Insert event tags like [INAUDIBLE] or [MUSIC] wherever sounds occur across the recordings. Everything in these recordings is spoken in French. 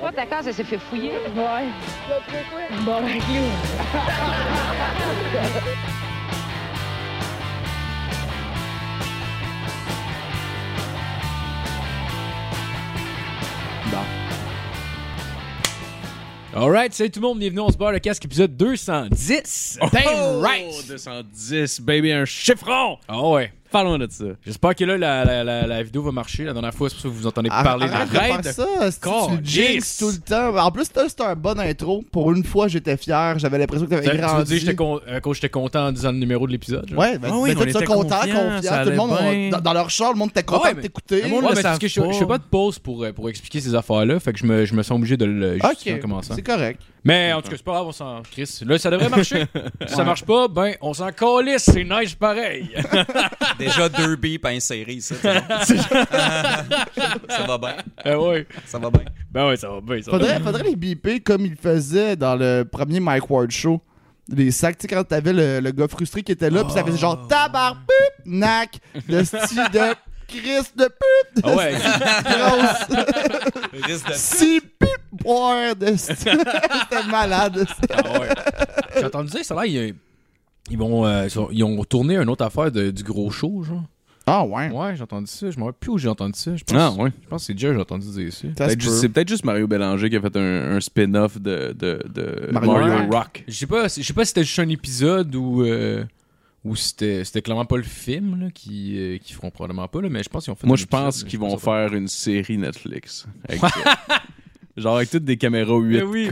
Toi, ta case, elle s'est fait fouiller. Ouais. Bon, avec lui. Alright, salut tout le monde, bienvenue, on se barre le casque, épisode 210. Oh, 210, baby, un chiffron! Oh ouais. Parlons de ça. J'espère que là, la, la, la, la vidéo va marcher. La dernière fois, c'est pour ça que vous entendez parler Ah, de arrête de faire ça, c'est- tu le jinxes Calisse. tout le temps. En plus, c'était c'était un bon intro. Pour une fois, j'étais fier. J'avais l'impression que t'avais Tu veux dire grandi. que j'étais con- euh, que j'étais content en disant le numéro de l'épisode? genre? Ouais, ben, Ah oui, ben, on tout ça, était content, confiants, ça confiant. Tout le monde, allait bien. on- dans, dans leur char, le monde était content Ah ouais, de mais- t'écouter. le monde Ouais, le mais savent parce que je, pas. je fais pas de pause pour, euh, pour expliquer ces affaires-là, fait que je me, je me sens obligé de le justifier en Ok, commençant. c'est correct. Mais en tout cas, c'est pas grave, on s'en crisse. Là, ça devrait marcher. si ça marche pas, ben, on s'en calisse, c'est nice pareil. Déjà deux bips à insérer ici. c'est [LAUGHS] bon. ça va bien. ben ouais. Ça va bien. Ben ouais, ça va bien, ça va Faudrait, faudrait les biper comme ils faisaient dans le premier Mike Ward Show. Les sacs, tu sais, quand t'avais le, le gars frustré qui était là, puis ça faisait Oh. genre tabar, boop, nac, [LAUGHS] le style de Chris de pute, Ah ouais, [LAUGHS] grosse, Risque de. si pute, boire de sti. [LAUGHS] C'était malade. ça. Ah ouais. J'ai entendu dire, ça là, ils, ils vont, euh, ils sont- ils ont tourné une autre affaire de- du gros show, genre. Ah ouais. Ouais, j'ai entendu ça. Je me rappelle plus où j'ai entendu ça. Je pense, Ah, ouais. je pense que c'est déjà que j'ai entendu dire ça. Ça se Peut-être juste- peut. C'est peut-être juste Mario Bélanger qui a fait un, un spin-off de, de, de Mario Mario, Rock. Rock. Je sais pas, si- je sais pas si c'était juste un épisode ou euh, ou c'était c'était clairement pas le film là, qui euh, qui feront probablement pas là, mais je pense qu'ils ont fait. Moi, un je pense épisode, qu'ils mais je vont pas. faire une série Netflix. Avec, euh, genre avec toutes des caméras 8K. oui.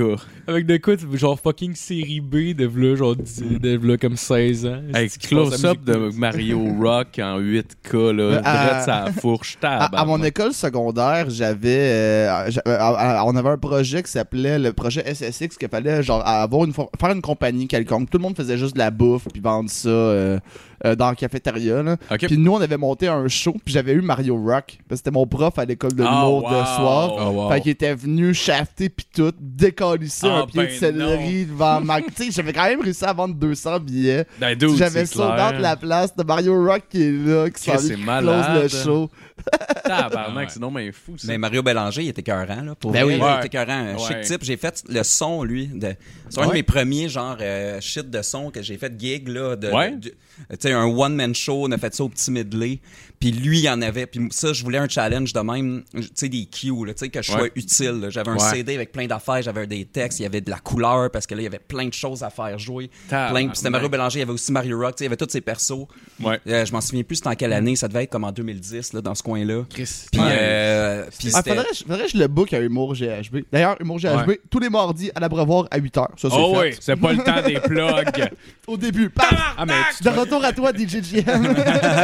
avec des coups genre fucking série B de v'là genre dix- de v'là comme 16 ans. Avec C'est-tu qu'ils font sa close-up musique de douce? Mario Rock en 8K, là, Euh, à- drette sa fourche À, table. à mon école secondaire, j'avais, euh, j'a- euh, à- à- on avait un projet qui s'appelait le projet SSX qu'il fallait genre avoir une fo- faire une compagnie quelconque. Tout le monde faisait juste de la bouffe puis vendre ça euh, euh, dans la cafétéria. là. Ok. Puis nous, on avait monté un show, puis j'avais eu Mario Rock. Parce que C'était mon prof à l'école de Oh, l'humour Ah, wow. de soir. Oh, wow. Fait qu'il était venu shafter puis tout, décalisser Ah, un pied ben de céleri devant ma... [LAUGHS] Tu sais, j'avais quand même réussi à vendre 200 billets. Ben, dude, j'avais c'est sold out clair. la place de Mario Rock qui est là, qui s'en Chris, c'est qui malade. close le show. Ah, Tabarnak, Ouais. sinon, mais fou, ça. Mais Mario Bélanger, il était écœurant, là. Pour Ben vrai, oui. là, Ouais. il était écœurant. Un Ouais. chic type. J'ai fait le son, lui. de- C'est un de mes premiers, genre, euh, shit de son que j'ai fait gig, là. De, Ouais. de- tu sais, un one-man show, on a fait ça au petit medley. Puis lui, il en avait. Puis ça, je voulais un challenge de même, tu sais, des cues, là, tu sais, que je sois Ouais. utile. là. J'avais un Ouais. CD avec plein d'affaires, j'avais des textes, il y avait de la couleur, parce que là, il y avait plein de choses à faire jouer. Tabarnak. Plein. Puis c'était Mario Bélanger, il y avait aussi Mario Rock, tu sais, il y avait tous ses persos. Ouais. Euh, je m'en souviens plus c'était en quelle année, ça devait être comme en 2010, là, dans ce coin-là. Chris. Puis, euh, puis Ah, c'était- faudrait, faudrait que je le book à Humour GHB. D'ailleurs, Humour GHB, tous les mardis à l'abreuvoir à 8h. Ça, c'est Oh fait. oui, c'est pas le temps des plugs. [LAUGHS] Au début, paf! Ah mais tu De retour à toi, [LAUGHS] DJGM.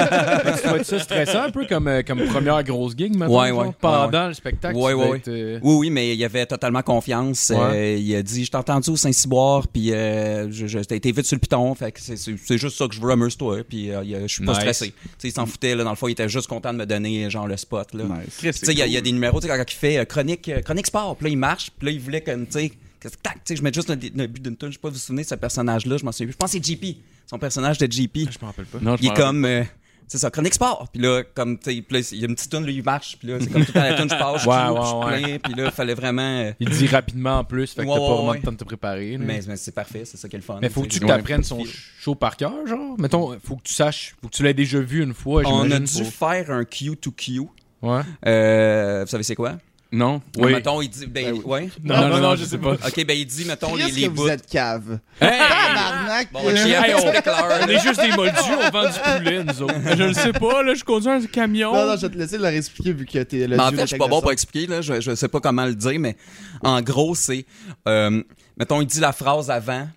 tu vas être ça stressant un peu comme, euh, comme première grosse gig maintenant, Ouais, genre, ouais, pendant ouais, ouais. le spectacle. Ouais, tu ouais, vas ouais. être, euh, Oui, oui, mais il avait totalement confiance. Ouais. Euh, il a dit, je t'ai entendu au Saint-Cyboire, puis euh, je, je- t'as été vite sur le piton, fait que c'est- c'est c'est juste ça que je veux, amuse-toi, puis euh, il a- je suis pas Nice. stressé. Tu sais, il s'en foutait, là, dans le fond, il était juste content de me donner, genre, le spot, là. Tu Chris, sais, il y, a- il y a des numéros, tu sais, quand, quand il fait euh, chronique, euh, chronique sport, puis là, il marche, puis là, il voulait comme, tu sais, que- tac, tu sais, je mets juste le, le but d'une tune, je sais pas, vous vous souvenez de ce personnage-là, je m'en souviens plus. Je pense que c'est JP, son personnage de JP. Je m'en rappelle pas. Non, je Il est m'en rappelle. comme. euh, c'est ça, Chronique Sport. Puis là, comme, tu sais, puis là, il y a une petite tune, lui, il marche. Puis là, c'est comme tout le temps la tune, je passe, je Ouais, joue, ouais, je ouais. plains. Puis là, il fallait vraiment. euh, Il dit rapidement en plus, fait que Ouais, t'as pas ouais, vraiment ouais. le temps de te préparer. là. mais mais c'est parfait, c'est ça qui est le fun. Mais faut que tu sais. que t'apprennes son show par cœur, genre. Mettons, faut que tu saches, faut que tu l'aies déjà vu une fois. On a j'imagine, dû faire un Q2Q. faut- Ouais. Euh, vous savez, c'est quoi? Non. Oui. Mettons, il dit. Ben, ouais. Non, non, non, je sais pas. Ok, ben, il dit, mettons, les, Qu'est-ce les que vous bouts. êtes cave? [LAUGHS] Tabarnak! Bon, ok, il a Hey, fait on- son éclair, On là. est juste des moldus, on vend du poulet, nous [LAUGHS] autres. Ah, Je le sais pas, là, je conduis un camion. Non, non, je vais te laisser leur expliquer vu que t'es le Mais Ben, en dieu fait, je de suis la pas bon chanson. pour expliquer, là. Je, je sais pas comment le dire, mais en gros, c'est. euh, mettons, il dit la phrase avant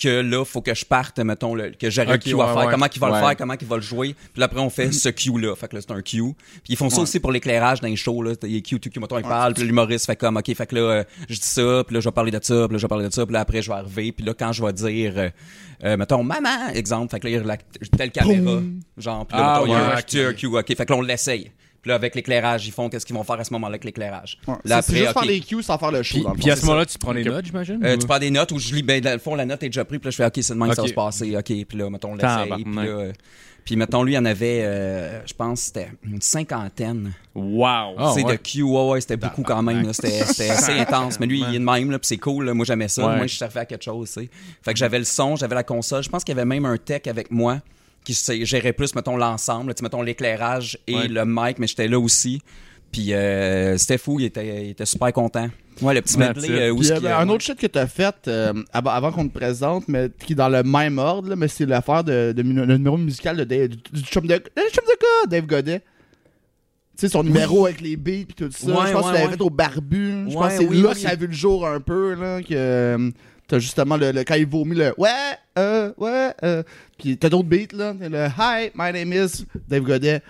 que là, faut que je parte, mettons, le- que j'arrive Ok, le cue ouais, à faire. ouais. Comment qu'il va Ouais. le faire, comment qu'il va le jouer. Puis là, après, on fait ce cue-là. Fait que là, c'est un cue. Puis ils font ça aussi pour l'éclairage d'un show, là. Il y a cue, tout cue, mettons, il parle, puis là, l'humoriste fait comme, OK, fait que là, euh, je dis ça, puis là, je vais parler de ça, puis là, je vais parler de ça, puis là, après, je vais arriver. Puis là, quand je vais dire, euh, euh, mettons, maman, exemple, fait que là, il y a la- telle caméra, genre, puis là, Ah, mettons, il y a ouais, un ok. cue, un cue, OK. Fait que là, on l'essaye. Puis là, avec l'éclairage, ils font qu'est-ce qu'ils vont faire à ce moment-là avec l'éclairage. Ouais, Là, c'est- c'est juste OK. faire les cues sans faire le show. Puis, dans le puis à fond. ce moment-là, tu prends les notes, j'imagine. Euh, ou- tu prends des notes ou je lis, ben, dans le fond, la note est déjà prise, puis là, je fais, OK, c'est demain que ça va Ok. se passer, OK, puis là, mettons, on l'essaye, puis là, Tabarnak. euh, puis Puis mettons, lui, il y en avait, euh, je pense, c'était une cinquantaine. Wow! Ah, c'est ouais. de Q, ouais, ouais, c'était beaucoup quand même. là. C'était [LAUGHS] c'était assez intense. Mais lui, il est de même, là, puis c'est cool. là. Moi, j'aimais ça. Ouais. Moi, je servais à quelque chose, tu sais. Fait que j'avais le son, j'avais la console. Je pense qu'il y avait même un tech avec moi qui s- gérait plus, mettons, l'ensemble, là, tu sais, mettons, l'éclairage et le mic, mais j'étais là aussi. Puis euh, c'était fou, il était, il était super content. Ouais, le petit Ouais, medley tu- euh, où Puis, ce euh, qu'il y ben, a- un autre shit que t'as fait euh, av- avant qu'on te présente, mais qui est dans le même ordre, là, mais c'est l'affaire de, de mi- le numéro musical de Dave- du, du chum de, le chum de gars, Dave Godet. Tu sais, son numéro avec les beats puis tout ça. Ouais, je pense ouais, que tu l'avais ouais. fait au barbu. Je pense Ouais, que c'est oui, là oui. que ça a vu le jour un peu, là, que euh, t'as justement le, le- quand il vomit le ouais, euh, ouais, euh. Puis t'as d'autres beats, là. T'as le hi, my name is Dave Godet.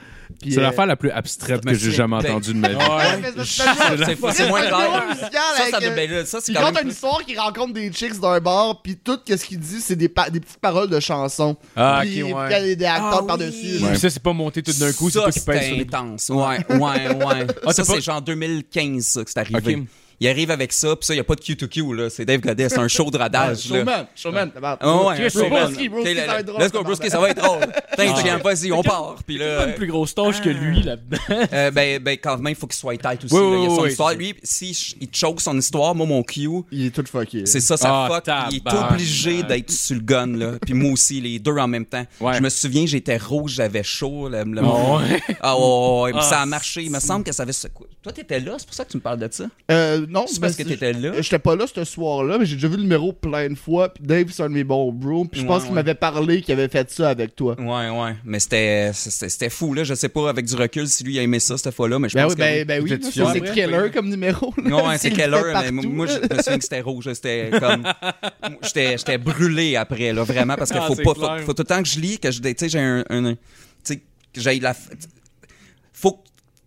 Puis, C'est euh, l'affaire la plus abstraite que j'ai jamais Ben- entendue [LAUGHS] de ma vie. ouais, mais c'est- c'est- C'est fou, c'est moins c'est clair. drôle, musical Ça, ça, avec, euh, ben là, ça, c'est Il quand quand même t'as une histoire qui rencontre des chicks d'un bar, puis tout ce qu'il dit, c'est des, pa- des petites paroles de chansons. Ah, puis, ok, ouais. puis il y a des acteurs Ah par-dessus. oui. genre. Puis ça, c'est pas monté tout d'un coup, c'est Ça, toi qui c'était pèses sur les- [LAUGHS] intense. Ouais, ouais, ouais. Ah, ça, t'as pas- c'est genre 2015 ça, que c'est arrivé. Ok. Il arrive avec ça, puis ça, il n'y a pas de Q2Q, là. C'est Dave Godet, c'est un show de radage, là. Showman, showman, t'as marre. Ah ouais, Chris un showman. Broski, Broski, T'es ça là- va être drôle, Let's go, tabarnak. Broski, ça va être [LAUGHS] drôle. Putain, tu viens pas si on part. Puis Pas là, une plus grosse tâche que lui là-dedans. euh, ben, ben, quand même, il faut qu'il soit tight aussi. Oui, là. Il y a oui, son oui, histoire. c'est- Lui, s'il ch- il choke son histoire, moi, mon Q, Il est tout fucké. c'est ça, ça Ah, fuck. Il est tabarnak. obligé d'être sur le gun, là. Puis moi aussi, les deux en même temps. Ouais. Je me souviens, j'étais rouge, j'avais chaud. Le, le ouais. Ah, ouais, ouais, ouais. Puis Ah, ça a marché. Il me semble que ça avait secoué. Toi, t'étais là, c'est pour ça que tu me parles de ça? Euh, non, C'est mais parce que t'étais là? euh, J'étais pas là ce soir-là, mais j'ai déjà vu le numéro plein de fois. Puis Dave, c'est un de mes bons bros. Puis je pense Ouais, qu'il ouais. m'avait parlé qu'il avait fait ça avec toi. Ouais, ouais. Mais c'était, c'était, c'était fou, là. Je sais pas, avec du recul, si lui a aimé ça cette fois-là, mais je Ben pense oui, que. ben, ben oui, T'étais-tu parce que fier c'est après? killer comme numéro. là. [LAUGHS] Non, ouais, c'est Il le fait quelle heure, mais partout, moi, là. je me souviens que c'était rouge. C'était comme. J'étais, j'étais brûlé après, là, vraiment, parce qu'il Ah, faut c'est pas. clair. Faut, faut tout le temps que je lis, que je. Tu sais, j'ai un. un- tu sais, que j'ai la. Faut,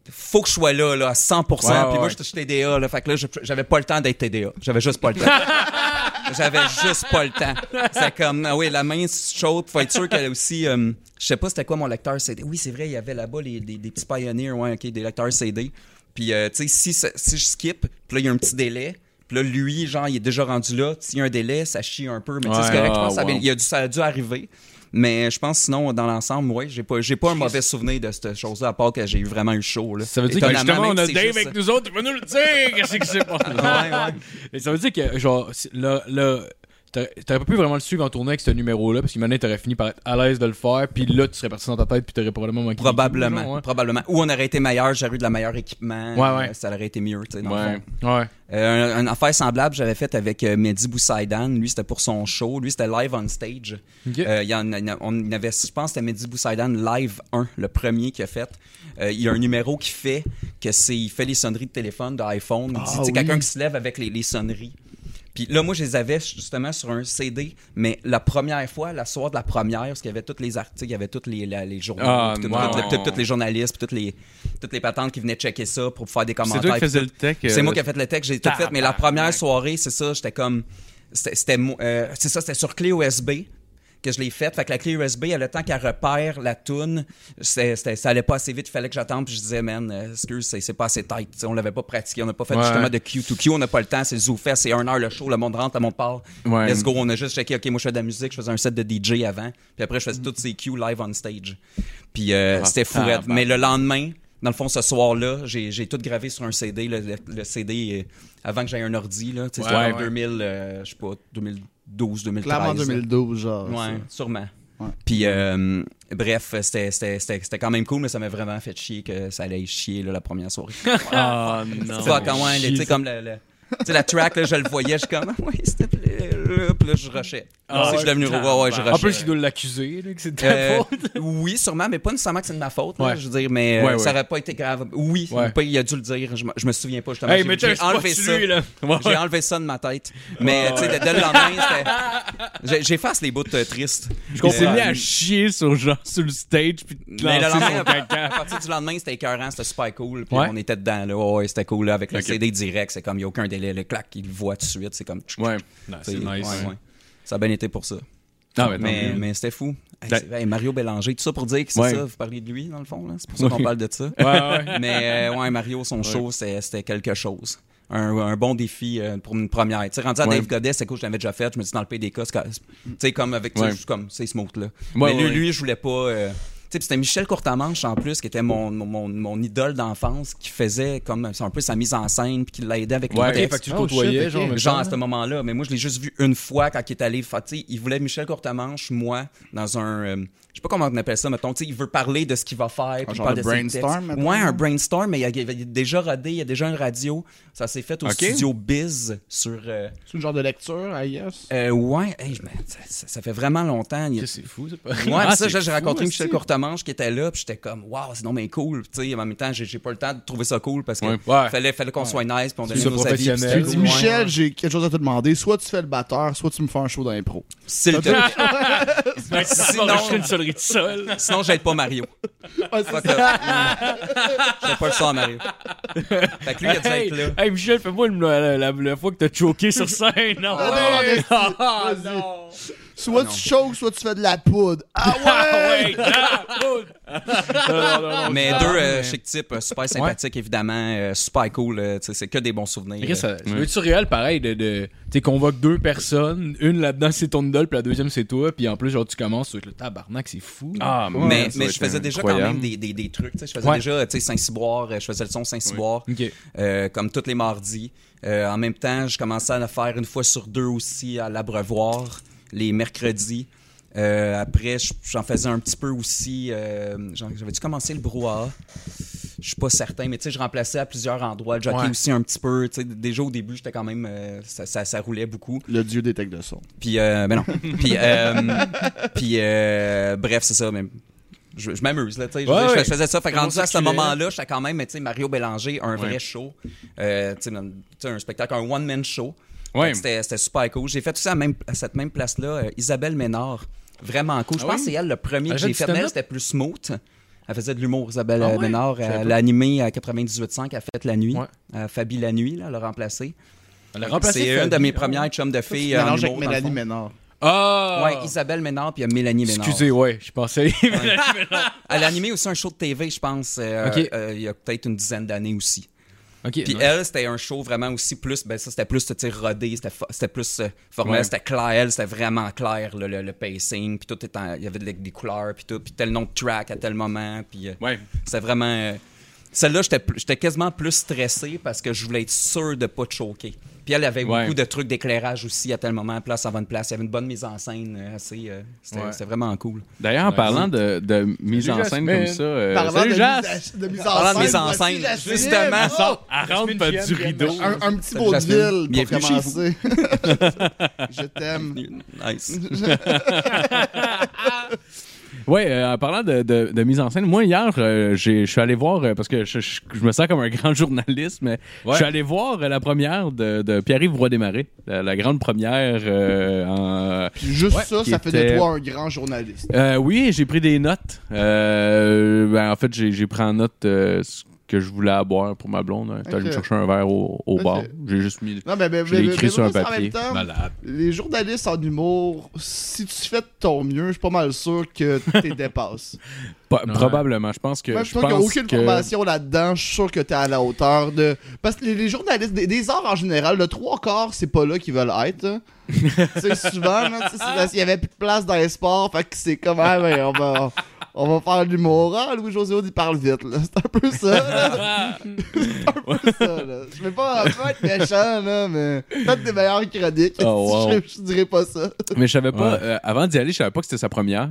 faut que je sois là, là, à 100%. Ouais, puis ouais. moi, j'étais j'étais TDA, là. Fait que là, je- j'avais pas le temps d'être TDA. J'avais juste pas le temps. J'avais juste pas le temps. C'est comme, ah oui, la main c'est chaude. Faut être sûr qu'elle a aussi. euh, je sais pas c'était quoi mon lecteur CD. Oui, c'est vrai, il y avait là-bas les, des, des petits Pioneer, ouais, ok, des lecteurs CD. Puis, euh, tu sais, si, ça- si je skip, puis là, il y a un petit délai. Puis là, lui, genre, il est déjà rendu là. S'il y a un délai, ça chie un peu. Mais tu sais, c'est Ouais, correct, je ah, pense que ça, avait- wow. il a dû, ça a dû arriver. Mais je pense sinon, dans l'ensemble, ouais, j'ai pas, j'ai pas un mauvais souvenir de cette chose-là, à part que j'ai vraiment eu chaud. Là. Ça veut dire que Étonnamment, justement, même on a si Dave c'est juste- avec nous autres, il va nous le dire, qu'est-ce qui s'est passé. ouais. Mais ça veut dire que, genre, si- le, le, t'aurais t'aurais pas pu vraiment le suivre en tournée avec ce numéro-là, parce que maintenant, t'aurais fini par être à l'aise de le faire, puis là, tu serais parti dans ta tête, puis t'aurais probablement manqué. Probablement, des coups, probablement. Ou on aurait été meilleur, j'aurais eu de la meilleure équipement. Ouais, ouais. euh, Ça aurait été mieux, tu sais, dans genre, le ouais. fond. Ouais. ouais. Euh, un- une affaire semblable, j'avais faite avec euh, Mehdi Boussaidan. Lui, c'était pour son show. Lui, c'était live on stage. Ok. Euh, il y en a- il y en a- on en avait, je pense, que c'était Mehdi Boussaidan live 1, le premier qu'il a fait. Euh, il y a un numéro qui fait que c'est, il fait les sonneries de téléphone, d'iPhone. Ah C'est oui. quelqu'un qui se lève avec les, les sonneries. Puis là, moi, je les avais justement sur un CD, mais la première fois, la soirée de la première, parce qu'il y avait tous les articles, il y avait tous les, la- les journaux, Ah, puis tout- non. tout- tout- tous les journalistes, puis toutes les, toutes les patentes qui venaient checker ça pour faire des C'est commentaires. toi qui puis faisais tout. le tech. C'est euh, moi qui ai fait le texte, j'ai tout fait, mais la première soirée, c'est ça, j'étais comme. C'était, c'était mo- euh, c'est ça, c'était sur clé USB que je l'ai faite. Fait que la clé USB, elle, le temps qu'elle repère la toune, c'était, c'était- ça allait pas assez vite, il fallait que j'attende, puis je disais, man, euh, excuse, c'est, c'est pas assez tight. T'sais, on l'avait pas pratiqué, on n'a pas fait Ouais. justement de Q2Q, on n'a pas le temps, c'est zoufait, c'est un heure le show, le monde rentre, le monde part. Ouais. Let's go, on a juste checké, ok, moi je fais de la musique, je faisais un set de DJ avant, puis après je faisais toutes ces Q live on stage. Puis euh, Ah, c'était fou, raide. mais le lendemain, dans le fond, ce soir-là, j'ai j'ai tout gravé sur un CD, le, le- le CD euh, avant que j'aie un ordi, là, tu sais, c'était Ouais, en ouais. 2000, euh, je sais pas, 2012, 2013. Clairement là. 2012, genre. Ouais, sûrement. Ouais. Puis, euh, bref, c'était- c'était c'était- c'était quand même cool, mais ça m'a vraiment fait chier que ça allait chier là, la première soirée. Ah, non. Fuck, ah ouais, tu sais, comme le. le- tu sais, la track, là, je le voyais, je suis comme, oui, s'il te plaît, là, puis là, je rushais. Ah, Ah, je suis devenu ouais, ouais, ouais, je En rushais. plus, il doit l'accuser, là, que c'est de ta Euh, faute. oui, sûrement, mais pas nécessairement que c'est de ma faute. là, Ouais. Je veux dire, mais euh, Ouais, ouais. ça aurait pas été grave. Oui, Ouais. pas- il a dû le dire. Je, me- je me souviens pas. Justement, Hey, j'ai- mais j'ai t'as un enlevé ça. lui, là. J'ai enlevé ça de ma tête. Mais tu sais, dès le lendemain, c'était- j'ai- j'efface les bouts euh, tristes. Il s'est Mais, mis euh, à chier sur, genre, sur le stage puis de mais le lancer lendemain, son à [LAUGHS] caca. à partir du lendemain, c'était écœurant, c'était super cool. Puis Ouais. on était dedans, là. Ouais, ouais, c'était cool, là, avec le Ok. CD direct. C'est comme, il n'y a aucun délai. Le clac, il le voit tout de suite. C'est comme, Ouais. c'est nice. Ça a bien été pour ça. Non, Ah, mais, tant Mais, mieux. mais c'était fou. Hey, Da- c'est- hey, Mario Bélanger, tout ça pour dire que c'est Ouais. ça, vous parlez de lui, dans le fond. là. C'est pour ça qu'on Oui. parle de ça. Ouais, ouais. Mais euh, ouais, Mario, son show, c'était c'était quelque chose. Un, un bon défi euh, pour une première. Tu sais, rendu à Ouais. Dave Godet, c'est cool, je l'avais déjà fait. Je me dis, dans le PDK, c'est quand- tu sais, comme avec, tu sais, Ouais. je suis comme, c'est smooth, là. Mais Ouais, lui, ouais. lui, je voulais pas, euh, sais, puis c'était Michel Courtamanche en plus qui était mon, mon, mon, mon idole d'enfance qui faisait comme c'est un peu sa mise en scène puis qui l'aidait avec Ouais, le ok, texte. fait que tu le Oh, côtoyais, shit, genre. ok. en même Genre temps, à ce là. moment-là, mais moi je l'ai juste vu une fois quand il est allé. Fait, tu sais, il voulait Michel Courtamanche, moi, dans un, euh, je sais pas comment on appelle ça, mettons, tu sais, il veut parler de ce qu'il va Ah, faire. puis il genre parle de de ses textes. brainstorm, mettons, Ouais, là? un brainstorm, mais il y a, il y a déjà rodé, il y a déjà une radio. Ça s'est fait au Ok. studio Biz sur. euh, C'est une genre de lecture à IS? euh, ouais, hey, je me- ça, ça- ça fait vraiment longtemps. Il y a- Qu'est-ce que C'est fou, ça. Ouais, Ah, ça, c'est j'ai fou, rencontré aussi. Michel Courtemanche qui était là, puis j'étais comme, waouh, c'est non, mais cool. Tu sais, en même temps, j'ai j'ai pas le temps de trouver ça cool parce que Ouais. Ouais. fallait, fallait qu'on soit nice, puis on donnait ça, nos avis. puis professionnel. c'était Tu Ouais. dis, cool. Michel, j'ai quelque chose à te demander. Soit tu fais le batteur, soit tu me fais un [LAUGHS] show d'impro. C'est le truc. [LAUGHS] Ben, Sinon- sinon, je serais une sonnerie de sol. Sinon, j'aide pas Mario. Ouais, Fuck up. [LAUGHS] Mm. J'ai pas le sang, Mario. Fait que lui, il a dû Hey, être là. hey, Michel, fais-moi le- la, la- la fois que t'as choqué sur scène. [LAUGHS] Non, non, Ah, ben, vas-y. non. Soit tu choques, soit tu fais de la poudre. Ah [LAUGHS] Ah, ouais! ouais, non, non, Ah, non, non. Mais deux euh, chic types, euh, super sympathiques, évidemment, euh, super cool. euh, tu sais, c'est que des bons souvenirs. Chris, ça- le tutoriel, pareil, de, de tu convoques deux personnes, une là-dedans c'est ton idole, puis la deuxième c'est toi, puis en plus genre tu commences avec le tabarnak, c'est fou. Ah, Ouais, mais, ça mais va je être faisais déjà incroyable. quand même des, des, des trucs. tu sais, Je faisais Ouais. déjà tu sais, Saint-Cyboire, euh, je faisais le son Saint-Cyboire, Ok. euh, comme tous les mardis. Euh, en même temps, je commençais à le faire une fois sur deux aussi à l'Abreuvoir, les mercredis. Euh, après, je- j'en faisais un petit peu aussi. euh, j'en- J'avais dû commencer le brouhaha. Je suis pas certain, mais tu sais, je remplaçais à plusieurs endroits. Le jockey Ouais. aussi un petit peu. tu sais, Déjà au début, j'étais quand même. euh, ça- ça, ça roulait beaucoup. Le dieu des techs de son. Puis, euh, ben non. Puis, euh, puis euh, bref, c'est ça. Mais je, je m'amuse, là, tu sais. Je, Ouais, je- ouais. je faisais ça. Fait que rendu à ce circulait. moment-là, j'étais quand même, mais tu sais, Mario Bélanger, un vrai show. Euh, tu sais, dans- tu sais, un spectacle, un one-man show. Ouais. Fait que C'était c'était super cool. J'ai fait tout ça à, même, à cette même place-là. euh, Isabelle Ménard, vraiment cool. Je pense que c'est elle le premier Ah Elle fait que j'ai du fait. stand-up? Elle, c'était plus smooth. Elle faisait de l'humour, Isabelle Ah ouais? euh, Ménard. Je savais Elle pas. a animé à 98.5, elle a fait la nuit. Ouais. Euh, Fabi la nuit, là, elle l'a remplacée. Elle a remplacé C'est une de Fabi. mes premières chums de filles. euh, en Mélange humour, avec dans le Mélanie fond. Ménard. Ah! Ouais, Isabelle Ménard puis il y a Mélanie Ménard. Excusez, ouais, je pensais. Elle a animé aussi un show de TV, je pense, euh, Ok. euh, il y a peut-être une dizaine d'années aussi. [LAUGHS] ok. Puis elle, c'était un show vraiment aussi plus, ben ça c'était plus, tu sais, rodé, c'était fo- c'était plus euh, formel, Ouais. c'était clair, elle, c'était vraiment clair, le, le- le pacing, puis tout était, en- il y avait des, des couleurs, puis tout, puis tel nom de track à tel moment, puis euh, Ouais. c'était vraiment... euh, celle-là, j'étais plus- j'étais quasiment plus stressé parce que je voulais être sûr de pas te choquer. Puis elle avait Ouais. beaucoup de trucs d'éclairage aussi à tel moment, place avant de place. Il y avait une bonne mise en scène euh, assez. euh, c'était Ouais. c'était vraiment cool. D'ailleurs, en parlant de, de mise Salut, en scène Jasmine. comme ça. euh, Parlant salut, de Jas! mise- de mise Parlant de mise en en scène, scène, voici Jasmine. justement. Oh! Elle rentre Jasmine par Jen, du Jen. rideau. Un, un petit Salut, beau Jasmine. ville pour Bienvenue chez vous. commencer. [LAUGHS] Je t'aime. Nice. Ouais, euh, en parlant de, de- de mise en scène, moi hier, euh, j'ai- je suis allé voir, euh, parce que je, je- je me sens comme un [LAUGHS] grand journaliste, mais Ouais. je suis allé voir euh, la première de, de Pierre-Yves Roy-Desmarais, la, la grande première euh, en, Puis juste Ouais, ça, qui ça fait de était- toi un grand journaliste. Euh, oui, j'ai pris des notes. Euh, ben, en fait, j'ai, j'ai pris en note euh, ce que je voulais à boire pour ma blonde. Elle est allée Ok. me chercher un verre au, au Ok. bar. J'ai juste mis. Non, mais, mais, Je mais, l'ai mais- écrit mais sur un en même papier. temps, Malade. les journalistes en humour, si tu fais de ton mieux, je suis pas mal sûr que [LAUGHS] t'es dépasses. Pa- Ouais. Probablement. Je pense que. Même je toi qui a pense aucune que- formation là-dedans, je suis sûr que t'es à la hauteur de. Parce que les, les journalistes, des, des arts en général, le trois quarts, c'est pas là qu'ils veulent être. [LAUGHS] hein. tu sais, souvent, là, tu sais, c'est parce qu'il y avait plus de place dans les sports, fait que c'est comme, ah, ben, on va. On va faire de l'humour. Ah, Louis-José Hood, il parle vite, là. C'est un peu ça, [LAUGHS] là. C'est un peu ça, là. Je vais pas, je vais pas être méchant, là, mais faites des meilleures chroniques. Oh, wow. je, [LAUGHS] je dirais pas ça. [LAUGHS] Mais je savais pas, Ouais. euh, avant d'y aller, je savais pas que c'était sa première.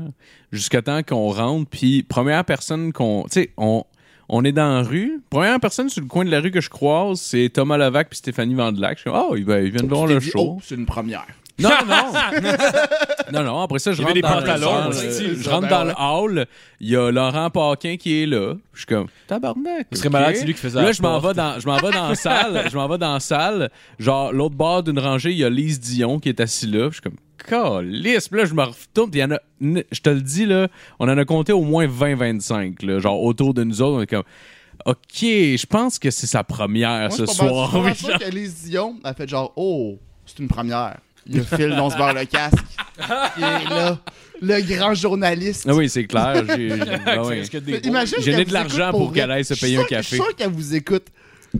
Jusqu'à temps qu'on rentre, puis première personne qu'on. Tu sais, on, on est dans la rue. Première personne sur le coin de la rue que je croise, c'est Thomas Lavac puis Stéphanie Vandelac. Je suis comme, oh, ils, va- ils viennent voir Tu le t'es dit, show. Oh, c'est une première. Non, [LAUGHS] non. non, non, après ça, je Il y rentre avait dans des pantalons, le, on euh, s'est dit, je ça, ben rentre dans le hall. Il y a Laurent Paquin qui est là. Je suis comme, tabarnak. Ce serait ok. malade, c'est lui qui faisait Là, la je m'en porte. vais dans, je m'en vais dans la salle. Je m'en vais dans la salle. Genre, l'autre bord d'une rangée, il y a Lise Dion qui est assis là. Je suis comme, calisse. Puis là, je me retourne. Puis il y en a, n- je te le dis, là, on en a compté au moins 20-25, là, genre autour de nous autres. On est comme, OK, je pense que c'est sa première Moi, ce je suis pas mal- soir. Je suis pas mal sûr que Lise Dion a fait genre Oh, c'est une première. Le fil dont se barre le [LAUGHS] casque. Et là, le grand journaliste. Ah oui, c'est [LAUGHS] clair. j'ai- j'ai- ah oui. Est-ce que des Mais Imagine J'ai qu'elle donné de vous écoute l'argent pour vrai. qu'elle aille se Je suis payer un sûr que- Je café. Hmm. suis sûr qu'elle vous écoute.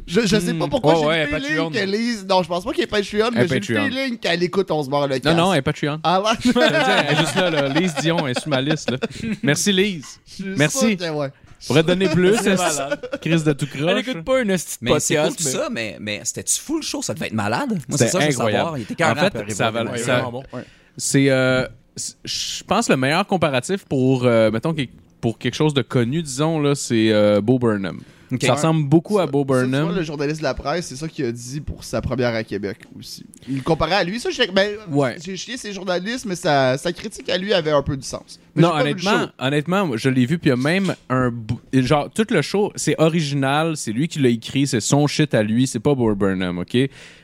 Je, je sais pas Ouais, pourquoi j'ai ouais, le feeling Patreon. qu'elle lise. Non, je pense pas qu'elle est Patreon, mais j'ai le Patreon. feeling qu'elle écoute On se barre le Non, casse. non, elle est Patreon. Ah ouais? [LAUGHS] Je veux dire, elle est juste là, là. Lise Dion elle est sur ma liste. Là. Merci, Lise. Je suis Merci. sûr que ouais. Pourrait donner plus, C'est est-ce- malade. Chris de tout Elle croche. écoute pas une petite Mais c'est cool podcast, tout mais- ça, mais, mais c'était-tu fou le show? Ça devait être malade. Moi, c'est C'était ça, je veux incroyable. savoir. Il était carrément En fait, après ça Revolver valait- Ouais, Man. ça- vraiment bon. C'est, euh, c'est- je pense, le meilleur comparatif pour, euh, mettons, que- pour quelque chose de connu, disons, là, c'est euh, Bo Burnham. Ok. Ça ressemble beaucoup à Bo Ça, tu vois, Burnham. le journaliste de la presse, c'est ça qu'il a dit pour sa première à Québec aussi. Il le comparait à lui, ça, j'ai ben, Ouais. j'ai chié ses journalistes, mais sa, sa critique à lui avait un peu du sens. Mais Non, j'ai pas vu le honnêtement, show. honnêtement, moi, je l'ai vu, puis il y a même un. bou- Genre, tout le show, c'est original, c'est lui qui l'a écrit, c'est son shit à lui, c'est pas Bo Burnham, OK?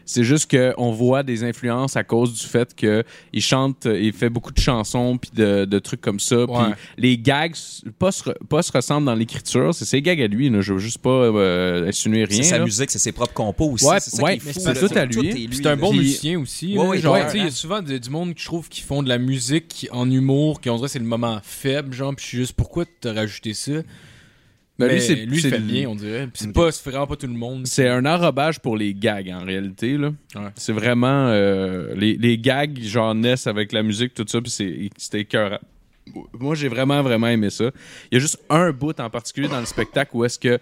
C'est juste qu'on voit des influences à cause du fait que il chante, euh, il fait beaucoup de chansons, puis de, de trucs comme ça, puis Ouais. les gags s- pas se, re- pas se ressemblent dans l'écriture, c'est ses gags à lui, là, je veux juste pas euh, insinuer rien. C'est sa là. musique, c'est ses propres compos aussi. Ouais, c'est ça ouais, qui mais est fou. c'est là. tout à lui. est C'est un là. bon Puis- musicien aussi. Ouais, là. ouais, genre, ouais. tu sais, il y a souvent du, du monde que je trouve qui font de la musique qui- en humour, qui on dirait c'est le moment faible, genre, puis je suis juste, pourquoi t'as rajouté ça? Ben, Mais lui, c'est- lui, il c'est fait le- bien, on dirait. Puis C'est Ok. pas, c'est vraiment pas tout le monde. C'est un enrobage pour les gags en réalité là. Ouais. C'est vraiment euh, les, les gags genre naissent avec la musique tout ça puis c'est c'était écœurant. Moi j'ai vraiment vraiment aimé ça. Il y a juste un bout en particulier dans le spectacle où est-ce que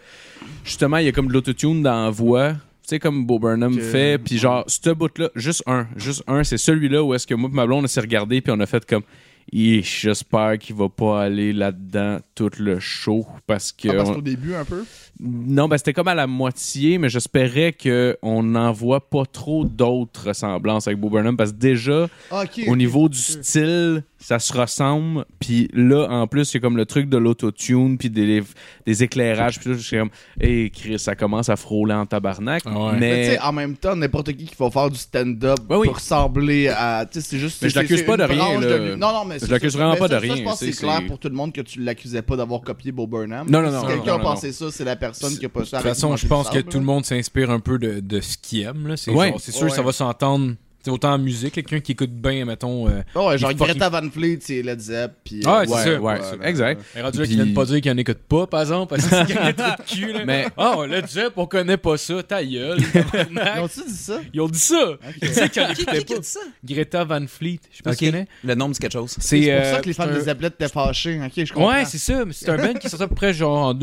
justement il y a comme de l'autotune dans la voix. Tu sais, comme Bo Burnham fait, puis genre, ce bout-là, juste un, juste un, c'est celui-là où est-ce que moi et ma blonde, on s'est regardé, puis on a fait comme, Ih, j'espère qu'il va pas aller là-dedans tout le show, parce que... Ah, parce on- qu'au début, un peu. non, ben c'était comme à la moitié, mais j'espérais qu'on n'en voit pas trop d'autres ressemblances avec Bo Burnham parce que déjà, Ah, ok. au niveau du style, ça se ressemble. Puis là, en plus, il y a comme le truc de l'autotune, puis des, des éclairages. Puis là, je suis comme, hé Chris, ça commence à frôler en tabarnak. Ah ouais. Mais tu Mais, sais, en même temps, n'importe qui qui va faire du stand-up Ouais, oui. pour ressembler à. Tu sais, c'est juste. Mais je c'est- l'accuse c'est pas de une rien, branche là. lui. Non, non, mais Je c'est l'accuse ça, vraiment mais pas ça, de ça, Je rien, pense que tu c'est sais, clair c'est- pour tout le monde que tu l'accusais pas d'avoir copié Bo Burnham. Non, non, non, Si non, quelqu'un non, non, pensait ça, c'est la personne qui a pas ça. De toute façon, je pense que tout le monde s'inspire un peu de, de ce qu'il aime. là. C'est Ouais. genre, c'est sûr Ouais. que ça va s'entendre tu sais, autant en musique. là, Quelqu'un qui écoute bien, mettons. euh, monde. Ouais, genre Il fucking- Greta Van Fleet, c'est Led Zepp. puis, Ah, euh, c'est ça, ouais, exact. un radio Puis- qui vient de pas dire qu'il en écoute pas, par exemple, parce qu'il y a des trucs de cul. Là. Mais- Ah, on l'a dit, on connaît pas ça, ta gueule. Ils tabarnak. ont-tu dit ça? [LAUGHS] Ils ont dit ça. Tu sais qu'ils en Qui, écoutaient qui, qui pas. a dit ça? Greta Van Fleet, je sais pas Ok. si tu connais. Le nom de quelque chose. C'est pour ça euh, que les fans c'est un- des Zaplettes étaient fâchés. Ok, je comprends. Ouais, c'est ça. mais C'est un band qui sortait à peu près genre en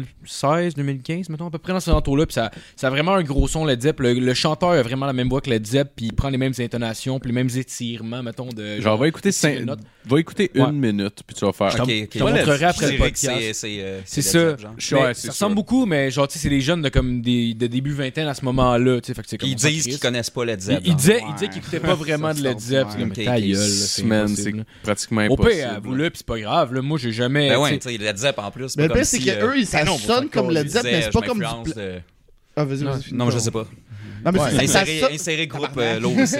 2016, 2015, mettons, à peu près dans ce entour-là. Puis ça, ça a vraiment un gros son, Led Zepp. Le, le chanteur a vraiment la même voix que Led Zepp, puis il prend les mêmes intonations, puis les mêmes étirements, mettons, Mm. de. genre, va écouter, c'est cinq- une note. va écouter Ouais. une minute, puis tu vas faire. Ok, ok. Je te montrerai après Je le dirais que c'est- podcast. C'est euh, C'est Led ça. Zepp, genre. genre. Ouais, Mais c'est ça ressemble sûr. beaucoup, mais genre, tu sais, c'est les jeunes de comme des, de début vingtaine à ce moment-là, tu sais. Fait que c'est comme Ils disent qu'ils connaissent pas Led Zepp. hein. Ils genre. disaient qu'ils Ouais. écoutaient pas vraiment de Led Ça Zepp. ressemble, C'est comme, ouais. ta Ok, gueule, là, c'est Semaine, c'est impossible. pratiquement Au impossible. pire, à vous là, pis c'est pas grave, là. Moi, j'ai jamais. tu Ben sais, ouais, tu sais, Led Zepp en plus. Mais le pas comme pire, c'est si, que euh, eux, ils- ça ben non, on sonne s'en comme Led calisse, Zepp, mais c'est je pas comme du m'influence pla- de- Ah, vas-y, Non, vas-y. Non, mais je sais pas. Non, mais c'est- ça Insérer, sonne. insérer groupe euh, low ici.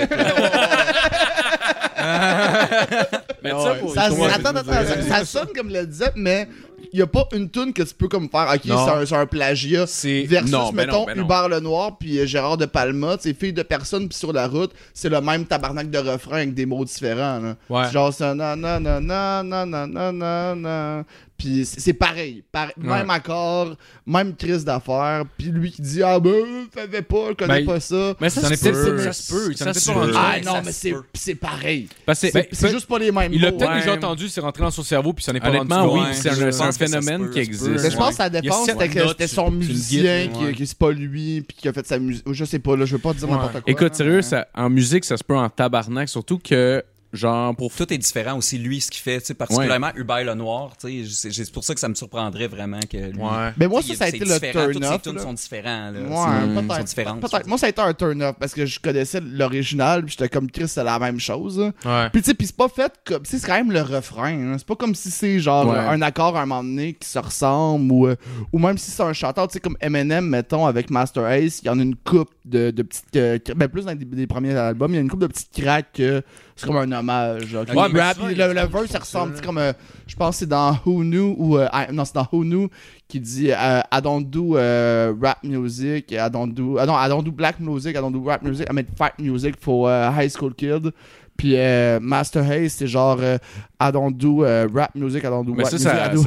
Mais Ah ça, ouais. pour- Ça- pour- attends, attends, ça, ça sonne comme Led Zepp, mais il n'y a pas une tune que tu peux comme faire, ok, c'est Non. un, c'est un plagiat. C'est- Versus, non, ben mettons, non, ben non. Hubert Lenoir puis euh, Gérard de Palma, tu sais, fille de personne puis sur la route, c'est le même tabarnak de refrain avec des mots différents. Là. Ouais. C'est Genre, c'est nan nan nan nan nan nan nan nan nan. Puis c'est c'est pareil, par- même accord, même crise d'affaires, puis lui qui dit ah ben, euh, fais pas, je connais Ben, pas ça. Mais ça, Ça en est se peut-être- peut. ça se peut, ça en est se peut-être peut. rendu. ah ça non, se mais c'est peut. c'est pareil. Parce que- C'est Ben, c'est peut- juste pas les mêmes Il l'a mots. hein. peut-être Ouais. déjà entendu, c'est rentré dans son cerveau, puis ça n'est pas Honnêtement, rendu oui, compte. c'est je un, c'est un pense que ça se phénomène peut, ça qui se peut. existe. Mais je pense Ouais. que sa Il y a défense, sept c'était que notes c'était sur- son sur le musicien guide, qui, ouais. qui- c'est pas lui, puis qui a fait sa musique. Je sais pas, là, je veux pas dire n'importe quoi. Écoute, là. sérieux, ça, en musique, ça se peut en tabarnak, surtout que, genre, pour Tout est différent aussi, lui, ce qu'il fait, tu sais, particulièrement Hubert Lenoir, tu sais, c'est- c'est pour ça que ça me surprendrait vraiment que lui. Ouais. Mais moi, tu sais, ça, ça a c'est été le différent, Toutes turn-off. ses tunes sont différents, là. Ouais, sont- sont peut-être. différentes. Peut-être. Moi, ça a été un turn-off parce que je connaissais l'original, puis j'étais comme Chris, c'est la même chose. Ouais. Puis, tu sais, puis c'est pas fait comme. tu sais, C'est quand même le refrain. hein. C'est pas comme si c'est genre Ouais. un accord à un moment donné qui se ressemble ou, euh, ou même si c'est un chanteur, tu sais, comme Eminem, mettons, avec Master Ace, il y en a une coupe de, de petites. euh, cra- ben, plus dans les, les premiers albums, il y a une coupe de petites cracks que c'est comme un hommage. genre, qui Ouais, est mais rap, souvent, puis il y a le, des gens le qui verse, font ça ressemble, ça, tu sais, là. comme. euh, je pense que c'est dans Who Knew ou. euh, I- non, c'est dans Who Knew qui dit euh, I don't do euh, rap music, I don't do, ah non, I don't do black music, I don't do rap music, I make fat music for euh, high school kid. Puis euh, Master Hayes, c'est genre euh, I don't do euh, rap music, I don't do Mais rap ça, music, ça- I do,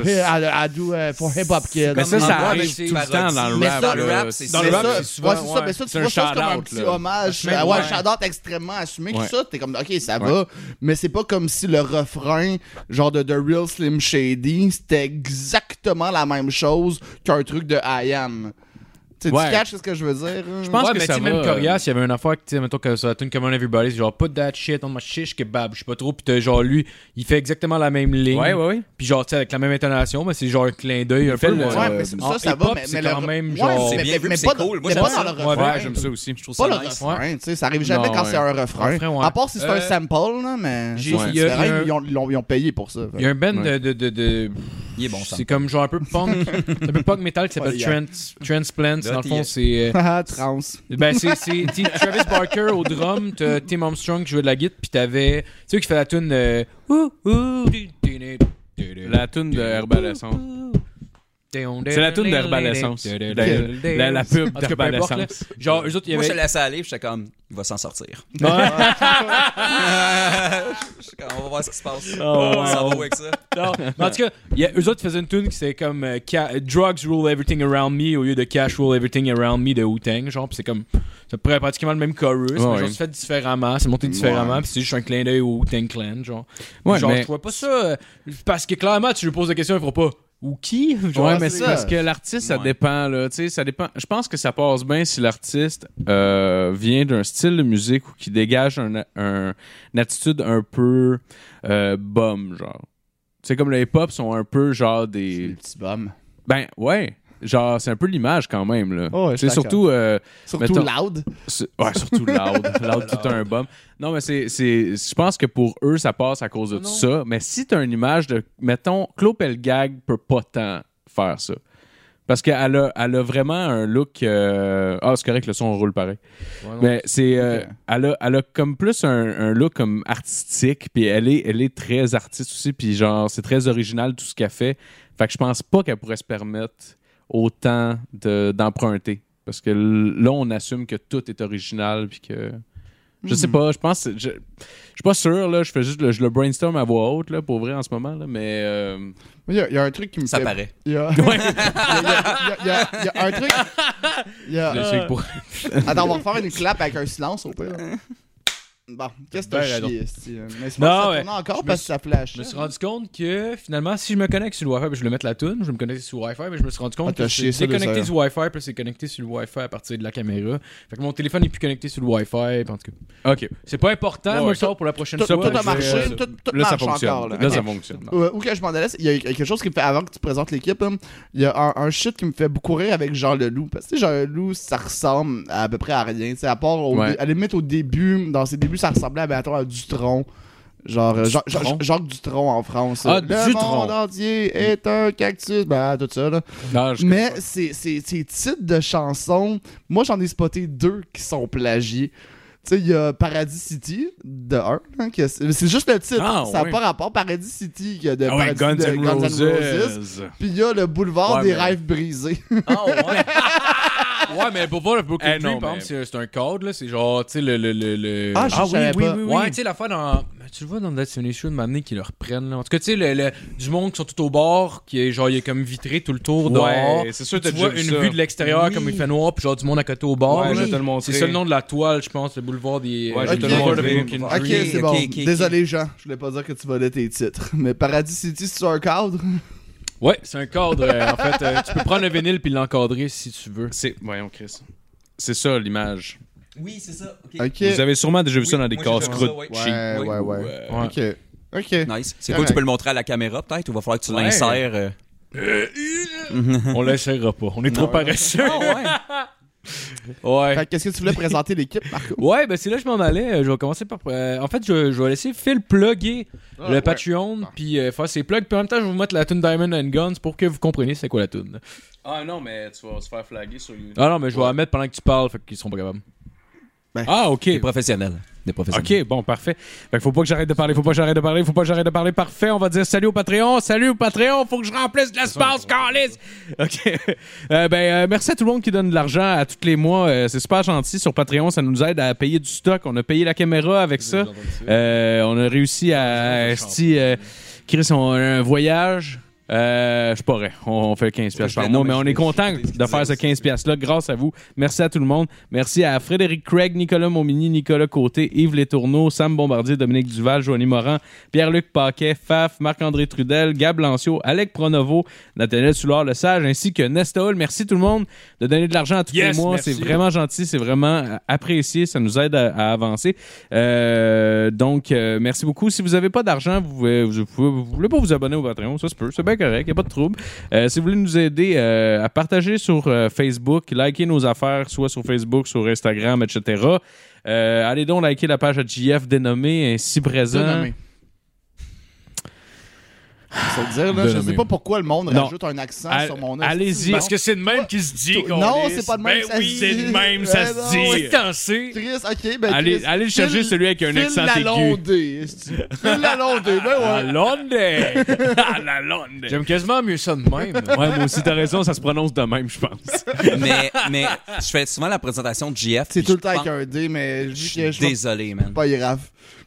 ça- I do, euh, for hip hop kid. Mais ça, Comme ça en arrive vrai, tout le c'est temps dans parodie. le Mais rap. ça, le là. rap, c'est- dans le Mais rap, ça, c'est souvent. ouais, c'est ça, mais ça, tu C'est vois un ça comme un shout-out, petit là. hommage. Ouais. Ah ouais, Ouais. shout-out extrêmement assumé. que Ouais. Ça, t'es comme, ok, ça Ouais. va. Mais c'est pas comme si le refrain, genre de The Real Slim Shady, c'était exactement la même chose qu'un truc de I Am. Tu sais, Ouais. Tu catches ce que je veux dire? hein? Je pense ouais, que mais ça tu sais, va, même euh, Corias, il y avait une affaire que, tu sais, mettons, que ça tune comme un everybody, c'est genre, put that shit on my shish kebab, je sais pas trop, pis t'as genre lui, il fait exactement la même ligne. Ouais, ouais, ouais. Pis genre, tu sais, avec la même intonation, mais c'est genre un clin d'œil un fait peu. le- ouais. Ouais, mais ça, en ça va, hip-hop, mais, c'est mais le quand re- même ouais, genre- mais- C'est bien mais- vu, mais c'est pas dans- cool. Moi, mais j'aime pas ça. dans le Ouais, refrain. Ouais, j'aime ça aussi. Je trouve Pas le ça nice. refrain, tu sais, ça arrive jamais Non, quand ouais. c'est un refrain. Refrain, ouais. À part si c'est un Euh, sample, là, mais j'ai- c'est il y a- différent, il y a un- ils ont- ils l'ont- ils ont payé pour ça. Il y a un band Ouais. de, de, de, de- Il est bon, ça. c'est comme genre un peu punk, un [LAUGHS] peu punk metal qui s'appelle Ouais, Trans, Transplants. Dans le fond, Yeah. c'est. euh, Haha, [LAUGHS] trans. ben, c'est c'est- t'sais, Travis Barker au drum, t'as Tim Armstrong qui jouait de la guitare, puis t'avais. Tu sais, qui fait la tune. euh, Ouh, ouh, du- du- du- du- du- La tune de Herbalescence. C'est la tune d'Herbalescence. La, la- la pub En tout cas, peu importe, là. d'Herbalescence. Genre, eux autres, il y Moi, je avait. le laissais aller, puis j'étais comme, il va s'en sortir. [LAUGHS] [LAUGHS] Je suis comme, on va voir ce qui se passe. Oh, on s'en va où avec ça. Non, mais en tout cas, il y a- eux autres faisaient une tune qui c'était comme euh, Ca- Drugs rule everything around me au lieu de Cash rule everything around me de Wu-Tang. Genre, pis c'est comme. Ça pourrait pratiquement le même chorus, mais Ouais. genre, c'est fait différemment, c'est monté différemment, puis c'est juste un clin d'œil au Wu-Tang Clan. Genre, Ouais, genre mais- je trouvais pas ça. euh, Parce que clairement, tu lui poses la question, ils feront pas. Ou qui Genre, ouais, mais c'est c'est ça. parce que l'artiste, ça Ouais. dépend, là. Tu sais, ça dépend. Je pense que ça passe bien si l'artiste euh, vient d'un style de musique ou qui dégage un, un- une attitude un peu euh, bum, genre. Tu sais, comme les hip-hop sont un peu genre des. petit bum. Ben, ouais. Genre, c'est un peu l'image quand même, là. Oh, Ouais, je suis c'est surtout. euh, Surtout Mettons- loud. C'est- Ouais, surtout loud. [LAUGHS] loud, tout un bum. Non, mais c'est. c'est- Je pense que pour eux, ça passe à cause de tout ça. Mais si t'as une image de. Mettons, Claude Pelgag peut pas tant faire ça. Parce qu'elle a, elle a vraiment un look. euh, Ah, c'est correct, le son roule pareil. mais c'est. euh, Ok. elle, a, elle a comme plus un, un look comme artistique. Puis elle est, elle est très artiste aussi. Puis genre, c'est très original tout ce qu'elle fait. Fait que je pense pas qu'elle pourrait se permettre autant de- d'emprunter. parce que l- là, on assume que tout est original. Puis que. Je sais pas, je pense. Je, je suis pas sûr, là. Je fais juste le, je le brainstorm à voix haute, là, pour vrai, en ce moment, là. Mais. euh, Il y, a- il y a un truc qui me Ça fait- paraît. Il y a- [LAUGHS] Il y a- il y a il y a un truc. il y a- euh, je sais que pour- Attends, on va refaire une clap avec un silence au pire. Bon, qu'est-ce que Ben, t'as raison. chié, esti, hein? Mais c'est Non, pas ça ouais. tourne encore Je me parce que suis- ça flash. hein. Je me suis rendu compte que finalement, si je me connecte sur le Wi-Fi, puis je vais mettre la tune, je vais me connecter sur le Wi-Fi, mais je me suis rendu compte Ah, t'as que chié c'est ça, déconnecté deux du Wi-Fi, puis c'est connecté sur le Wi-Fi à partir de la caméra. Fait que mon téléphone est plus connecté sur le Wi-Fi. puis en tout cas, Ok. c'est pas important, Ouais, mais ouais. ça pour la prochaine Tout, fois. tout a je vais- marché, euh, tout, tout Là, ça marche fonctionne. encore. Là. Là, ça Ok. fonctionne. Euh, Où que je m'en allais, il y a quelque chose qui me fait, avant que tu présentes l'équipe, hein, il y a un, un shit qui me fait beaucoup rire avec Jean Leloup. Parce que tu sais, Jean Leloup, ça ressemble à, à peu près à rien. tu sais, À part, au, Ouais. à la limite, au début, dans ses débuts, ça ressemblait à, mettons, à Dutron. Genre, euh, Jean- Jean- Dutronc? Jacques Dutron en France. Ah, Le Dutronc. monde entier est un cactus. Ben, tout ça, là. euh, Non, je- Mais ces ces- ces titres de chansons, moi j'en ai spoté deux qui sont plagiés. Tu sais, il y a Paradis City de 1, c'est c'est juste le titre. Ah, ça n'a ouais. pas rapport Paradis City que de Ah ouais, Paradis Guns de N' Guns N' Ah, Roses. Puis il y a le boulevard Ouais, des mais- rêves [LAUGHS] brisés. Ah, ouais. [LAUGHS] Ouais, mais pour voir le Brooklyn Eh non, Dream, par mais- exemple, c'est- c'est un code, là. C'est genre, tu sais, le. le, le, le- Ah, je savais pas. Ouais, tu sais, l'affaire dans. mais Tu le vois dans Destination Show de m'amener qu'ils le reprennent, là. En tout cas, tu sais, le, le- du monde qui sont tout au bord, qui est genre, il est comme vitré tout le tour dehors. Ouais, c'est sûr, t'as Tu vois déjà vu une ça. vue de l'extérieur, Oui. comme il fait noir, puis genre du monde à côté au bord. Ouais, je là. vais te le montrer. c'est ça le nom de la toile, je pense, le boulevard des. Ouais, euh, je vais te le le boulevard montrer. de Brooklyn ok, Dream. c'est ok, bon. ok, ok. Désolé, Jean, je voulais pas dire que tu volais tes titres. Mais Paradis City, c'est un cadre. Ouais, c'est un cadre, euh, en fait. euh, tu peux prendre le vinyle puis l'encadrer si tu veux. C'est. Voyons, Chris. C'est ça l'image. Oui, c'est ça. Ok. Ok. Vous avez sûrement déjà vu ça Oui, dans des moi, j'ai déjà vu ça, casse-croûtes. ouais. cheap. Ouais, ouais, ouais. ou, euh, Ouais. Ok. Ok. Nice. C'est Correct. cool, tu peux le montrer à la caméra peut-être ou va falloir que tu Ouais. l'insères. euh. [LAUGHS] On l'essayera pas. On est trop paresseux. Ah, [LAUGHS] ouais. Fait que Qu'est-ce que tu [LAUGHS] voulais présenter l'équipe, Marco? Ouais, ben c'est là que je m'en allais. Euh, Je vais commencer par. euh, en fait, je, je vais laisser Phil plugger le Ah, ouais. Patreon, puis euh, faire ses plugs. Puis en même temps, je vais vous mettre la tune Diamond and Guns pour que vous compreniez c'est quoi la tune. Ah non, mais tu vas se faire flaguer sur YouTube. Ben. Ah non, mais je vais la mettre pendant que tu parles, fait qu'ils seront pas capables. Ah, ok. T'es professionnel. de professionnels. OK, bon, parfait. Fait que faut pas que j'arrête de parler, faut pas que j'arrête de parler, faut pas que j'arrête de parler. Parfait, on va dire salut au Patreon, salut au Patreon, faut que je remplisse de l'espace, Carlis! OK. [LAUGHS] Euh, ben, euh, merci à tout le monde qui donne de l'argent à tous les mois. Euh, c'est super gentil. Sur Patreon, ça nous aide à payer du stock. On a payé la caméra avec ça. Euh, on a réussi à. Esti, euh, Chris, on a un voyage. Euh, je suis pas vrai. On, on fait 15 pièces par Mais mois, non, mais mais on je- est content je- je- je- de faire ce 15 pièces là grâce à vous. Merci à tout le monde. Merci à Frédéric Craig, Nicolas Momini, Nicolas Côté, Yves Letourneau, Sam Bombardier, Dominique Duval, Joanie Morin, Pierre-Luc Paquet, Faf, Marc-André Trudel, Gab Lancio, Alec Pronovo, Nathaniel Soulard le Sage ainsi que Nesta Hall. Merci tout le monde de donner de l'argent à tous Yes, les mois, merci. c'est vraiment gentil, c'est vraiment euh, apprécié, ça nous aide à, à avancer. Euh, donc, euh, merci beaucoup. Si vous n'avez pas d'argent, vous, pouvez- vous, pouvez- vous voulez pas vous abonner au Patreon, ça se peut, c'est bien correct, il a pas de trouble. Euh, si vous voulez nous aider euh, à partager sur euh, Facebook, liker nos affaires, soit sur Facebook, sur Instagram, etc. Euh, allez donc liker la page à JF dénommée ainsi présent. Dénommé. Ça veut dire, là, je Dénommé. sais pas pourquoi le monde Non. rajoute un accent Al- sur mon nom. Allez-y. Bon, Parce que c'est de même qui se dit. qu'on Non, est- c'est pas de même Ben que ça se oui, c'est dit. de même, ça Ben se non. dit. Chris, ok, ben Allez- Chris, allez chercher celui avec un file accent la aigu. Londée, esti. File la Londée, ben ouais. [LAUGHS] la Londres. J'aime quasiment mieux ça de même. Ouais, moi aussi, t'as raison, ça se prononce de même, [LAUGHS] je pense. mais, mais je fais souvent la présentation de JF. C'est puis tout le je temps avec pense- un D, mais je, je, je Désolé, man. pas grave.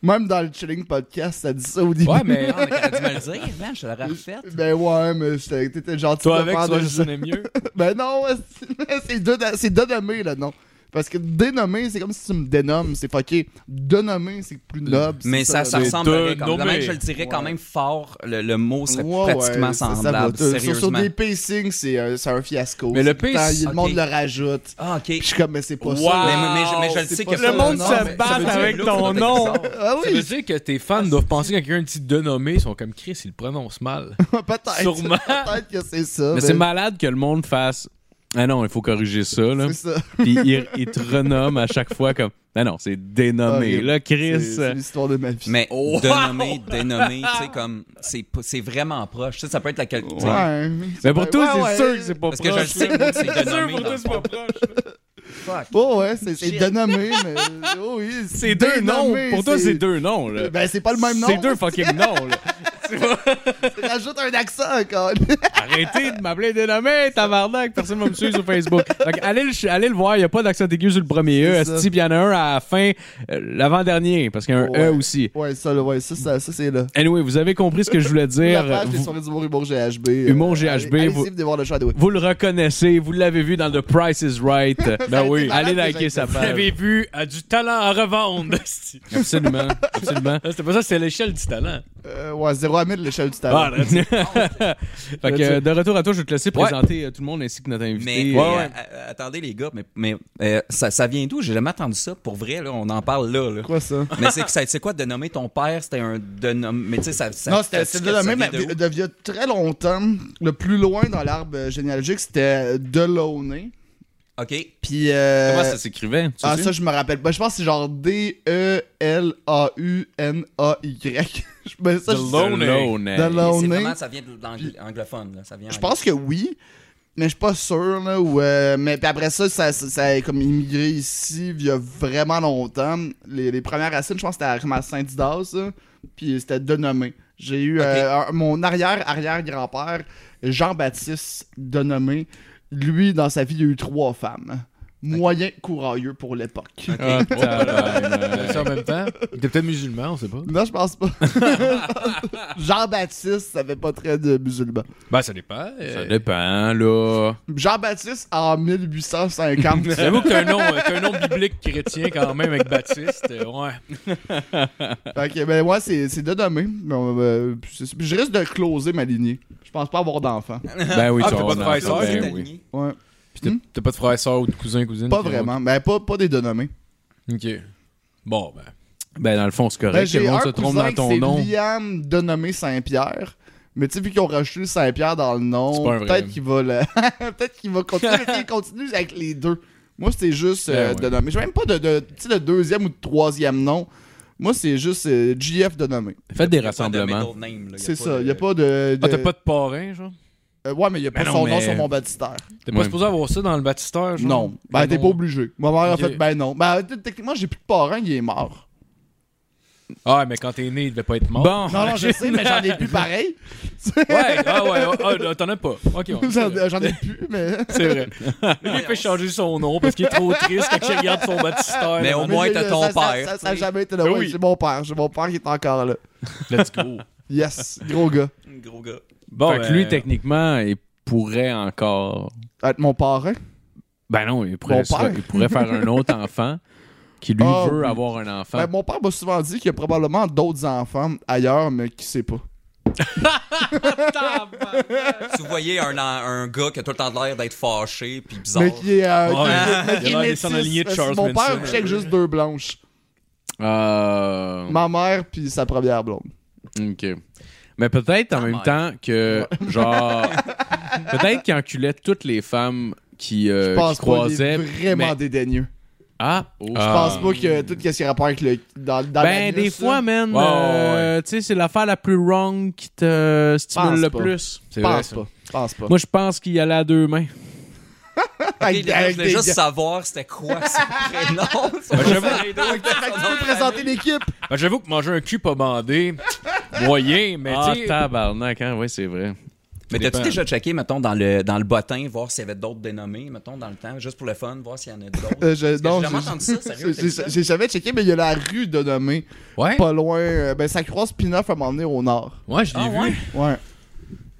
Même dans le Chilling Podcast, ça dit ça au [LAUGHS] début. [LAUGHS] Ouais, mais. Non, mais t'aurais dû me le dire, man, je te l'aurais refait. Ben ouais, mais c'était- t'étais gentil Toi de avec, faire toi, des je jeux. sonnais [LAUGHS] mieux. Ben non, esti, c'est de- c'est dénommé le nom. Parce que dénommé, c'est comme si tu me dénommes, c'est fucké. Dénommé, c'est plus noble. Mais c'est ça, ça le- ressemble deux pareil, quand même. nommés. Je le dirais quand Ouais. même fort. Le, le mot serait Ouais, pratiquement ouais, ça- ça va semblable, tout. Sur- Sur, sérieusement. des pacings, c'est un, c'est un fiasco. Mais le C'est tout temps, pace- il- Le monde ok. le rajoute. Ah, OK. Puis je suis comme, mais c'est pas Wow. ça. Mais, mais je- mais je le C'est sais pas que ça, le monde se mais- bat ça veut dire avec que ton l'autre, nom. c'est bizarre. Ah Ça veut oui, dire que tes Ah, fans doivent penser quand quelqu'un a un petit dénommé, ils sont comme Chris, il le prononce mal. [LAUGHS] peut-être. Sûrement. [LAUGHS] Peut-être que c'est ça. Mais c'est malade que le monde fasse. Ah non, il faut corriger ça, là. C'est [LAUGHS] ça. Puis il, il te renomme à chaque fois comme. Ah non, c'est dénommé, Horrible. là, C'est Chris. c'est l'histoire de ma vie. Mais dénommé, dénommé, tu sais, comme, c'est pas- c'est vraiment proche. Tu sais, ça peut être la qualité. Ouais. Mais pour toi, Ouais, c'est ouais. sûr que c'est pas Parce que proche. je le sais que moi, [LAUGHS] c'est dénommé. dans le fond. Bon, ouais, c'est c'est dénommé, [LAUGHS] mais. Oh oui, C'est deux noms. dénommé, Pour toi, c'est deux noms, là. Ben, c'est pas le même nom. C'est deux fucking noms, là. Rajoute un accent encore. Arrêtez de m'appeler dénommé, tabarnak. Personne va me suivre sur Facebook. Fait que allez, le, allez le voir, il n'y a pas d'accent aigu sur le premier E. C'est ça. Esti, puis il y en a un à la fin, euh, l'avant-dernier, parce qu'il y a un Ouais. E aussi. [LAUGHS] Ouais, ça, là, ouais, ça, ça, ça c'est là. Anyway, vous avez compris ce que je voulais dire. La page des Vous- soirées d'humour, humour GHB. Humour Euh, GHB, allez- vous- Allez-y, venez voir le show à Douai. Vous le reconnaissez, vous l'avez vu dans The Price is [LAUGHS] Right. Ben oui. Allez Malade, liker déjà. sa Vous page. l'avez vu, a du talent à revendre. [LAUGHS] esti. Absolument, absolument. C'était pas ça, c'est l'échelle du talent. Euh, ouais, 0 à 1000 l'échelle du Ah, talent. là, tu- [LAUGHS] Fait que, euh, de retour à toi, je vais te laisser présenter euh, tout le monde ainsi que notre Mais, invité. mais, euh, attendez, les gars, mais, mais euh, ça, ça vient d'où? J'ai jamais entendu ça. Pour vrai, là, on en parle là. là. Quoi ça? Mais c'est que ça- c'est quoi de nommer ton père? C'était un de nommer. Mais tu sais, ça, ça. non, c'était ça- c'est ça- de ça la même vient de, d'où? de, il y a très longtemps. Le plus loin dans l'arbre euh, généalogique, c'était Delaunay. OK. Puis. Euh, Comment ça s'écrivait? tu Ah, sais? ça, je me rappelle pas. Je pense que c'est genre E D-E-L-A-U-N-A-Y. [LAUGHS] Je- ben, ça, je- Delaunay. Delaunay. Mais c'est Delaunay. vraiment, ça vient de l'ang- anglophone. Là. Ça vient Je pense que oui, mais je suis pas sûr. Là, ou, euh, mais puis après ça, ça, ça, ça a comme immigré ici il y a vraiment longtemps. Les, les premières racines, je pense que c'était à- comme à Saint-Didas, ça, puis c'était dénommé. J'ai eu euh, un- mon arrière-arrière-grand-père, Jean-Baptiste Denomé. Lui, dans sa vie, il a eu trois femmes. Moyen courageux pour l'époque. Ah, tabarnak. Ça, en même temps, il était peut-être musulman, on sait pas. Non, je pense pas. [LAUGHS] Jean-Baptiste, ça fait pas très de musulman. Ben, ça dépend. euh, Ça dépend, là. Jean-Baptiste en 1850. J'avoue que t'as un nom, euh, t'as un nom biblique chrétien quand même avec Baptiste. euh, Ouais. Fait que, ben, moi, c'est c'est de demain. Mais on va- euh, puis c'est- puis je risque de closer ma lignée. Je pense pas avoir d'enfant. Ben oui, Ah, tu t'as vas pas de voir frère et dans ça, sœur, ben que. oui. Ouais. T'as pas de frère, sœur ou de cousin, cousine? Pas qui ont- vraiment. Ben, pas, pas des dénommés. Ok. Bon, ben. Ben, dans le fond, c'est Ben, correct. que j'ai le un monde se trompe cousin dans qui ton nom. c'est Liam Denommé Saint-Pierre. Mais tu sais, vu qu'ils ont rajouté Saint-Pierre dans C'est pas le un nom, vrai. peut-être qu'il va le... [LAUGHS] peut-être qu'il va continuer. mais il continue avec les deux. Moi, c'était juste euh, Ben ouais. Denommé. J'ai même pas de, de, tu sais, de deuxième ou de troisième nom. Moi, c'est juste euh, GF Denommé. Faites des rassemblements. C'est ça. Il n'y a pas de. Ah, de- t'as pas de parrain, genre? Euh, ouais, mais il n'y a pas Ben non, son nom mais- sur mon baptistère. T'es pas Ouais. supposé avoir ça dans le baptisteur, genre? Non. Ben, t'es pas obligé. Ma mère a Ben Ok. fait, ben non. Ben, t- techniquement, j'ai plus de parents, il est mort. Ah, mais quand t'es né, il devait pas être mort. Bon. Non, [LAUGHS] non, je sais, mais j'en ai plus pareil. Ouais, ah ouais, ah, ah, t'en as pas. Ok, on- [LAUGHS] c'est vrai. [LAUGHS] J'en j'en ai plus, mais. [LAUGHS] C'est vrai. Lui, il fait changer son nom parce qu'il est trop triste quand il regarde son baptistère. Mais au là, moins, Mais t'as je- ton ça- ça- père, Ça ça tu a sais. jamais été là. Ben Ouais, oui. c'est mon père. C'est mon père qui est encore là. Let's go. Yes, gros gars. [LAUGHS] Gros gars. Bon, fait que lui, ben, techniquement, il pourrait encore. Être mon parrain. Ben non, il pourrait, Mon père. il pourrait faire [LAUGHS] un autre enfant qui lui Ah, veut oui. avoir un enfant. Ben, mon père m'a souvent dit qu'il y a probablement d'autres enfants ailleurs, mais qui sait pas. Si vous voyez un, un gars qui a tout le temps l'air d'être fâché puis bizarre. Mais qui est. euh, Ouais. mais qui Il a l'air est descendre la métisse, lignée de parce que Charles Mon père Manson. couchait avec juste deux blanches. Euh, Ma mère puis sa première blonde. Ok. Mais peut-être en même mère. temps que, [LAUGHS] genre, peut-être qu'il enculait toutes les femmes qui, euh, Je pense pas qui qu'il est croisaient. vraiment mais- dédaigneux. Ah, oh. Je pense Euh, pas que tout ce qui a rapport avec le. Dans, dans Ben, l'anus, des là. fois, man, Ouais, ouais, euh, tu sais, c'est l'affaire la plus wrong qui te Pense stimule le pas. plus. Je c'est vrai, pense ça. pas. Je pense pas. Moi, je pense qu'il y allait à deux mains. Ok, Avec- les gars, je avec voulais des juste gars. savoir c'était quoi [LAUGHS] son prénom. Ben, j'avoue- Fait que tu peux [LAUGHS] présenter l'équipe. ben, j'avoue que manger un cul pas bandé, moyen, mais Ah, tu sais. tabarnak, hein, oui, c'est vrai. Mais Ça t'as-tu dépend. déjà checké, mettons, dans le, dans le bottin, voir s'il y avait d'autres dénommés, mettons, dans le temps, juste pour le fun, voir s'il y en a d'autres? Euh, je- Parce que non, j'ai jamais je- entendu ça, [LAUGHS] sérieux. J'ai- t'as dit ça? J'ai jamais checké, mais il y a la rue de nommé. Ouais, Pas loin. euh, Ben, ça croise Pinoff à un moment donné au nord. ouais, je l'ai Ah, vu. ouais? Ouais.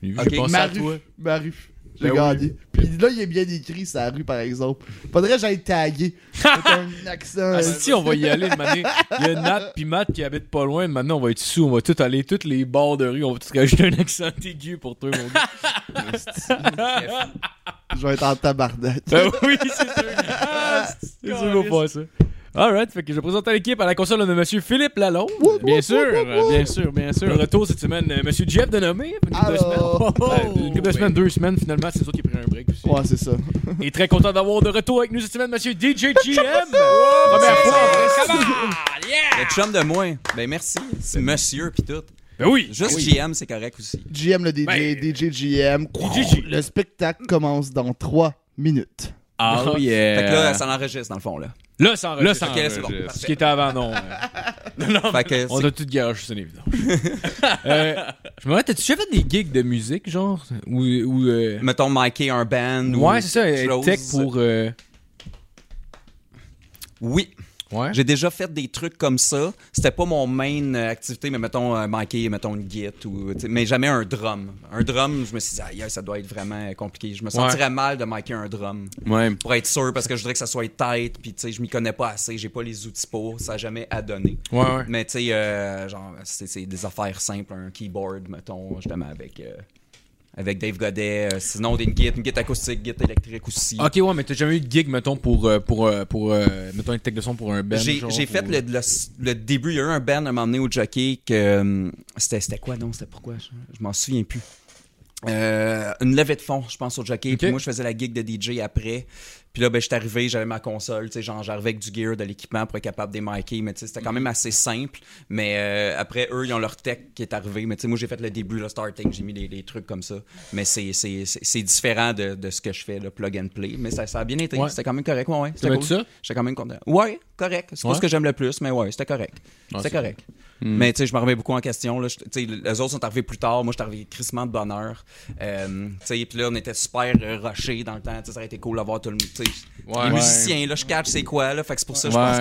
J'ai vu, Ok, j'ai pensé Ma à rue. toi. Ma rue. J'ai Ben gagné. Puis là, il est bien écrit, sa rue, par exemple. Faudrait que [LAUGHS] j'aille taguer. Avec un accent. euh, Ah, si, on va y aller de manière. Il y a Nat puis Matt qui habitent pas loin. Maintenant, on va être sous. On va tout aller, toutes les bords de rue. On va tout rajouter un accent aigu pour toi, mon gars. je vais être en tabarnak. Ben oui, c'est sûr. Ah, c'est sûr, faut pas ça. Alright, fait que je présente à l'équipe à la console de Monsieur Philippe Lalonde. Bien sûr, bien sûr, bien Le sûr. retour cette semaine, euh, Monsieur Jeff Denomé. Une couple de Alors. semaines. Euh, Une couple de oui. semaines, deux semaines finalement. C'est sûr qui a pris un break aussi. Ouais, c'est ça. Et très content d'avoir de retour avec nous cette semaine, Monsieur DJ [LAUGHS] GM. Première fois. en vrai. Le chum de moi. Ben merci. C'est monsieur pis tout. Ben oui. Juste GM, c'est correct aussi. GM, le DJ, Ben, DJ, GM. DJ. Le spectacle commence dans 3 minutes. Ah, oui, yeah. Fait que Euh, là, ça l'enregistre dans le fond, là. Là, sans Là, Là, ça Ok, c'est bon. enregistre. Ce Parfait. qui était avant, [LAUGHS] non. euh, Fait que On c'est- a tout garage, c'est évident. [LAUGHS] euh, je me demande, t'as-tu déjà fait des gigs de musique, genre Ou. ou euh, mettons, Mikey, un band. ou Ouais, c'est ça, euh, chose. tech pour. euh, Oui. Ouais. J'ai déjà fait des trucs comme ça. C'était pas mon main euh, activité, mais mettons, euh, manquer, mettons, une git ou. tu sais, Mais jamais un drum. Un drum, je me suis dit, aïe, aïe, ça doit être vraiment euh, compliqué. Je me sentirais mal de manquer un drum. Ouais. Pour être sûr, parce que je voudrais que ça soit tête, puis tu sais, je m'y connais pas assez, j'ai pas les outils pour, ça a jamais à donner. Ouais, ouais. Mais tu sais, euh, genre, c'est c'est des affaires simples, un keyboard, mettons, justement, avec, euh, avec Dave Godet, euh, sinon des guides, une guitare acoustique, guitare électrique aussi. Ok, ouais, mais t'as jamais eu de gig, mettons, pour. euh, pour, euh, pour, euh, mettons, une tech de son pour un band. J'ai genre, j'ai ou- fait le, le- le début, il y a eu un band à un moment donné au jockey que hum, c'était c'était quoi non, c'était pourquoi je, je m'en souviens plus. Euh, une levée de fonds, je pense, au jockey. Ok. Puis moi, je faisais la gig de DJ après. Puis là, ben, j'étais arrivé, j'avais ma console, tu sais, genre, j'arrivais avec du gear, de l'équipement pour être capable de micer, mais tu sais, c'était quand Mhm. même assez simple. Mais euh, après, eux, ils ont leur tech qui est arrivé. Mais tu sais, moi, j'ai fait le début, le starting, j'ai mis des, des trucs comme ça. Mais c'est- c'est c'est- c'est différent de, de ce que je fais, le plug and play. Mais ça, ça a bien été. Ouais. C'était quand même correct, ouais, ouais. C'était T'aimais-tu cool. ça? J'étais quand même content. Ouais, correct. C'est pas Ouais. ce que j'aime le plus, mais ouais, c'était correct. c'était c'est Hmm. correct. Mais tu sais, je me remets beaucoup en question. Là. Je- Tu sais, les autres sont arrivés plus tard. Moi, je suis arrivé crissement de bonheur. Euh, tu sais, puis là, on était super euh, rushés dans le temps. Tu sais, ça aurait été cool d'avoir tout le monde. tu sais. Ouais. Ouais. les musiciens, là, je catch c'est quoi, là. Fait que c'est pour ça, je Ouais. pense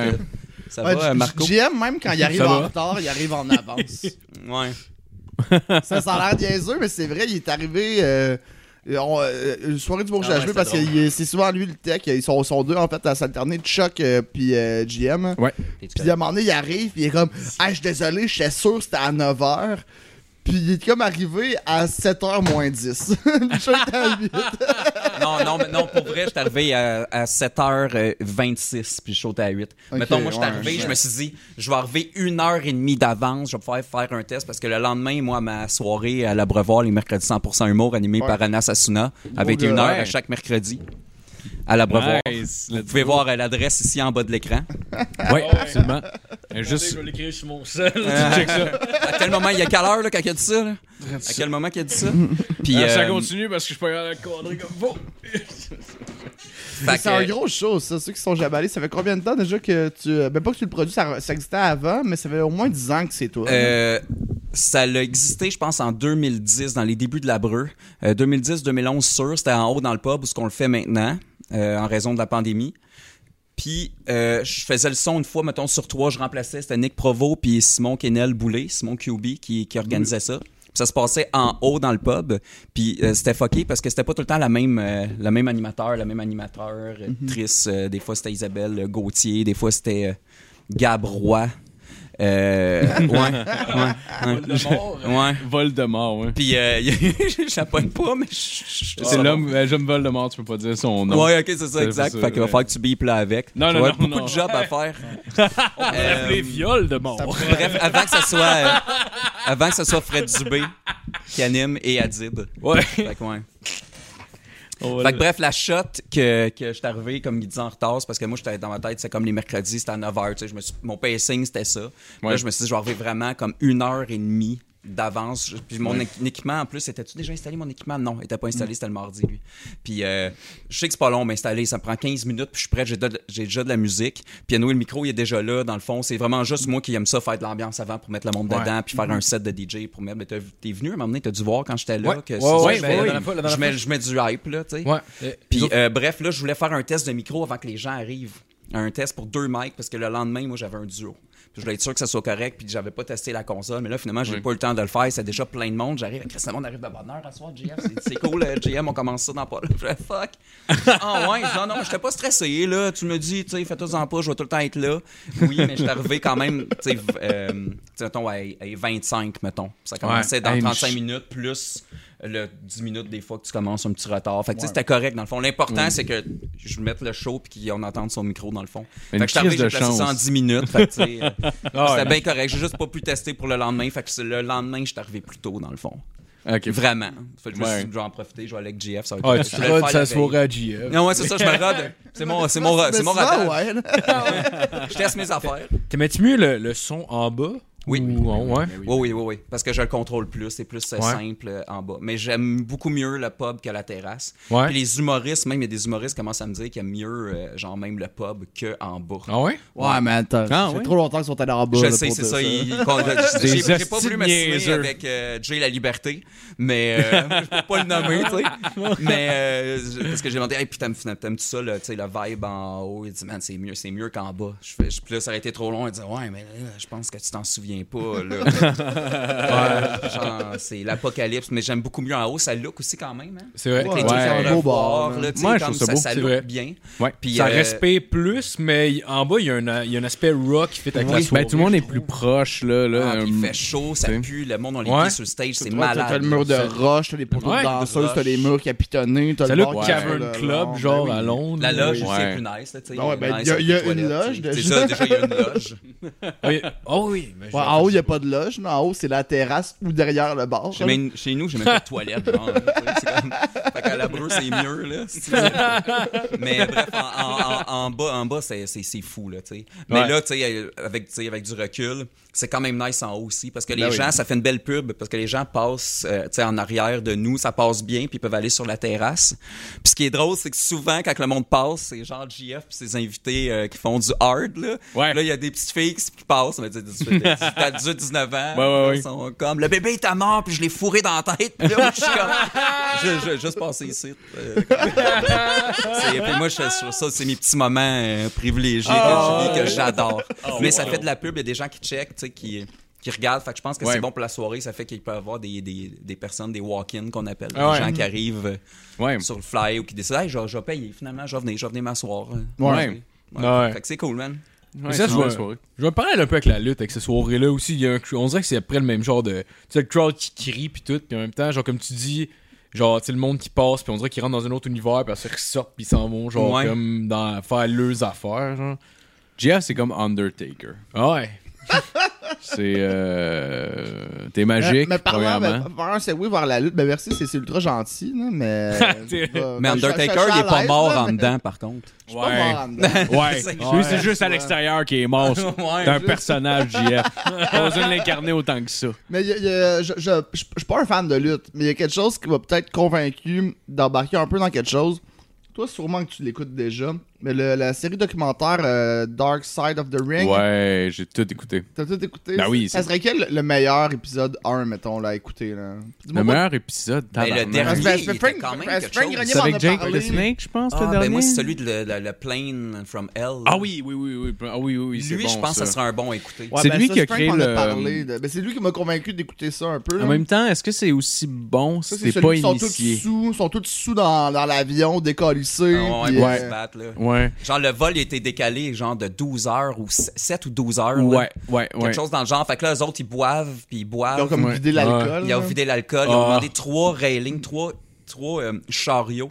que ça Ouais, va, G- euh, Marco. GM, même quand il arrive Ça en va? retard, il arrive en avance. Ouais. ça, ça a l'air biaiseux, mais c'est vrai, il est arrivé. Euh, on, euh, une soirée du bourgeois Ah ouais, joué c'est parce que drôle. il est- c'est souvent lui le tech. Ils sont, sont deux en fait à s'alterner, Chuck euh, puis euh, GM. Ouais. Puis à un moment donné, il arrive, puis il est comme Ah, je suis désolé, j'étais sûr que c'était à 9h. Puis il est comme arrivé à 7h moins [LAUGHS] 10. Chuck était à 8. non, non, mais non, pour vrai, je suis arrivé à, à 7h26, puis je sautais à 8. Ok, Mettons, moi, je suis ouais, arrivé, ouais. je me suis dit, je vais arriver une heure et demie d'avance, je vais pouvoir faire un test, parce que le lendemain, moi, ma soirée à l'Abreuvoir, les mercredis 100% humour, animée Ouais. par Anas Asuna, avait été gars. une heure Ouais. à chaque mercredi à l'Abreuvoir. Nice. Vous pouvez voir euh, l'adresse ici en bas de l'écran. Oui, absolument. Euh, Juste. Juste. Je vais l'écrire sur mon sel. [LAUGHS] À quel moment, il y a quelle heure là, quand il a dit ça? là? À [LAUGHS] quel moment qu'il a dit ça? Puis, Ah, ça euh, continue parce que je peux aller cadrer comme vous. Fait c'est que- un gros show, ça. Ceux qui sont jamais allés, ça fait combien de temps déjà que tu. Ben, pas que tu le produis, ça, ça existait avant, mais ça fait au moins 10 ans que c'est toi. Euh, ça l'a existé, je pense, en 2010, dans les débuts de la Breu. Euh, 2010-2011, sûr, c'était en haut dans le pub, ce qu'on le fait maintenant, euh, en raison de la pandémie. Puis, euh, je faisais le son une fois, mettons, sur trois, je remplaçais, c'était Nick Provo, puis Simon Kennel Boulay, Simon QB, qui, qui organisait ça. Puis ça se passait en haut dans le pub, puis euh, c'était fucké parce que c'était pas tout le temps la même, euh, la même animateur, la même animateur, euh, Mm-hmm. Triss, euh, des fois c'était Isabelle euh, Gauthier, des fois c'était euh, Gab Roy. Euh, [LAUGHS] ouais, ouais, ouais. Ouais. Voldemort, ouais. Puis, euh, [LAUGHS] j'appelle pas, mais je- je- C'est l'homme, euh, j'aime Voldemort, tu peux pas dire son nom. Ouais, ok, c'est ça, exact. c'est ça, fait qu'il va ouais. falloir que tu bipes là avec. Non, Tu vas non, non, avoir beaucoup non. de jobs à faire. Euh, euh, Bref, les viols de mort. Bref, avant que ça soit, euh, avant que ça soit Fred Dubé qui anime et Adib. Ouais. Fait que, ouais. On Fait va que le- bref, la shot que, que je suis arrivé, comme il disait, en retard, c'est parce que moi, j'étais dans ma tête, c'est comme les mercredis, c'était à 9h, tu sais, je me suis- mon pacing, c'était ça. Puis Là, Ouais. je me suis dit, je vais arriver vraiment comme une heure et demie d'avance. Je- Puis mon équ- équipement, en plus, était-tu déjà installé, mon équipement? Non, il était pas Mm. installé, c'était le mardi, lui. Puis euh, je sais que c'est pas long, mais installé, ça me prend 15 minutes, puis je suis prêt, j'ai de- j'ai déjà de la musique. Piano et le micro, il est déjà là, dans le fond. C'est vraiment juste moi qui aime ça, faire de l'ambiance avant pour mettre le monde dedans, puis faire un set de DJ pour mettre... Mais t'as- t'es venu à un moment donné, t'as dû voir quand j'étais là, Mm-hmm. Ouais. que Ouais, c'est ça que ouais, ben, je fais. la dernière fois- la dernière Je mets- je mets du hype, là, tu sais. Ouais. Euh, Puis nous autres- euh, bref, là, je voulais faire un test de micro avant que les gens arrivent. Un test pour deux mics parce que le lendemain, moi, j'avais un duo. Puis je voulais être sûr que ça soit correct, puis j'avais pas testé la console. Mais là, finalement, j'ai pas eu le temps de le faire. C'est déjà plein de monde. J'arrive, Chris, le monde arrive de bonne heure à soir, GF. C'est- C'est cool, euh, GM, on commence ça dans pas. là. Je fais fuck. Ah ouais, non, non, j'étais pas stressé, là. Tu me dis, tu sais, fais-toi-en pas, je vais tout le temps être là. Oui, mais je suis arrivé quand même, tu sais, v- euh, tu sais, mettons, à, à 25, mettons. Ça commençait dans Hey, mais 35 je- minutes, plus le 10 minutes des fois que tu commences un petit retard. Fait que tu sais, c'était correct dans le fond. L'important, c'est que je mette le show puis qu'on entende son micro dans le fond. fait Mais une que je suis arrivé, crise de j'ai placé ça en chance. 10 minutes. Fait que tu sais, euh, Ah ouais. c'était bien correct. J'ai juste pas pu tester pour le lendemain. Fait que c'est le lendemain, je suis arrivé plus tôt dans le fond. Ok. Vraiment. Fait que je me suis Ouais. dit, je vais en profiter, je vais aller avec GF. Ça va être Ah, cool. tu Je voulais le rodes faire sa la soirée veille. à JF. Non, ouais, c'est ça, je me rode. C'est mon, c'est mon, c'est [LAUGHS] mon Mais Ben, ça, rodage. ouais, là. [LAUGHS] Je teste mes affaires. T'aimais-tu mieux le, le son en bas? Oui. Ou en- ouais. Oui, oui, oui, oui. Parce que je le contrôle plus. C'est plus euh, Ouais. simple euh, en bas. Mais j'aime beaucoup mieux le pub que la terrasse. Ouais. Puis les humoristes, même, il y a des humoristes qui commencent à me dire qu'ils aiment mieux, euh, genre, même le pub qu'en bas. Ah ouais? Ouais, mais attends. Ah, ça fait ouais. trop longtemps qu'ils sont allés en bas. Je là, sais, pour c'est dire ça. il- il- Des J'ai j'ai pas voulu hosties de m'assumer niaiseux. avec euh, Jay La Liberté, mais euh, [LAUGHS] je peux pas le nommer, tu sais. Mais euh, je- parce que j'ai demandé, hey, puis t'aimes t'aimes-tu ça, le, tu sais, le vibe en haut? Il dit, man, c'est mieux, c'est mieux qu'en bas. Je fais, je- puis là, ça aurait été trop long. Il dit, ouais, mais là, je pense que tu t'en souviens pas, là. Ouais, genre, c'est l'apocalypse, mais j'aime beaucoup mieux en haut. Ça look aussi quand même, hein? C'est vrai. Avec les Ouais. trucs Ouais. en Beau rebord, bord, là, tu sais, Ouais, je comme trouve ça ça, beau, ça c'est look vrai. bien. Ouais. Puis, ça euh, respire plus, mais y- en bas, il y, a un, euh, il y a un aspect rock qui fait avec la Oui. soirée. Ben, tout le monde est plus proche, là. là ah, puis euh, il fait chaud, ça tu sais. pue, le monde, on les Ouais. pieds sur le stage, c'est ça. Ouais, malade. T'as le mur de là. roche, t'as les poteaux Ouais, de de danseuses, t'as roche. les murs capitonnés, t'as Ça a le l'air bar qui fait Cavern le long, Club, genre ben oui. à Londres. La loge, Ouais. c'est Ouais. plus nice, là, tu sais. Ah ouais, ben, nice y a- avec y a les une toilettes, loge, tu sais. déjà. Déjà, déjà, il y a une [LAUGHS] loge. Oui. Oh oui. mais je- Ouais, en haut, il n'y a pas de loge. Non, en haut, c'est la terrasse ou derrière le bar. J'ai même- chez nous, j'ai même pas de toilette. [LAUGHS] genre, tu sais, c'est comme- Fait qu'à la breu, c'est mieux, là. si tu veux. Mais bref, en, en- en- en bas, en bas c'est, c'est- c'est fou, là, tu sais. Mais Ouais. là, tu sais, avec, tu sais, avec du recul, c'est quand même nice en haut aussi, parce que les Ben oui. gens, ça fait une belle pub, parce que les gens passent, euh, tu sais, en arrière de nous, ça passe bien, puis ils peuvent aller sur la terrasse. Puis ce qui est drôle, c'est que souvent, quand le monde passe, c'est genre JF puis ses invités euh, qui font du hard, là. Ouais. Là, il y a des petites filles qui qui passent, on va dire 18, 18, 19 ans. Ouais, ouais, Là, ouais. ils sont comme, le bébé est à mort, puis je l'ai fourré dans la tête. Puis là, moi, je suis [LAUGHS] comme, je, je, juste passé ici. Euh, c'est- puis moi, je suis sur ça, c'est mes petits moments euh, privilégiés que je vis, que j'adore. Ah. Mais ça fait de la pub, il y a des gens qui checkent, tu sais, qui qui regardent, fait que je pense que c'est Ouais. bon pour la soirée, ça fait qu'il peut y avoir des, des, des personnes, des walk-in qu'on appelle, Ah ouais. des gens qui arrivent euh, Mhm. Ouais. sur le fly ou qui décident, hey, je, vais- je vais payer, finalement, je vais venir, je vais venir m'asseoir. euh. Ouais. Ouais. Fait que c'est cool, man. Ouais, ça, c'est je une bonne vois- soirée. Je vais parler un peu avec la lutte, avec ces soirées-là aussi. Il y a un cr- on dirait que c'est après le même genre de. Tu sais, le crowd qui crie, puis tout, puis en même temps, genre, comme tu dis, genre, tu sais, le monde qui passe, puis on dirait qu'ils rentrent dans un autre univers, puis après, ils sortent, puis ils s'en vont, genre, Ouais. comme dans faire leurs affaires, genre. JF, c'est comme Undertaker. Ah Ouais. C'est. Euh... T'es Mais- magique, mais parlant, mais, premièrement. parlant, c'est oui vers la lutte. Ben merci, c'est c'est ultra gentil, là, [LAUGHS] mais. Bah, Mais je- je- je- je- je Undertaker, suis à il est pas l'aise, mort là, en mais- dedans, par contre. Je suis pas mort en dedans. [LAUGHS] Ouais. C'est- Lui, c'est juste à l'extérieur qui est mort. C'est un personnage, JF. [LAUGHS] Pas besoin de l'incarner autant que ça. Mais il y a- il y a- je, je, je- je suis pas un fan de lutte, mais il y a quelque chose qui m'a peut-être convaincu d'embarquer un peu dans quelque chose. Toi, sûrement que tu l'écoutes déjà. Mais le- la série documentaire euh, Dark Side of the Ring, Ouais, j'ai tout écouté. t'as tout écouté? Ben oui, Ça c'est- serait quel le meilleur épisode 1, mettons, là, à écouter, là? Dis-moi Le pas- meilleur épisode, Ben, le tabarnak. dernier, Parce que- il parce que était quand même parce que quelque Frank chose. Grenier C'est m'en avec a Jake parlé. the Snake, je pense, Ah, le ben dernier. moi, c'est celui de le, le- le Plane from Hell. Ah oui, oui, oui, oui. Ah oui, oui, oui c'est Lui, bon, je pense ça. que ce serait un bon à écouter. Ouais, C'est ben lui ça, qui a Frank créé m'en le- parlé de- ben, c'est lui qui m'a convaincu d'écouter ça un peu. là. En même temps, est-ce que c'est aussi bon Ça, si c'est t'es celui pas qui sont initié? tous sous, sont tous sous dans, dans l'avion, décollissés. Ah ouais, puis, pour euh, se battre, là. Ouais. Genre, le vol, il a été décalé, genre, de 12 heures ou 7 ou 12 heures. là. Ouais, ouais, Quelque ouais. chose dans le genre. Fait que là, eux autres, ils boivent, puis ils boivent. Ils ont comme Ouais. vidé l'alcool. Ils ont là. vidé l'alcool. Ils Ah. ont demandé trois railings, trois, trois euh, chariots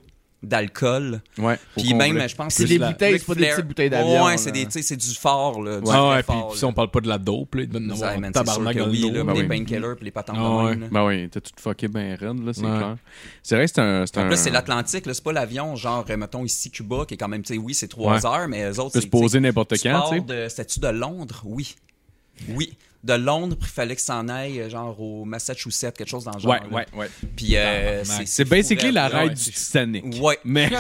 d'alcool. Ouais. Puis même, je pense C'est que des la- bouteilles, Ric c'est pas des Flair- petites bouteilles d'avion. Ouais, là. c'est des, tu sais, c'est du fort, là. Du Ouais, Ah très Ah ouais, puis fort, si là. on parle pas de la dope, là, il doit en avoir Ouais, man, c'est sûr tabarnak que dans le oui, dos, là, là. des Ah oui. painkillers puis les patentes de Ah, même, ouais. là. Ben oui, t'as tout fucké ben raide, là, c'est Ouais. clair. C'est vrai, c'est un. En un... plus, c'est l'Atlantique, là, c'est pas l'avion, genre, euh, mettons, ici, Cuba, qui est quand même, tu sais, oui, c'est Ouais. trois heures, mais eux autres, peut c'est. se poser n'importe tu quand, pars tu sais. de- C'était-tu de Londres? Oui. Oui. De Londres, puis il fallait que ça en aille, euh, genre, au Massachusetts, quelque chose dans le genre. Ouais, là. ouais, ouais. Puis, euh, Tabarnak. C'est basically fou, la là. ride du Titanic. Ouais. [LAUGHS] Mais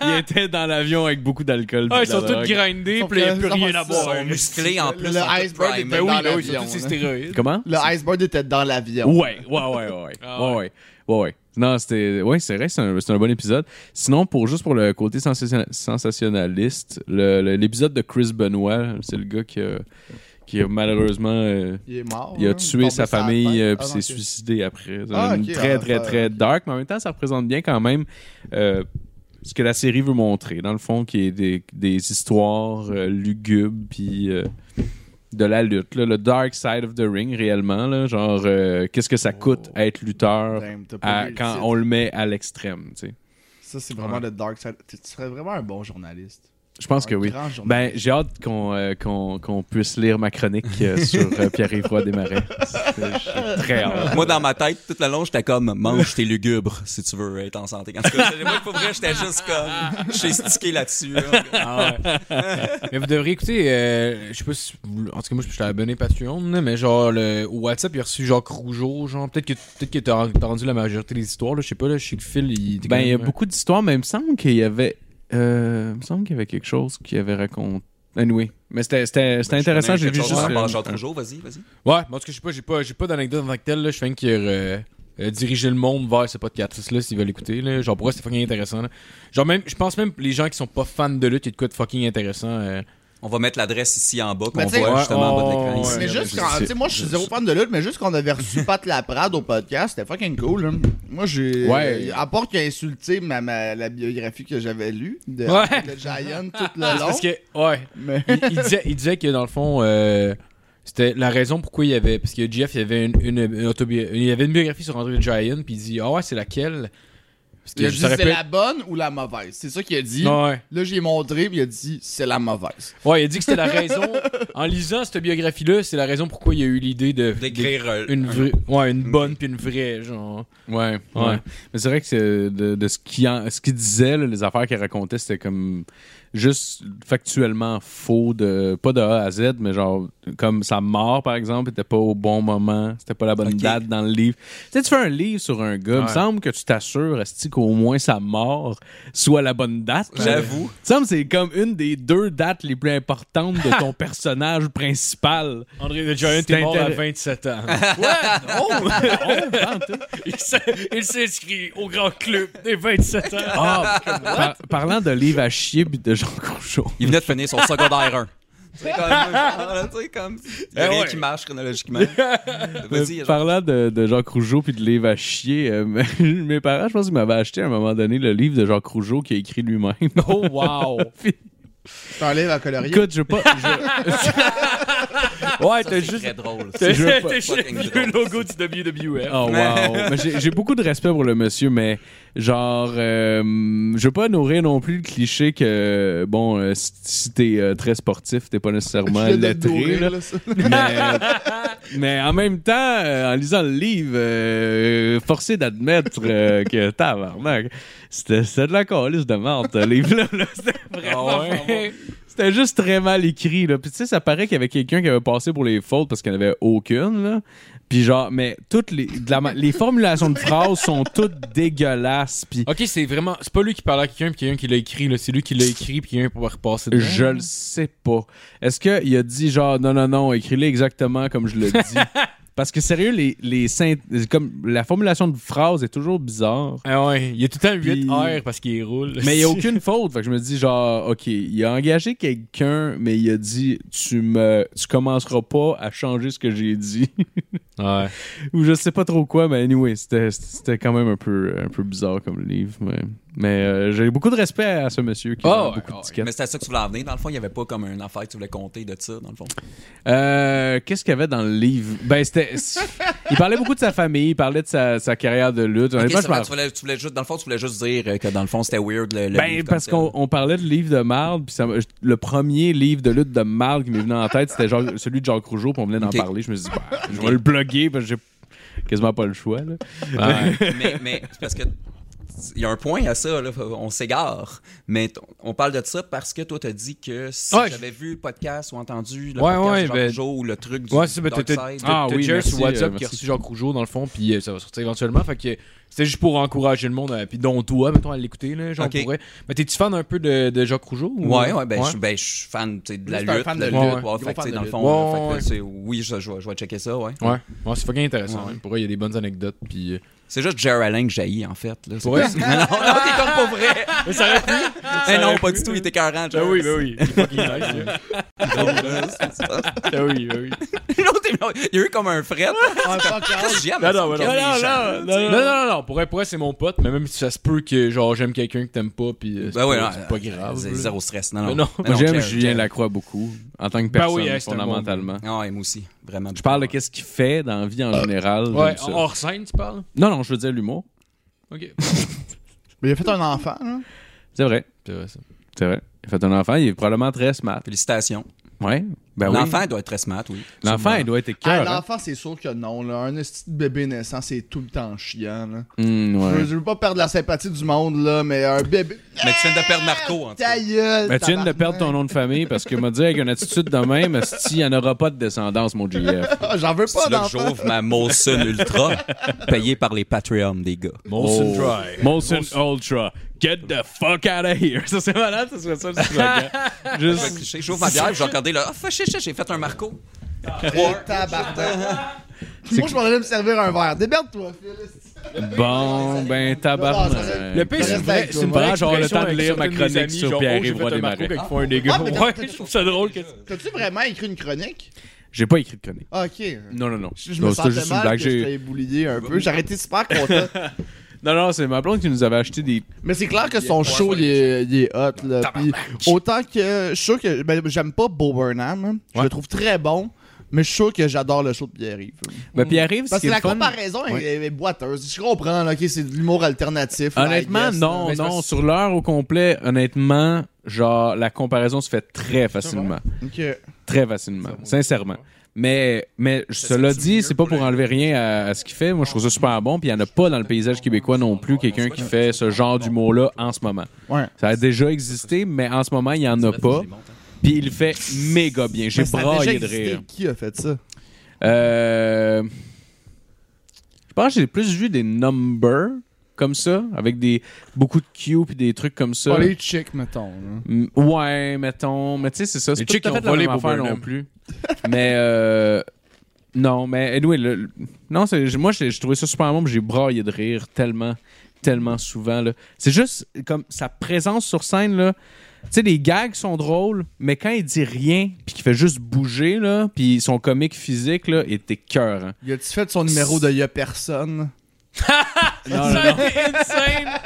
il était dans l'avion avec beaucoup d'alcool. Ah, puis ils Ah. sont de la tous drogue. grindés, Sauf puis il n'y a que- plus sauf rien que à ça, boire. Ils sont musclés en plus. Le ils sont tous iceberg primés. était Ben oui, dans là, ils l'avion, sont tous là. stéroïdes. Comment? Le iceberg était dans l'avion. Ouais, ouais, ouais, [LAUGHS] ouais, ouais. Ah ouais. ouais, ouais. Ouais, ouais. Non, c'était. Ouais, c'est vrai, c'est un, c'est un bon épisode. Sinon, pour juste pour le côté sensationa- sensationnaliste, le- le- l'épisode de Chris Benoit, c'est le gars qui a, qui a malheureusement. euh, Il est mort. il a hein, tué tombé sa sur la famille tête. euh, Ah, puis non, s'est ok. suicidé après. C'est Ah, une ok, très ah, très ah, très dark, mais en même temps ça représente bien quand même euh, ce que la série veut montrer dans le fond, qui est des, des histoires euh, lugubres puis euh, de la lutte, là, le dark side of the ring réellement, là, genre euh, qu'est-ce que ça coûte Oh. être lutteur Damn, t'as pas à- lu le Ah, quand titre. on le met à l'extrême. tu sais. Ça, c'est vraiment le dark side. Tu tu serais vraiment un bon journaliste. Je pense Un que oui. grand journaliste. Ben, j'ai hâte qu'on euh, qu'on- qu'on puisse lire ma chronique euh, sur euh, Pierre-Yves Roy [LAUGHS] Desmarais. J'ai Très hâte. Moi, dans ma tête, toute la longue, j'étais comme, mange tes lugubres si tu veux être en santé. En tout cas, moi, pour vrai, j'étais juste comme, j'ai stické là-dessus. là. Ah ouais. mais vous devriez écouter, euh, je sais pas si. vous- En tout cas, moi, je suis abonné Patreon, là, mais genre, le, au WhatsApp, il a reçu Jacques Rougeau. Genre, peut-être que peut-être que t'as entendu la majorité des histoires, là, je sais pas, là, je sais que Phil, il. était Ben, quand il y a même- euh, beaucoup d'histoires, mais il me semble qu'il y avait. euh, il me semble qu'il y avait quelque chose qu'il avait raconté. Anyway. Mais c'était, c'était, c'était Ben, je intéressant, connais j'ai quelque vu chose juste. par rapport à euh, Jean Trougeau, vas-y, vas-y. Ouais, mais en tout cas, je sais pas, j'ai pas, j'ai pas d'anecdote en tant que telle, là. Je fais qu'il a euh, euh, dirigé le monde vers ce podcast-là, s'ils veulent l'écouter, là. Genre, pour eux, c'est fucking intéressant, là. Genre, même, je pense même les gens qui sont pas fans de lutte, il y a de quoi de fucking intéressant. euh. On va mettre l'adresse ici en bas qu'on Ben, t'sais, voit ouais, justement en bas de on- l'écran. ici. mais juste mais quand, c'est- tu sais, moi, je suis zéro fan de lutte, mais juste qu'on avait [LAUGHS] reçu Pat Laprade au podcast, c'était fucking cool. hein. Moi, j'ai. euh, Ouais. À part qu'il a insulté ma, ma- la biographie que j'avais lue de, Ouais. de Giant tout [LAUGHS] le long. Parce que, ouais. Ah Mais il, il disait, il disait que dans le fond, euh, c'était la raison pourquoi il y avait. Parce que Jeff, il y avait une, une, une autobi- il y avait une biographie sur André the Giant, puis il dit Ah ouais, c'est laquelle Parce il a je dit saurais c'est pas- la bonne ou la mauvaise. C'est ça qu'il a dit. Non, ouais. Là, j'ai montré, puis il a dit c'est la mauvaise. ouais, il a dit que c'était la raison. en lisant cette biographie-là, c'est la raison pourquoi il y a eu l'idée de. D'écrire euh, Une, un- vraie, ouais, une bonne puis une vraie, genre. Ouais, ouais. Ouais. Mais c'est vrai que c'est de, de ce, qu'il en- ce qu'il disait, là, les affaires qu'il racontait, c'était comme juste factuellement faux, de, pas de A à Z, mais genre, comme sa mort, par exemple, était pas au bon moment, c'était pas la bonne Ok. date dans le livre. Tu sais, tu fais un livre sur un gars, il me Ouais. semble que tu t'assures, Asti, qu'au moins sa mort soit la bonne date. là. J'avoue. Il me semble que c'est comme une des deux dates les plus importantes de [LAUGHS] ton personnage principal. André the Giant C'est est mort à intéressant. 27 [LAUGHS] ans. [LAUGHS] il s'est- il s'est inscrit au grand club des 27 ans. Ah, par- parlant de livres à chier pis de Jean Conchot. Il venait de finir son secondaire 1. [LAUGHS] C'est comme, euh, tu sais, comme, il y a Eh rien ouais. qui marche chronologiquement. Vas-y, Euh, genre, Parlant de, de Jacques Rougeau puis de livres à chier, euh, [LAUGHS] mes parents, je pense qu'ils m'avaient acheté à un moment donné le livre de Jacques Rougeau qu'il a écrit lui-même. Oh, wow. Puis, C'est un livre à colorier. [LAUGHS] Écoute, je veux pas. [LAUGHS] je- ouais, ça, t'as c'est juste. très drôle. T'as C'est juste t'as juste fucking le drôle. logo du WWF. Oh, wow. Mais J'ai j'ai beaucoup de respect pour le monsieur, mais genre, euh, je veux pas nourrir non plus le cliché que, bon, euh, si- si t'es euh, très sportif, t'es pas nécessairement [LAUGHS] Je viens de le lettré. nourrir, [LAUGHS] là. là, ça. Mais, mais en même temps, euh, en lisant le livre, euh, forcé d'admettre euh, que tabarnak, c'était c'était de la calice de merde, ce livre-là. là. C'était vraiment [LAUGHS] Ah ouais? pas bon. C'était juste très mal écrit, là. Puis tu sais, ça paraît qu'il y avait quelqu'un qui avait passé pour les fautes parce qu'il n'y en avait aucune, là. Puis genre, mais toutes les, de la ma- les formulations de phrases sont toutes dégueulasses. Puis Ok, c'est vraiment. C'est pas lui qui parle à quelqu'un, puis quelqu'un qui l'a écrit, là. C'est lui qui l'a écrit, puis quelqu'un pour repasser dedans. je le sais pas. Est-ce qu'il a dit genre, non, non, non, écris-les exactement comme je le dis? Parce que sérieux, les, les synth- comme la formulation de phrase est toujours bizarre. Ah ouais, il y a tout le temps 8 Puis- R parce qu'il roule. [LAUGHS] Mais il n'y a aucune faute. Fait que je me dis, genre, OK, il a engagé quelqu'un, mais il a dit, tu me, tu commenceras pas à changer ce que j'ai dit. [LAUGHS] Ouais. Ou je sais pas trop quoi, mais anyway, c'était- c'était quand même un peu, un peu bizarre comme livre. Mais, mais, euh, j'ai beaucoup de respect à ce monsieur qui Oh, a ouais, beaucoup ouais. de tickets. Mais c'était ça que tu voulais en venir. Dans le fond, il n'y avait pas comme une affaire que tu voulais compter de ça, dans le fond. Euh, Qu'est-ce qu'il y avait dans le livre? [LAUGHS] Ben, c'était. il parlait beaucoup de sa famille, il parlait de sa, sa carrière de lutte. Ok, Honnêtement, ça je va, m'en- tu voulais, tu voulais juste, dans le fond, tu voulais juste dire euh, que dans le fond, c'était weird le. le Ben, livre parce comme qu'on tel. on parlait de livres de marde, puis ça m'a- le premier livre de lutte de marde qui m'est venu en tête, c'était genre- celui de Jacques Rougeau, puis on venait d'en Ok. parler. Je me suis dit, bah, je vais le bloguer, parce que j'ai quasiment pas le choix. Là. mais, mais c'est parce que. Il y a un point à ça, là, on s'égare. Mais t- on parle de ça parce que toi, t'as dit que si Ouais, j'avais vu le podcast ou entendu le Ouais, podcast ouais, de Jean ben- Rougeau ou le truc du Ouais, c'est ben, Dark t'as- Side, t'as- Ah t'as oui, Jerry merci, sur WhatsApp euh, qui a merci. reçu Jacques Rougeau dans le fond, puis euh, ça va sortir éventuellement. Fait que c'était juste pour encourager le monde, euh, puis dont toi, mettons, à l'écouter, là, genre Ok. pourrait. Mais t'es-tu fan un peu de, de Jacques Rougeau? ou- euh, Ouais, ouais, ben, Je, suis- ben, je suis fan tu sais, de la Lui, c'est un lutte. fan de la de lutte. lutte. ouais, Gros fait que, tu fan sais, de dans le lutte. fond, Ouais, fait que, ouais. tu sais, oui, je, je vais- je vais checker ça, ouais. Ouais, ouais c'est fucking intéressant. Ouais. hein. Pour vrai, il y a des bonnes anecdotes, puis. euh, C'est juste Jerry Allen que j'haïs, en fait. Là. C'est Ouais. plus- [LAUGHS] non, non, t'es comme pas vrai. Mais ça aurait pu! Eh non, pas du tout, il était carrant, Ben Jerry. oui, ben oui. Il est fucking nice, [LAUGHS] là. Ben oui, ben oui. Non, t'es- non, [LAUGHS] il y a eu comme [LAUGHS] un fret. Ah, fuck off. Qu'est-ce que j'aime? Non, non, [LAUGHS] mais non, c'est non, méchant, non, tu sais. non, non, non, pour vrai, pour vrai, c'est mon pote, mais même si ça se peut que genre j'aime quelqu'un que t'aimes pas, puis euh, c'est Ben oui, pas, non, c'est pas grave. C'est là. zéro stress, non, Ben non. non. Ben Moi, j'aime Jerry, Julien Jerry. Lacroix beaucoup, en tant que Ben personne, oui, hey, c'est un bon fondamentalement. Ah, ouais, moi aussi, vraiment. Je parle de qu'est-ce qu'il fait dans la vie en général. j'aime Ouais, oh. ça. hors scène, tu parles? Non, non, je veux dire l'humour. [LAUGHS] Ok. Mais il a fait un enfant, là. C'est vrai, C'est vrai, ça. c'est vrai. Il a fait un enfant, il est probablement très smart. Félicitations. Ouais, ben oui. L'enfant, il doit être très smart, oui. L'enfant, il doit être Ah, cœur. L'enfant, c'est sûr que non, là. Un petit bébé naissant, c'est tout le temps chiant, là. Je veux- Hum, ouais. Je veux pas perdre la sympathie du monde, là, mais un bébé. Mais tu viens de perdre Marco, en tout cas. Ta [LAUGHS] gueule, Ben, tu viens de tabarnak. perdre ton nom de famille parce que m'a dit avec une attitude de même, si il n'y en aura pas de descendance, mon GF. Ah, J'en veux pas C'est là que d'enfant. j'ouvre ma Molson Ultra, payée par les Patreons des gars. Molson Oh. Dry. Molson Ultra, get the fuck out of here. [LAUGHS] Ça, c'est malade, ça serait ça le hein. slogan. [LAUGHS] Je vais Juste. clicher, j'ouvre ma bière, j'ai regardé là. Ah, fais chier, chier, j'ai fait un Marco. Eh, [LAUGHS] tabarnak. Moi, je m'en allais me servir un verre. Déberde-toi, Phil. Bon, ben, tabarnak. Le pire, c'est une vraie- c'est une vraie Reste expression avec toi. Genre, le temps de avec lire certains ma de mes chronique amis, sur genre, oh, Pierre-Yves j'ai fait un Roy-Desmarais. Marco quand ils font un dégât. Ah, mais t'as- [LAUGHS] Ouais, je trouve ça drôle. que- T'as-tu vraiment écrit une chronique? J'ai pas écrit de chronique. Ah, ok. Non, non, non. Je, je Non, me c'était sentais juste une mal blague, que j'ai- je t'ai boulié un peu. J'aurais été super content. Non, non, c'est ma blonde qui nous avait acheté des. Mais c'est clair que son show, il est, il est hot. Là. Puis autant que. Je suis sûr que. ben, j'aime pas Bo Burnham. hein. Je le trouve très bon. Mais je suis sûr que j'adore le show de Pierre-Yves. Ben, puis arrive, Parce c'est que la fun. comparaison est- est, est boiteuse. Je comprends, là, ok, c'est de l'humour alternatif. là, I Honnêtement, guess, non, là. non. Sur l'heure au complet, honnêtement, genre, la comparaison se fait très facilement. Ok. Très facilement, sincèrement. Mais, mais cela dit, c'est pas pour enlever rien à, à ce qu'il fait. Moi, je trouve ça super bon. Puis il n'y en a pas dans le paysage québécois non plus quelqu'un qui fait ce genre d'humour-là en ce moment. Ouais. Ça a déjà existé, mais en ce moment, il n'y en a pas. hein. Puis il le fait méga bien. J'ai Mais ça a déjà braillé de existé. rire. Qui a fait ça? Euh, je pense que j'ai plus vu des numbers comme ça, avec des beaucoup de Q puis des trucs comme ça. Pas les chicks, mettons. là. Mm, Ouais, mettons. Mais tu sais, c'est ça. C'est Les pas chicks tout à qui fait ont la volé même Bo affaire non Burnham. plus. mais euh, non, mais anyway, le- le- non, c'est- j'ai- moi, j'ai j'ai trouvé ça super bon, puis j'ai braillé de rire tellement, tellement souvent. là. C'est juste comme sa présence sur scène, là. Tu sais, les gags sont drôles, mais quand il dit rien, puis qu'il fait juste bouger, là, puis son comique physique, là, est écœurant. Il a-tu fait son numéro de Y'a personne? Non, non, Ça a non. été insane!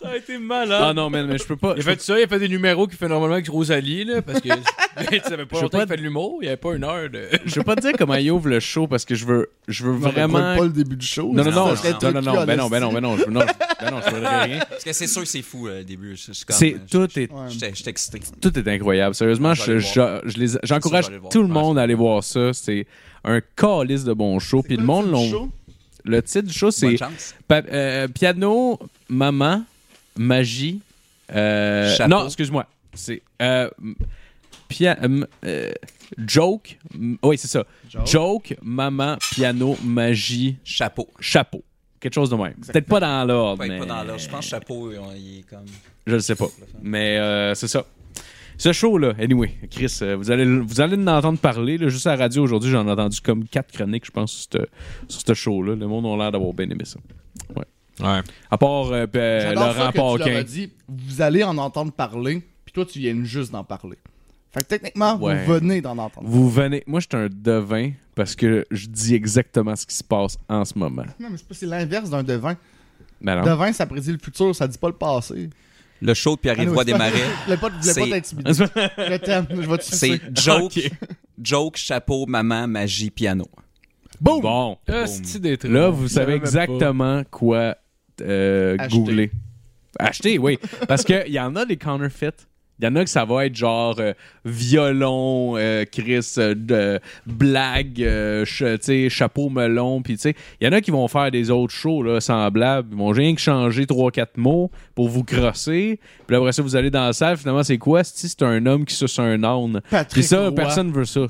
Ça a été Ah malade. non, man, mais je peux pas. Il a fait ça, il a fait des numéros qu'il fait normalement avec Rosalie, là, parce [LAUGHS] que tu savais pas longtemps Je veux pas- qu'il fait de l'humour, il y avait pas une heure de... Je peux pas te dire comment il ouvre le show parce que je veux, je veux Non, mais vraiment. Pas le début du show. Non, non, non, ça je- serait non, non, tout non, cul, ben non, ben honnêtement. non, ben non, je, non, je- ben non, je voudrais [LAUGHS] rien. Parce que c'est sûr que c'est fou, euh, le début. Je, je suis comme, C'est, euh, je- tout, est, Ouais. J'étais j'étais excité. tout est incroyable. Sérieusement, Je vais je, aller je, je les- j'encourage Ça, je vais aller le tout le voir. monde à aller voir ça. C'est un calice de bons shows. Puis le monde, C'est l'ont- chaud. le titre du show, Bonne c'est chance. Pa- euh, Piano, Maman, Magie. euh, Chapeau. non, excuse-moi. C'est. euh, m- pia- m- euh, joke. m- oh Oui, c'est ça. Joke. maman, piano, magie, Chapeau. chapeau. Quelque chose de même. Peut-être pas dans l'ordre. Ouais, mais- pas dans l'ordre. Je pense que chapeau, euh, il est comme. Je le sais pas. Mais euh, c'est ça. Ce show-là, anyway, Chris, euh, vous allez vous allez en entendre parler. là, juste à la radio aujourd'hui, j'en ai entendu comme quatre chroniques, je pense, sur ce sur ce show-là. Le monde a l'air d'avoir bien aimé ça. Ouais. Ouais. À part euh, ben, J'adore ça Laurent que tu leur Paquin. as dit, vous allez en entendre parler, puis toi, tu viens juste d'en parler. Fait que techniquement, Ouais. vous venez d'en entendre. Vous venez. Moi, je suis un devin parce que je dis exactement ce qui se passe en ce moment. Non, mais c'est pas c'est l'inverse d'un devin. Mais non. Devin, ça prédit le futur, ça dit pas le passé. Le show de Ah non, Pierre-Yves c'est pas- [LAUGHS] Desmarais, Je voulais pas, je voulais C'est- pas t'intimider. [LAUGHS] Je t'aime, je vais te c'est sucer. joke, joke, chapeau, maman, magie, piano. Boum! Bon. c'est Ah, des trucs. Là, vous savez savais même exactement quoi euh, Acheter. googler. Acheter, oui. Parce qu'il y en a des counterfeits. Il y en a que ça va être genre euh, violon, euh, Chris, euh, de- blague, euh, ch- tu sais, chapeau melon. Puis, tu sais, il y en a qui vont faire des autres shows là, semblables. Ils vont rien que changer 3-4 mots pour vous crosser. Puis après ça, vous allez dans la salle. Finalement, c'est quoi? Si c'est un homme qui suce un âne. Puis Patrick ça, Roy. personne veut ça.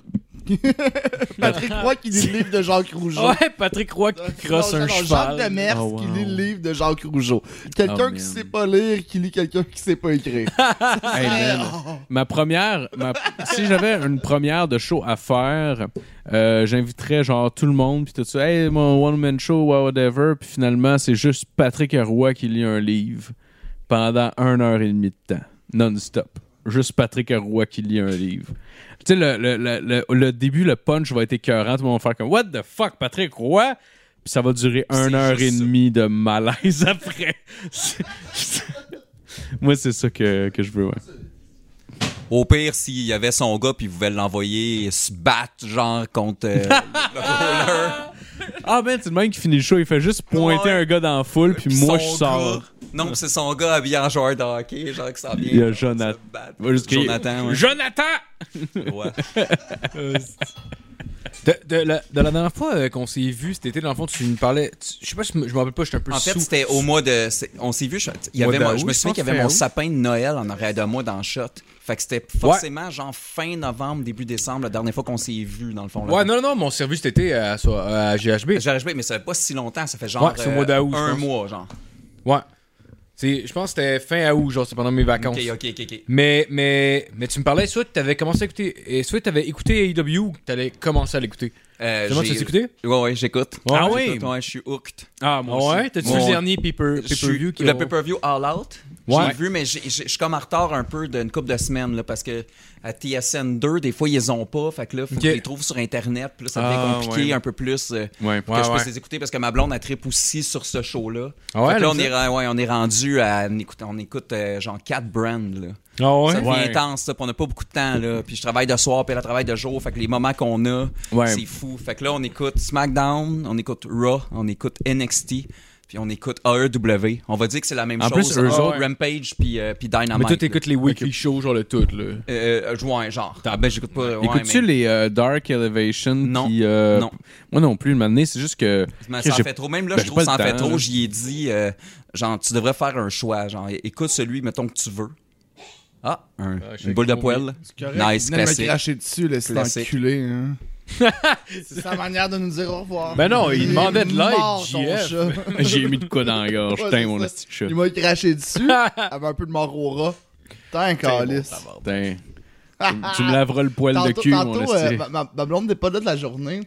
Patrick Roy qui lit le livre de Jacques Rougeau. Ouais, Patrick Roy qui crosse Non, un non, cheval. Jacques Demers Oh, wow. qui lit le livre de Jacques Rougeau. Quelqu'un Oh, qui man. sait pas lire, qui lit quelqu'un qui sait pas [LAUGHS] écrire. oh. Hey, man. Ma première, ma- si j'avais une première de show à faire, euh, j'inviterais genre tout le monde puis tout ça. Hey, mon one man show, ouais, whatever. Puis finalement, c'est juste Patrick Roy qui lit un livre pendant une heure et demie de temps, non-stop. Juste Patrick Roy qui lit un livre. Tu sais, le, le, le, le- le début, le punch va être écœurant. Tout le monde va faire comme What the fuck, Patrick Roy? Puis ça va durer une c'est heure et juste ça. demie de malaise [LAUGHS] après. Moi, c'est ça que, que je veux, ouais. Au pire, s'il y avait son gars, puis vous voulez l'envoyer se battre, genre, contre euh, le roller. Ah ben, c'est le même qui finit le show, il fait juste pointer Ouais. un gars dans la foule, puis Puis moi je son sors. gars- Non, puis c'est son gars habillé en joueur de hockey, genre, qui s'en vient. Il y a genre, Jonathan. se battre. Va juste crier, Jonathan, ouais. Jonathan! Ouais. De, de la, de la dernière fois euh, qu'on s'est vu cet été, dans le fond, tu me parlais. tu- je sais pas si je me je me rappelle pas, j'étais un peu En fait, sous. c'était au mois de. c'est- On s'est vu. Je, il y Mois avait, moi, d'août, je me je souviens pense, qu'il y avait fin mon août. sapin de Noël en arrière de moi dans le shot. Fait que c'était forcément genre fin novembre, début décembre, la dernière fois qu'on s'est vu dans le fond. là. Ouais, non, non, non, mon service cet été à, so- à GHB. J'ai rajouté, mais ça fait pas si longtemps, ça fait genre euh, Ouais, c'est au mois d'août, je un pense. mois, genre. Ouais. C'est- Je pense que c'était fin août, genre, c'est pendant mes vacances. Ok, ok, ok, ok. Mais, mais, mais tu me parlais, soit t'avais commencé à écouter, et soit t'avais écouté AEW ou que t'allais commencer à l'écouter. Euh, Finalement, j'ai- tu l'as écouté? Ouais, ouais, j'écoute. Ouais, Ah j'écoute, oui? Ouais, je suis hooked. Ah, Ah ouais? T'as-tu vu Moi, le on- dernier paper- Je suis- pay-per-view qui Le ont- pay-per-view All Out. Ouais. J'ai vu, mais j'ai- j'ai- je suis comme en retard un peu d'une couple de semaines, là, parce que à TSN 2, des fois, ils les ont pas. Fait que là, faut Ok. que je les trouve sur Internet. Puis là, ça devient Ah, compliqué ouais. un peu plus euh, Ouais, que ouais, je puisse ouais. les écouter parce que ma blonde, elle tripe aussi sur ce show-là. Ah ouais, Fait que là, on elle est, ouais, on est rendu à. On écoute, on écoute euh, genre 4 brands, là. Ah ouais? Ça devient Ouais. intense, ça, puis on n'a pas beaucoup de temps, là. Puis je travaille de soir, puis elle elle travaille de jour. Fait que les moments qu'on a, Ouais. c'est fou. Fait que là, on écoute SmackDown, on écoute Raw, on écoute NXT, puis on écoute AEW. On va dire que c'est la même En chose. plus, eux Ah, autres- Rampage, puis, euh, puis Mais Dynamite. toi, t'écoutes les weekly shows, genre le tout, là. là. Euh, euh, ouais, genre. Ah, ben, j'écoute pas. ouais, Écoutes-tu mais- les euh, Dark Elevation? Non. Qui, euh, Non. Moi non plus, le moment donné, c'est juste que. Mais que ça en j'ai- fait trop. Même là, Ben, je j'ai trouve ça pas en le fait temps, trop. là. J'y ai dit, euh, genre, tu devrais faire un choix. Genre, écoute celui, mettons, que tu veux. Ah, un- je sais une boule de que- poêle. Nice, venait de me classique. cracher dessus, là, cet Classique. enculé. hein. [LAUGHS] c'est sa manière de nous dire au revoir. Ben non, il est demandait de l'aide, mort, ton JF. chat. [LAUGHS] J'ai mis de quoi dans la gorge, Ouais, putain, c'est mon ça. esti de chat. Il m'a [LAUGHS] craché dessus, avait un peu de mort au rat. Putain, calice. Putain. Tu- tu me laveras le poil de Tantôt, cul, mon tantôt, euh, esti. ma, ma- ma blonde n'est pas là de la journée.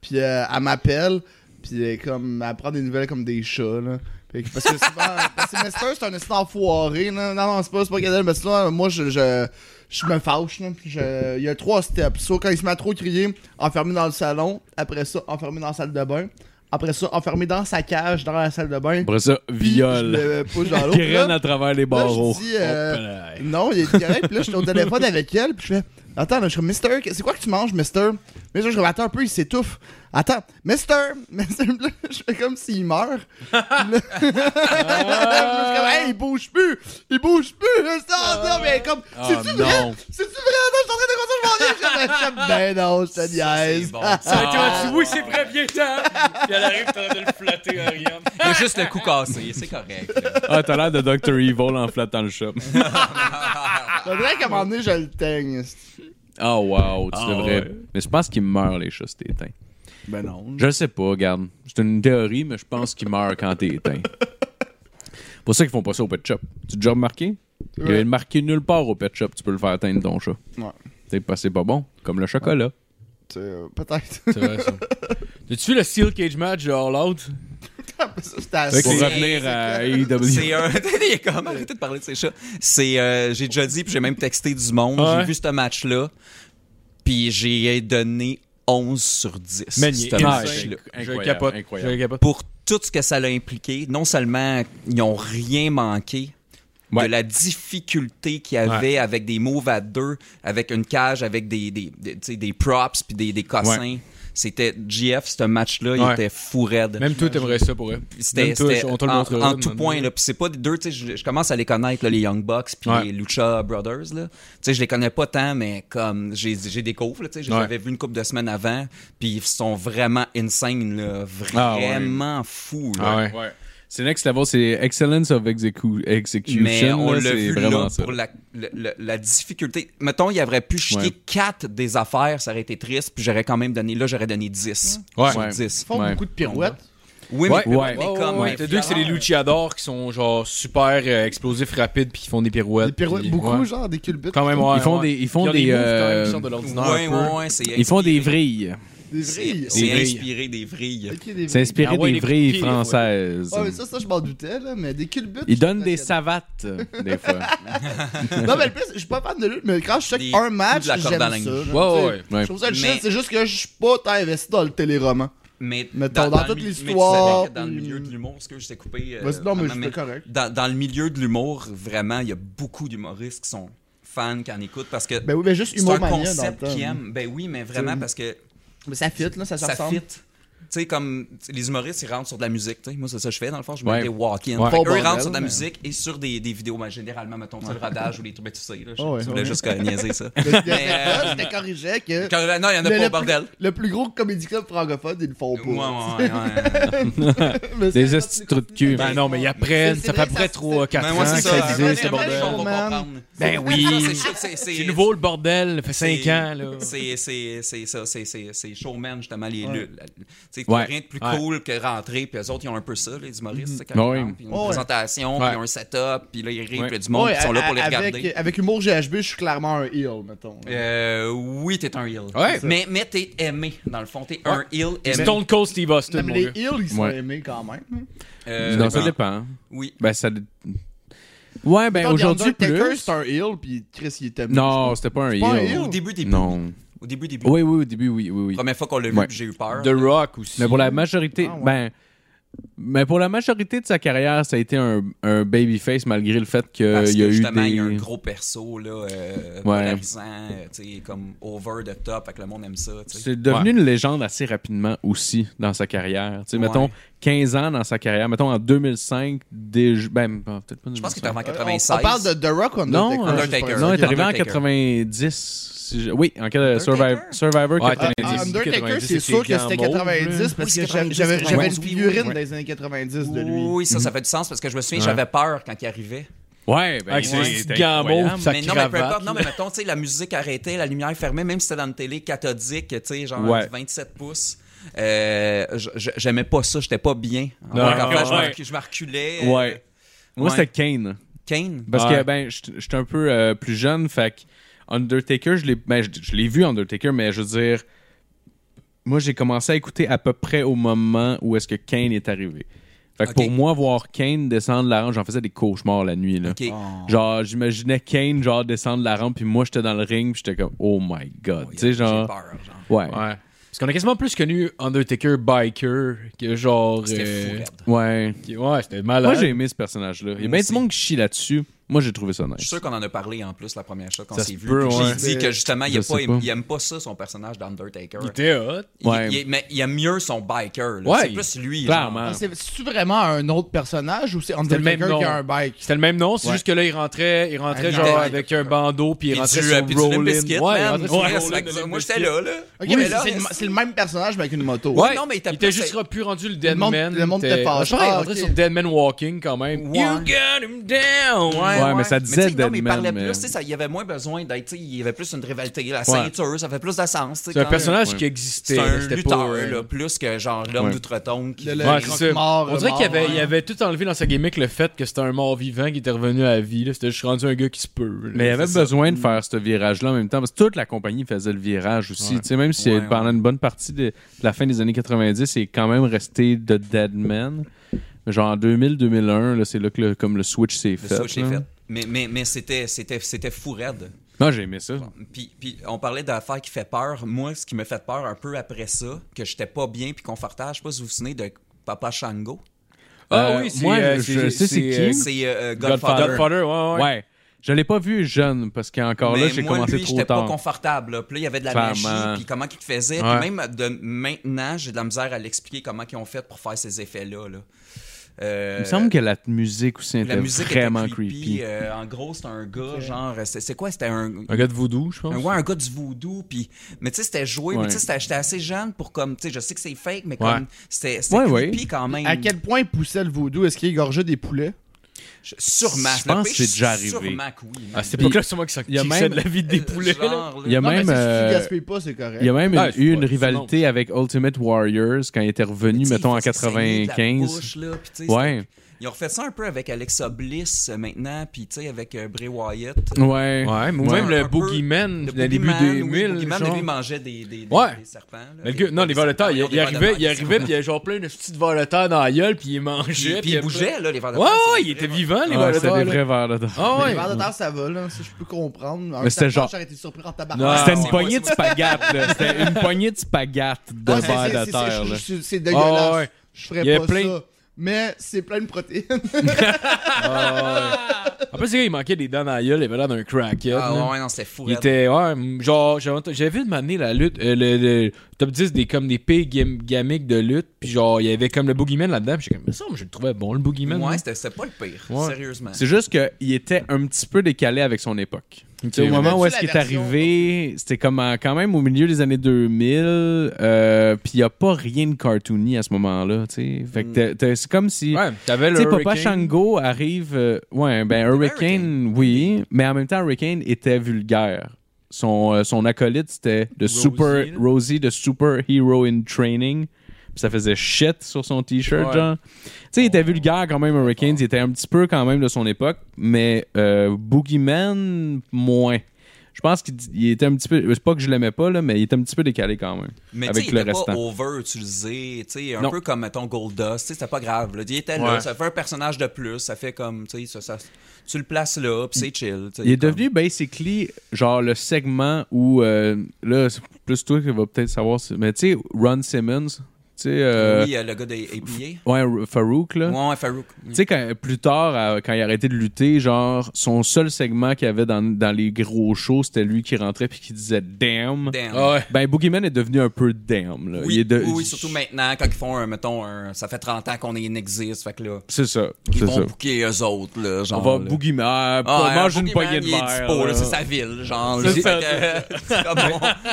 Puis euh, elle m'appelle. Puis elle, comme, elle prend des nouvelles comme des chats. Là. Puis- parce que [LAUGHS] souvent, parce que Mester, c'est un instant foiré. là. Non, non, c'est pas, c'est pas Gadel. Mais sinon, moi, je, je, je me fâche. là. Puis je- Il y a trois steps. Soit quand il se met à trop crier, enfermé dans le salon. Après ça, enfermé dans la salle de bain. Après ça, enfermé dans sa cage, dans la salle de bain. Après ça, Puis viol. Je le pousse [LAUGHS] dans l'eau. Puis là- Graine à travers les Là, barreaux. je dis, euh, non, il est correct. Puis là, j'étais au téléphone avec elle. Puis je fais, attends, là, je suis Mister, c'est quoi que tu manges, Mister? Mais là, je fais, attends un peu, il s'étouffe. Attends, Mister! [LAUGHS] Mister! Puis là, je fais comme s'il meurt. Puis là, [LAUGHS] je suis comme, hey, il bouge plus! Il bouge plus! Là, c'est en dire, mais comme, Ah, c'est-tu vrai? non. C'est-tu vrai? Attends, je suis en train de construire mon livre! Je fais, ben non, je te C'est niaise. [LAUGHS] Ah, bon. Ah, oui, c'est vrai, bien temps. [LAUGHS] Puis elle arrive, train de le flatter en riant. Il y a juste le coup cassé, c'est correct. là. Ah, t'as l'air de Dr. Evil en flattant le shop. Faudrait qu'à un moment donné, je le teigne. Oh, wow, tu Ah, devrais. ouais. Mais je pense qu'il meurt, les chats, si t'es éteint. Ben non. Je le sais pas, regarde. C'est une théorie, mais je pense qu'il meurt quand t'es éteint. pour ça qu'ils font pas ça au pet shop. Tu as déjà remarqué? Il y a Ouais. une marqué nulle part au pet shop, tu peux le faire atteindre ton chat. Ouais. C'est pas, c'est pas bon, comme le chocolat. Tu sais, euh, Peut-être. [LAUGHS] C'est vrai, ça. T'as-tu vu le Steel Cage Match de All Out? Ça, C'était assez. Fait Pour c'est- revenir à E AEW. C'est un. [LAUGHS] Il est comme, arrêtez de parler de ces chats. C'est. euh, j'ai déjà dit, puis j'ai même texté du monde. Ah ouais? J'ai vu ce match-là, puis j'ai donné 11 sur 10. Man, il est ce match-là. insane. Incroyable, je capote. incroyable. Je capote. Pour tout ce que ça l'a impliqué, non seulement ils n'ont rien manqué, Ouais. de la difficulté qu'il y avait avec des moves à deux, avec une cage, avec des, des, des, tu sais, des props puis des, des cossins. C'était GF, ce match-là, il Ouais. était fou raide. Même toi, t'aimerais ça pour eux. C'était Même toi, c'était on te le en, montrera, en de tout même. point. Là. Puis c'est pas des deux, tu sais, je, je commence à les connaître, là, les Young Bucks puis Ouais. les Lucha Brothers. Là. Tu sais, je les connais pas tant, mais comme j'ai j'ai des couvres, là, tu sais, je les Ouais. avais vu une couple de semaines avant, puis ils sont vraiment insane, là, Ah ouais. vraiment fous. là. Ah ouais. Ouais. C'est next level, c'est Excellence of execu- Execution. Mais on là, l'a c'est vu vraiment là ça. pour la, le- le- la difficulté. Mettons, il aurait pu chier Ouais. 4 des affaires, ça aurait été triste, puis j'aurais quand même donné, là, j'aurais donné 10 Ouais. sur Ouais. 10. Ils font Ouais. beaucoup de pirouettes. Oui, Ouais. mais, Ouais. mais Ouais, comme... ouais, ouais. T'as deux que c'est les luchadors qui sont genre super euh, explosifs rapides puis qui font des pirouettes. Des pirouettes puis- beaucoup, ouais. genre des culbutes. Quand même, ouais, Ils font ouais. des- ils font Puis il y a des, moves quand même euh, qui sortent de l'ordinaire. Ouais, un peu. ouais, ouais, c'est Ils font des vrilles. Des C'est vrilles. c'est Des vrilles. inspiré des vrilles. Ok, des C'est vrilles. inspiré Ah ouais, des les vrilles pieds, françaises. Ouais, mais ça, ça, je m'en doutais, là, mais des culbutes. Ils donnent je des sais [LAUGHS] savates, des fois. Non, mais le plus, je suis pas fan de lutte, mais quand je check Des un match, coups de la j'aime corde ça. à linge. là, Ouais, tu sais. ouais, ouais. Je trouve ça le Mais- shit, c'est juste que je suis pas tant investi dans le téléroman. Mais Mettons, dans le toute mi- mais tu l'histoire, savais que Dans le puis- milieu de l'humour, ce que je t'ai coupé. euh, Vas-y, non, mais vraiment, je suis correct. Dans, dans le milieu de l'humour, vraiment, il y a beaucoup d'humoristes qui sont fans, qui en écoutent, parce que Ben oui, mais juste c'est un humour mania dans le concept temps. qu'ils aiment. Ben oui, mais vraiment, C'est- parce que Mais ça fit, là, ça se ça ressemble. fit. Tu sais, comme tu sais, les humoristes, ils rentrent sur de la musique. tu sais. Moi, c'est ça que je fais. Dans le fond, je Ouais. mets des walk-in. Ouais. Pas Fait Eux, ils bordel, rentrent sur de la mais- musique et sur des, des vidéos, mais généralement, mettons, tu sais, le rodage ou les trucs, ben, tu sais. Là, je, Ah [LAUGHS] ouais, je voulais ouais. juste euh, [LAUGHS] niaiser ça. Mais c'était- Mais, euh, Je te corrigeais que Quand- non, il y en a Mais pas le au bordel. le plus gros comédie club francophone, ils le font Ouais, ouais, pas. ouais, [LAUGHS] ouais. Mais c'est- Des hosties de trous de cul. Ben non, mais ils apprennent. C'est- c'est Ça fait vrai à que peu près ça- 3 4 Mais ans Ben, moi, que c'est Ben, ça ça. existe, ce Ouais, ouais, bordel. ouais. Ben oui. Ça, c'est chaud, c'est- C'est nouveau le bordel, ça fait c'est- 5 ans là. C'est, c'est, c'est ça, c'est, c'est, c'est showman, justement, les Ouais. luttes. la- tu sais, Ouais. rien de plus Ouais. cool que rentrer, puis eux autres, ils ont un peu ça, les humoristes, tu sais, quand Ouais. ils rentrent, puis ils ont une Ouais. présentation, puis Ouais. ils ont un setup, puis là, ils rient, Ouais. puis il y a du monde, Ouais, puis ils sont là pour les a- a- regarder. avec, euh, avec humour GHB, je suis clairement un heel, mettons. Euh, oui, t'es un heel. Ouais. Mais, mais t'es aimé, dans le fond. T'es un heel aimé. Stone Cold Steve Austin. Non, mon mais gars. les heels, ils sont Ouais. aimés quand même. Euh, non, ça ben, dépend. Oui. Ben, ça. Ouais, ben, Mettons, aujourd'hui, The Undertaker, plus. c'est un heel, puis Chris, il est aimé. Non, c'était pas un pas un heel. heel. Au début, début. Non. Au début, début. Oui, oui, au début, oui, oui, oui. Première fois qu'on l'a vu, Ouais. puis j'ai eu peur. The Rock aussi. Mais pour la majorité, Ah ouais. ben, mais pour la majorité de sa carrière, ça a été un, un babyface malgré le fait qu'il Euh, y a Parce que, eu justement, des. il y a un gros perso, là, euh, polarisant, euh, tu sais, comme over the top, fait que le monde aime ça, tu sais. C'est devenu une légende assez rapidement aussi dans sa carrière. Tu sais, Ouais. mettons 15 ans dans sa carrière, mettons en 2005, déjà. Ben, bon, peut-être pas Je pense qu'il 2005. était avant Euh, on- 96. On parle de The Rock ou Undertaker? Non, hein. Je sais Undertaker. pas. Non, il est arrivé en Undertaker. 90. si je- Oui, en cas de Survivor, Survivor Ouais, Ah, 90. ah, 90, Undertaker, 90, c'est sûr que c'était c'était en mauve, là. 90 parce Oui, que c'est j'avais 90, j'avais- j'avais une 90, figurine ouais. dans les années 90 de lui. Oui, ça, Mhm. ça fait du sens parce que je me souviens, Ouais. j'avais peur quand il arrivait. Ouais, ben, Avec ouais, ses c'était petits gants incroyable. mauves, sa mais non, mais peu importe, cravate. non, mais mettons, tu sais, la musique arrêtée, la lumière fermée, même si c'était dans une télé cathodique, tu sais, genre Ouais. du 27 pouces. Euh, je- je- j'aimais pas ça, j'étais pas bien. En Non, tant qu'enfant, ouais. je me recu- je me reculais. euh, Ouais. Moi, Ouais. c'était Kane. Kane. Parce Ouais. que ben j'étais j'étais un peu euh, plus jeune, fait que Undertaker, je l'ai ben, je, je l'ai vu Undertaker, mais je veux dire moi j'ai commencé à écouter à peu près au moment où est-ce que Kane est arrivé. Fait que Ok. pour moi voir Kane descendre la rampe, j'en faisais des cauchemars la nuit là. Ok. Genre j'imaginais Kane genre descendre la rampe puis moi j'étais dans le ring, puis j'étais comme oh my god, tu sais J'ai genre peur, genre. ouais. ouais. Ouais. Parce qu'on a quasiment plus connu Undertaker Biker que genre. C'était euh, fou, raide. qui- Ouais, c'était malade. Moi j'ai aimé ce personnage-là. Il y Moi a bien aussi. du monde qui chie là-dessus. Moi j'ai trouvé ça Je suis nice. sûr qu'on en a parlé en plus la première chose qu'on Ça s'est se vu. peut, puis ouais. J'ai dit que justement, il, Je a sais pas, pas. il aime pas ça, son personnage d'Undertaker. Il était hot. Il- Ouais. il- mais il aime mieux son biker. là. Ouais. C'est plus lui. genre. Clairement. Ah, C'est c'est-tu vraiment un autre personnage ou c'est le même Undertaker qui a nom. un bike? C'était le même nom, c'est Ouais. juste que là, il rentrait, il rentrait Ah, genre ouais. avec un bandeau, puis il Puis rentrait du, sur euh, puis du Limp Rollin. Bizkit, Ouais, il man. rentrait sur Ouais, Rollin, c'est- Limp moi, j'étais Bizkit. là. là. Ok, Mais mais là, c'est- c'est le- c'est le même personnage mais avec une moto. Ouais, non, mais il il était était, plus- juste rendu- plus rendu le Dead monde- Man. le monde était était fâché. Ouais, il Ah, rentrait ok. sur Dead Man Walking quand même. Ouais. You got him down! Ouais, Ouais, mais ça disait tu sais, non, mais il Deadman, parlait mais- plus, tu sais, ça- il y avait moins besoin d'être, tu sais, il y avait plus une rivalité, la ceinture, ça fait plus de sens. tu sais, C'est un quand- personnage ouais. qui existait. C'est un c'était lutteur, pas, euh, là, plus que genre l'homme Ouais. d'outre-tombe qui. Le- le- Ouais, Croque c'est ça. Euh, mort, On dirait mort, qu'il avait, il ouais. avait tout enlevé dans sa gimmick le fait que c'était un mort vivant qui était revenu à la vie. là. C'était juste rendu un gars qui se peut. là. Mais il y avait C'est ça. besoin Mm. de faire ce virage-là en même temps, parce que toute la compagnie faisait le virage aussi. Ouais. Tu sais, même si Ouais, ouais. pendant une bonne partie de, de la fin des années 90, il est quand même resté de Deadman. Mais genre en 2000-2001, là, c'est là que le, comme le switch s'est Le fait. switch est là. fait. Mais, mais, mais c'était, c'était, c'était fou raide. Non, j'ai aimé ça. Puis, puis on parlait d'affaires qui fait peur. Moi, ce qui me fait peur un peu après ça, que j'étais pas bien puis confortable, je sais pas si vous vous souvenez de Papa Shango. Ah Euh, oui, c'est. moi, euh, je- je sais c'est euh, qui. C'est euh, Godfather. Godfather. Godfather, ouais, ouais. Ouais. Je l'ai pas vu jeune, parce qu'encore Mais là, j'ai moi, commencé lui, trop j'étais pas tard. confortable. là. Puis là, il y avait de la Clairement. magie, puis comment qu'il te faisait. Ouais. Puis même de maintenant, j'ai de la misère à l'expliquer comment ils ont fait pour faire ces effets-là. là. Euh, Il me semble que la musique aussi était la musique vraiment était creepy. creepy. Euh, en gros, c'était un gars, genre, c'est c'est quoi? C'était un, Un gars de voodoo, je pense. un, ouais, un gars du voodou. Puis, mais tu sais, c'était joué, mais Ouais. tu sais, c'était- j'étais assez jeune pour comme, tu sais, je sais que c'est fake, mais Ouais. comme, c'était c'était Ouais, creepy ouais. quand même. À quel point il poussait le vaudou? Est-ce qu'il égorgeait des poulets? Je- Sûrement. Je pense Le que c'est pire, déjà arrivé. Sûrement que oui. À man. cette époque-là, Ah, c'est moi qui s'en Il y a qui même- s'en de la vie des [LAUGHS] Euh, poulets. là. genre, là. Il y a Non, même. mais si tu euh, le gaspilles pas, c'est correct. Il y a même Ah, une- c'est eu pas- une c'est rivalité avec Ultimate Warriors quand il était revenu, Tu sais, mettons, en il faisait saigner de la 95. bouche, là, puis tu sais, Ouais. c'était- Ils ont refait ça un peu avec Alexa Bliss euh, maintenant, puis tu sais, avec euh, Bray Wyatt. Ouais. Ouais, mais ou Ouais. même le Un peu- Boogeyman, dans le début Boogeyman, oui, 2000. le Boogeyman, genre. lui, il mangeait des, des, des- Ouais. des serpents. là, Mais le des- gars- non, les des vers de terre, serpents, il, non, il des vers de arrivait, terre, il des arrivait, serpents. puis il y avait genre plein de petites vers de terre dans la gueule, puis il mangeait. Puis, puis il bougeait, là, les vers de Ouais, terre. c'est ouais, des il était vrais- vivant, les Ouais, vers de Ah, c'était terre. des là. vrais vers de terre. Ah Mais ouais. Les vers de terre, ça va, là, si je peux comprendre. Un Mais c'était serpent, genre- J'aurais été surpris en Non. tabarnak. C'était une c'est poignée moi, de spaghettes, là. C'était une poignée de spaghettes de Ah, c'est- verre c'est- de c'est- terre, c'est- là. c'est- C'est dégueulasse. Ah, ouais. Je Il y ferais avait pas plein- ça. Mais c'est plein de [LAUGHS] protéines. En plus, le gars, il manquait des dents dans la gueule, il avait l'air d'un crackhead. Ah là. ouais, non, c'était fou. Il était, ouais, mm, genre, j'avais ent- j'avais vu de m'amener la lutte, euh, le, le top 10 des, comme des pays gamiques de lutte, puis genre, il y avait comme le Boogeyman là-dedans, puis j'étais comme, mais ça, moi, je le trouvais bon, le Boogeyman. Ouais, moi. c'était c'était pas le pire, Ouais. sérieusement. C'est juste qu'il était un petit peu décalé avec son époque. Tu sais, Au moment où Mais est-ce tu qu'il la est version- arrivé, c'était comme en- quand même au milieu des années 2000, euh, puis il n'y a pas rien de cartoony à ce moment-là, tu sais. Hmm. Fait que t'as- t'as- c'est comme si... Ouais, t'avais Tu le sais, Papa Hurricane. Shango arrive. euh, ouais, ben Hurricane, oui. Mais en même temps, Hurricane était vulgaire. Son, euh, son acolyte, c'était de Rosie, Super là. Rosie, de Super Hero in Training. Puis ça faisait shit sur son t-shirt, Ouais. genre. Tu sais, il était vulgaire quand même, Hurricane. Il était un petit peu quand même de son époque. Mais euh, Boogeyman, moins. Je pense qu'il il était un petit peu. C'est pas que je l'aimais pas, là, mais il était un petit peu décalé quand même. Mais tu sais, avec il le était pas restant. over-utilisé, tu sais, un Non. peu comme, mettons, Goldust, tu sais, c'était pas grave, là. Il était là, Ouais. ça fait un personnage de plus, ça fait comme, tu sais, ça- ça- tu le places là, puis c'est chill, tu sais, Il est comme- devenu basically genre le segment où euh, là c'est plus toi qui vas peut-être savoir si- mais tu sais Ron Simmons tu sais euh, Oui, euh, le gars des APA. ouais R- Farouk là Ouais, Farouk. tu sais quand plus tard à- quand il a arrêté de lutter genre son seul segment qu'il avait dans, dans les gros shows c'était lui qui rentrait puis qui disait damn, Damn. Ah ouais. ben Boogeyman est devenu un peu damn là. Oui, il est de- oui, oui, surtout maintenant, quand ils font un, mettons, un- ça fait 30 ans qu'on est in exist, fait que là, c'est ça ils c'est ça vont bouquer eux autres, là, genre. on va là. Boogeyman ah, Ah, un mange une Pokémon, poignée de il est verre dispo, là, là. c'est sa ville, genre. là. C'est ça. Fait que, [LAUGHS] c'est comme,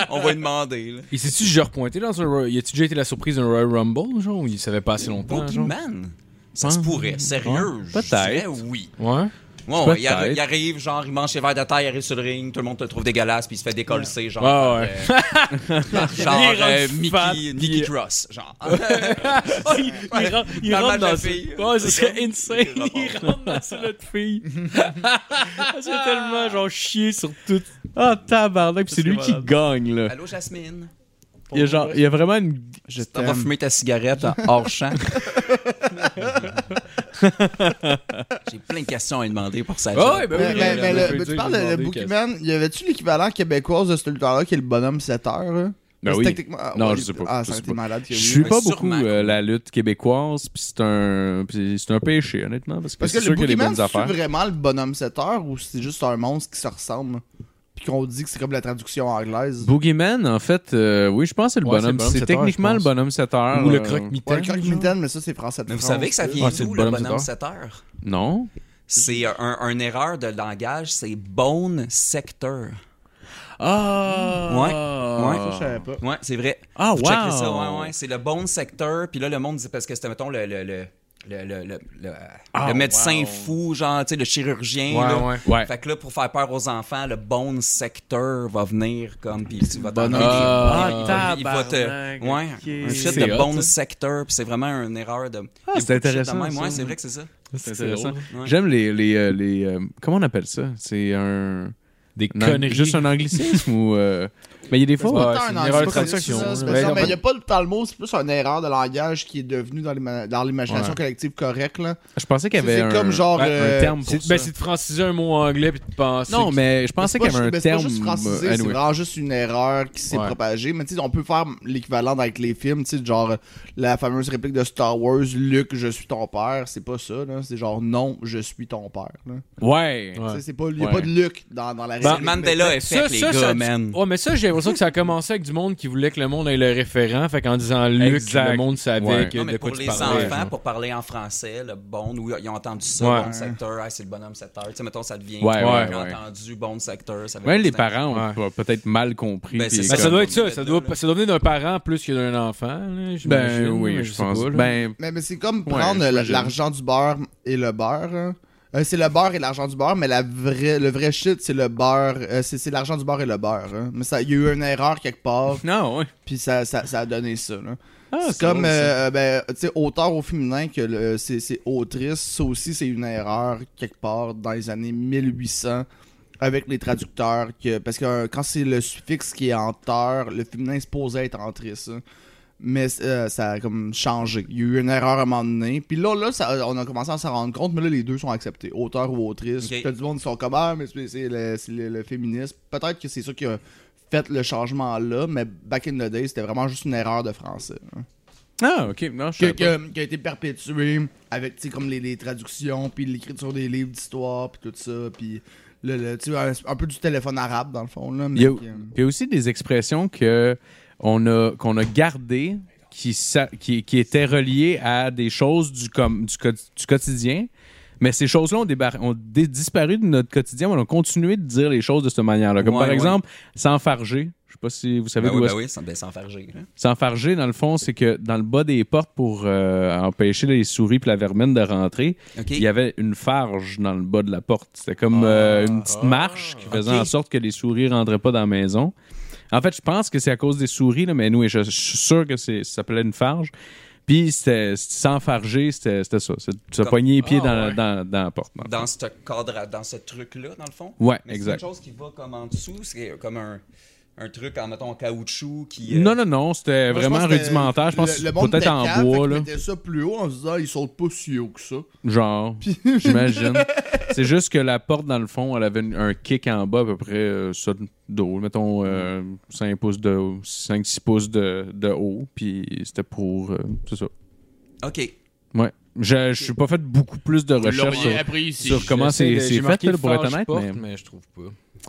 on, on va lui demander, là. Et sais-tu déjà repointé dans un Roy- Y a-tu déjà été la surprise d'un Royal Rumble, genre, ou il savait pas assez longtemps, genre? Pokémon? Ça se pourrait, sérieux. je Peut-être. dirais Oui. Ouais. Ouais, ouais, il, Peut-être. arri- il arrive, genre, il mange ses verres de terre, il arrive sur le ring, tout le monde te le trouve dégueulasse, puis il se fait décollecer, genre. Ouais, ouais. euh, par genre, Il est euh, rendu fat, Mickey, Mickey puis- Cross, genre. Ah, il, Ouais. rentre, il Pas rentre mal de dans filles. ce... Ouais, ce serait insane. Il rentre. Il rentre dans ce lot de filles. Ah, c'est tellement, genre, chier sur tout. ah tabarnak puis c'est Ça, lui c'est qui malade. gagne là Allô, Jasmine? il y a genre il y a vraiment une Je T'en vas t'aime. fumer ta cigarette en hors champ. J'ai plein de questions à lui demander pour ça. Ah ouais, ben Mais, oui, mais- oui, mais oui, le- oui, mais oui, tu parles de, oui, de oui, Bookman, y avait-tu l'équivalent québécois de ce lutteur-là qui est le bonhomme 7 heures? là? Ben C'est oui. techniquement- ah, Non, ouais, je sais pas, Ah, je ça a sais été pas. malade. qu'il Je y a eu. suis pas sûrement. beaucoup euh, la lutte québécoise, puis c'est un, puis c'est un péché, honnêtement, parce que Parce que c'est sûr le qu'il y a des Bookman, bonnes c'est affaires. vraiment le bonhomme 7 heures ou c'est juste un monstre qui se ressemble? Puis qu'on dit que c'est comme la traduction anglaise. Boogeyman, en fait, euh, oui, je pense que c'est le Ouais, bonhomme. c'est le bonhomme C'est sept heures, techniquement je le pense. bonhomme 7 heures. Ou le euh, Ouais, le croque-mitaine. croque genre. mais ça, c'est français de Mais vous France, savez que ça là. vient Ah, c'est d'où, le le bonhomme bonhomme 7 sept heures? Non. C'est un, un- une erreur de langage, c'est bone sector. Ah. Ouais. Ça, je savais pas. Ouais, c'est vrai. Ah, Vous checkerez wow. ça, ouais, ouais. C'est le bone sector, puis là, le monde dit, parce que c'était, mettons, le, le, le, le, le, le, le- le médecin fou, genre, tu sais, le chirurgien. Ouais, là. ouais. Ah, Ouais. Fait que là, pour faire peur aux enfants, le bone sector va venir comme, puis tu vas t'en Bon- donner des- Ah, il va- il va te- tabarnak, Ouais, ok. un shit C'est de hot, bone ça. sector, puis c'est vraiment une erreur de... il Ah, y a c'est beaucoup de shit de intéressant, même. ça. Ouais, c'est vrai que c'est ça. C'est intéressant. drôle. Ouais. J'aime les. les, euh, les, euh, comment on appelle ça C'est un. Des un- conneries. Juste un anglicisme ou. euh, Mais il y a des fois. Ouais, Tant Oh, c'est une anglais, erreur c'est de pas comme ça, Ben, traduction. c'est Ouais, pas ça, en fait- mais ben, il n'y a pas de tant le mot, c'est plus une erreur de langage qui est devenue dans l'ima- dans l'imagination Ouais. collective correcte. là. Je pensais qu'il y avait C'est un. comme genre. un euh, terme pour C'est ça. ben, c'est de franciser un mot anglais puis de penser. non, que- mais je c'est pensais pas qu'il y avait un ju- ben, terme. C'est pas juste euh, francisé, c'est anyway. vraiment juste une erreur qui s'est Ouais. propagée. Mais tu sais, on peut faire l'équivalent avec les films, tu sais, genre euh, la fameuse réplique de Star Wars, Luke, je suis ton père. C'est pas ça, là. C'est genre non, je suis ton père. là. Ouais. Ouais. Tu sais, c'est pas, y a Ouais. pas de Luke dans, dans la C'est réplique. le Mandela Mais- effect, les gars, ça, man. Ouais, mais ça, j'ai l'impression que ça a commencé avec du monde qui voulait que le monde ait le référent. Fait qu'en disant Luc, Exact. le monde savait Ouais. que Non, de mais quoi pour tu les parlais. enfants, genre. pour parler en français, le bon, oui, ils ont entendu ça, Ouais. bon secteur, ah, c'est le bonhomme secteur. Tu sais, mettons, ça devient. Ouais, ouais, ils ont ouais. entendu bon secteur. Ça veut Même dire les que parents ont peut-être mal compris. Ben, puis c'est Ben, comme- ça doit être ça. comme- Ça doit, ça doit venir d'un parent plus que d'un enfant. là, j'imagine, Ben oui, mais je sais pense. pas, là. Ben, Mais, mais c'est comme prendre Ouais, euh, j'imagine. l'argent du beurre et le beurre. hein. Euh, c'est le beurre et l'argent du beurre, mais la vraie, le vrai shit, c'est le beurre. euh, c'est c'est l'argent du beurre et le beurre. hein. Mais ça- il y a eu une erreur quelque part, non, ouais. puis ça, ça, ça a donné ça. là. Ah, c'est comme, drôle, ça. euh, ben, tu sais, auteur au féminin, que le- c'est c'est autrice, ça aussi, c'est une erreur quelque part dans les années 1800 avec les traducteurs. Que, parce que euh, quand c'est le suffixe qui est en terre, le féminin se posait être entrice. hein. Mais euh, ça a comme changé. Il y a eu une erreur à un moment donné. Puis là, là ça- on a commencé à s'en rendre compte, mais là, les deux sont acceptés, auteur ou autrice. Ok. T'as du monde qui sont comme, ah, mais c'est c'est le, c'est le- le féministe. Peut-être que c'est ça qui a fait le changement là, mais back in the day, c'était vraiment juste une erreur de français. hein Ah, ok. Non, je que- savais pas. que- qui a été perpétué avec tu sais, comme les, les traductions puis l'écriture des livres d'histoire puis tout ça puis le, le- tu sais, un, un peu du téléphone arabe dans le fond là mais euh, Il y a, que- il y a aussi des expressions que on a qu'on a gardées qui, sa- qui qui étaient reliées à des choses du com- du, co- du quotidien. Mais ces choses-là ont, débar- ont dé- disparu de notre quotidien, mais on a continué de dire les choses de cette manière-là. Comme Ouais, par ouais. exemple, s'enfarger. Je sais pas si vous savez Ben d'où oui, est-ce ben oui, ça ben, sans faire gérer, hein. S'enfarger, dans le fond, c'est que dans le bas des portes, pour euh, empêcher les souris et la vermine de rentrer, OK. il y avait une farge dans le bas de la porte. C'était comme euh, une petite marche qui faisait en sorte que les souris ne rentraient pas dans la maison. En fait, je pense que c'est à cause des souris, là, mais nous, je, je suis sûr que c'est- ça s'appelait une farge. Puis, c'était- s'enfarger, c'était c'était ça. C'est se Comme- pogner les pieds Ah, dans, ouais. dans- dans la porte. dans le fond. Dans ce cadre, dans ce truc-là, dans le fond. Ouais, Mais exact. C'est une chose qui va comme en dessous, c'est comme un, un truc en, mettons, en caoutchouc qui. euh, Non, non, non, c'était Moi, je vraiment pense que c'était rudimentaire. Je pense le- que le monde peut-être était en calme, fait bois. qu'ils Là. mettaient ça plus haut en se disant ils sautent pas si haut que ça Genre, j'imagine. C'est juste que la porte, dans le fond, elle avait une- un kick en bas, à peu près euh, ça de- d'eau. Mettons 5 pouces de 5-6 pouces de, de haut. Puis c'était pour. euh, c'est ça. OK. Ouais. Je, je suis pas fait beaucoup plus de recherches sur, sur comment J'essaie c'est de- c'est ben, j'ai fait, marqué là, pour être Forge honnête. Porte, mais, mais je trouve pas.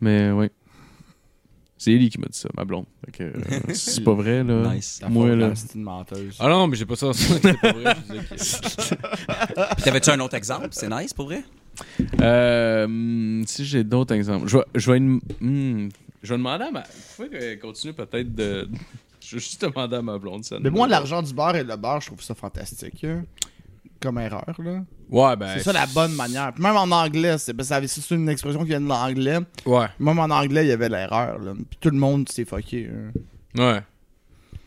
mais oui. C'est Ellie qui m'a dit ça, ma blonde. Fait que, euh, si c'est pas vrai, là. Nice. Moi, là. c'est une menteuse Ah non, mais j'ai pas ça. [LAUGHS] C'est pas vrai. je disais que- Puis t'avais-tu un autre exemple? C'est nice pour vrai? Euh, hmm, si j'ai d'autres exemples, je vais, je vais, une- hmm, je vais demander à ma. Vous pouvez euh, continuer peut-être de. [LAUGHS] Je vais juste demander à ma blonde ça. mais moi l'argent du beurre et le beurre je trouve ça fantastique hein, comme erreur là Ouais, ben. c'est ça la bonne manière Puis même en anglais c'est parce que ça avait- c'est une expression qui vient de l'anglais Ouais. même en anglais il y avait l'erreur là puis tout le monde s'est fucké hein. Ouais.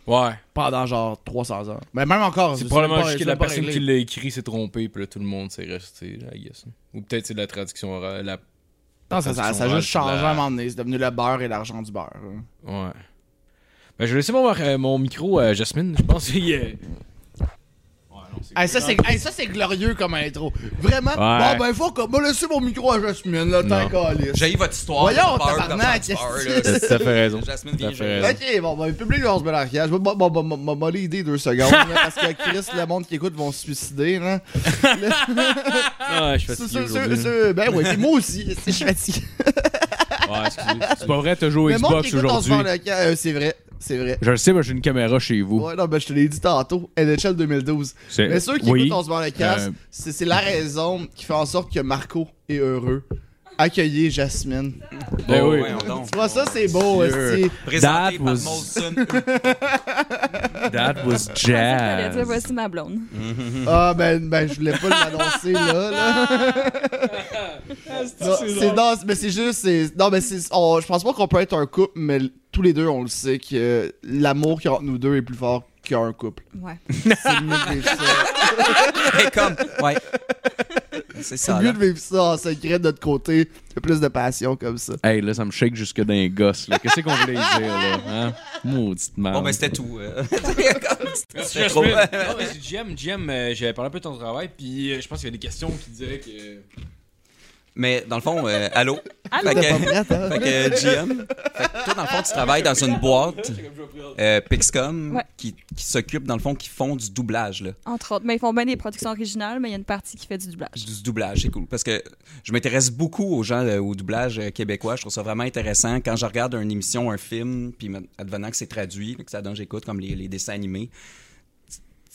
Ouais. pendant genre 300 heures. Mais même encore, C'est ça, probablement pas- juste que ça, la pas personne réglé. qui l'a écrit s'est trompée, puis là, tout le monde s'est resté, I guess. Ou peut-être c'est de la traduction orale. La... Non, ça, ça, ça a Ouais, juste changé la- à un moment donné. C'est devenu le beurre et l'argent du beurre. hein. Ouais. Ben, je vais laisser mon, euh, mon micro à Jasmine, [LAUGHS] je pense. qu'il y a- Ouais, non, c'est- Hey, ça, c'est hey, ça, c'est glorieux comme intro. Vraiment, Ouais. bon, ben, faut que. Bon, laissez mon micro à Jasmine, là, Non. t'as calice. J'ai eu votre histoire. Voyons, de peur, tabarnak, de peur, qu'est-ce là. que c'est? T'as fait raison. Jasmine vient T'as fait jouer. raison. Ok, bon, ben, le public, on se met dans le cage. Bon, bon, bon, bon, bon, bon, l'idée deux secondes, là, parce que Chris, le monde qui écoute vont se suicider, là. Ah, je suis fatigué C'est- c'est- c'est- aujourd'hui. hein. c'est- Ben, oui, puis moi [LAUGHS] aussi, je suis fatigué. Ouais, excusez. C'est pas vrai, t'as joué Le au monde qui Xbox écoute, on se aujourd'hui. met dans le cage. Euh, C'est vrai, c'est vrai. Je le sais, mais j'ai une caméra chez vous. Ouais, non, ben, je te l'ai dit tantôt. NHL 2012. C'est- Mais ceux qui oui. écoutent On se barre le casque, Euh. c'est c'est la raison qui fait en sorte que Marco est heureux. Accueillez Jasmine. Ben Oh, oui. voyons donc. Tu vois, ça, c'est beau. Dieu. esti. Présenté That par was- Molson. That [LAUGHS] That was T'allais dire, jazz. voici ma blonde. Ah, ben, ben, je voulais pas l'annoncer, là, là. Non, c'est non, mais c'est juste, c'est- non, mais c'est, on- je pense pas qu'on peut être un couple, mais l- tous les deux, on le sait que l'amour qu'il y a entre nous deux est plus fort qu'un couple. Ouais. [LAUGHS] C'est mieux de vivre ça. Et comme, ouais. C'est C'est ça. mieux là. de vivre ça en secret de notre côté. Il y a plus de passion comme ça. Hey, là, ça me shake jusque dans les gosses. là. Qu'est-ce qu'on voulait dire, là? Hein? Maudite merde. Bon, ben, c'était tout. euh. [LAUGHS] Comme, c'était trop. Non, mais c'est Jim, Jim, euh, j'avais parlé un peu de ton travail, puis euh, je pense qu'il y a des questions qui disaient que. Mais dans le fond, euh, allô? Allô? Fait T'es que- pas prête, hein? Fait que GM, fait que toi dans le fond tu travailles dans une boîte euh, Pixcom Ouais. qui, qui s'occupe dans le fond qui font du doublage là. Entre autres. Mais ils font bien des productions originales, mais il y a une partie qui fait du doublage. Du doublage, c'est cool. Parce que je m'intéresse beaucoup aux gens euh, au doublage euh, québécois. Je trouve ça vraiment intéressant. Quand je regarde une émission, un film, puis me- advenant que c'est traduit, que ça donne, j'écoute comme les, les dessins animés.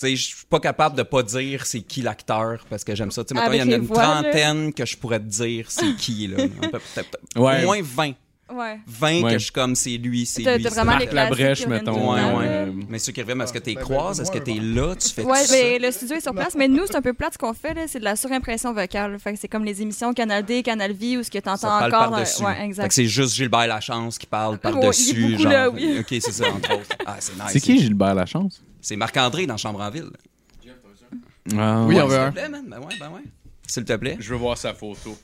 Tu sais, je suis pas capable de pas dire c'est qui l'acteur parce que j'aime ça. Tu sais, mettons, il y en Avec a les une voix, là. trentaine que je pourrais te dire c'est qui, [LAUGHS] là. Un peu- peut-être- peut-être- Ouais. Moins 20. Ouais. 20 Ouais. que je suis comme c'est lui, c'est T'as lui. t'as c'est vraiment lui. les Marc Labrèche, classiques qui reviennent mettons, tout le Ouais, temps, ouais. là. Mais ceux qui reviennent, est-ce que t'es croises? Est-ce que t'es là? Tu fais Ouais, ben, ça? mais le studio est sur place, mais nous, c'est un peu plate ce qu'on fait, là, c'est de la surimpression vocale. Fait que c'est comme les émissions Canal D, Canal V, où ce que Ça t'entends parle encore. par-dessus. dans- Ouais, Fait que exact. c'est juste Gilbert Lachance qui parle il est par-dessus. beaucoup genre. euh, là, oui. OK, c'est ça, entre autres. Ah, c'est nice. C'est qui Gilbert Lachance? C'est Marc-André dans Chambre en Ville. Ah, Oui, ouais. on veut S'il un. te plaît, man. Ben ouais, ben ouais. S'il te plaît. Je veux voir sa photo.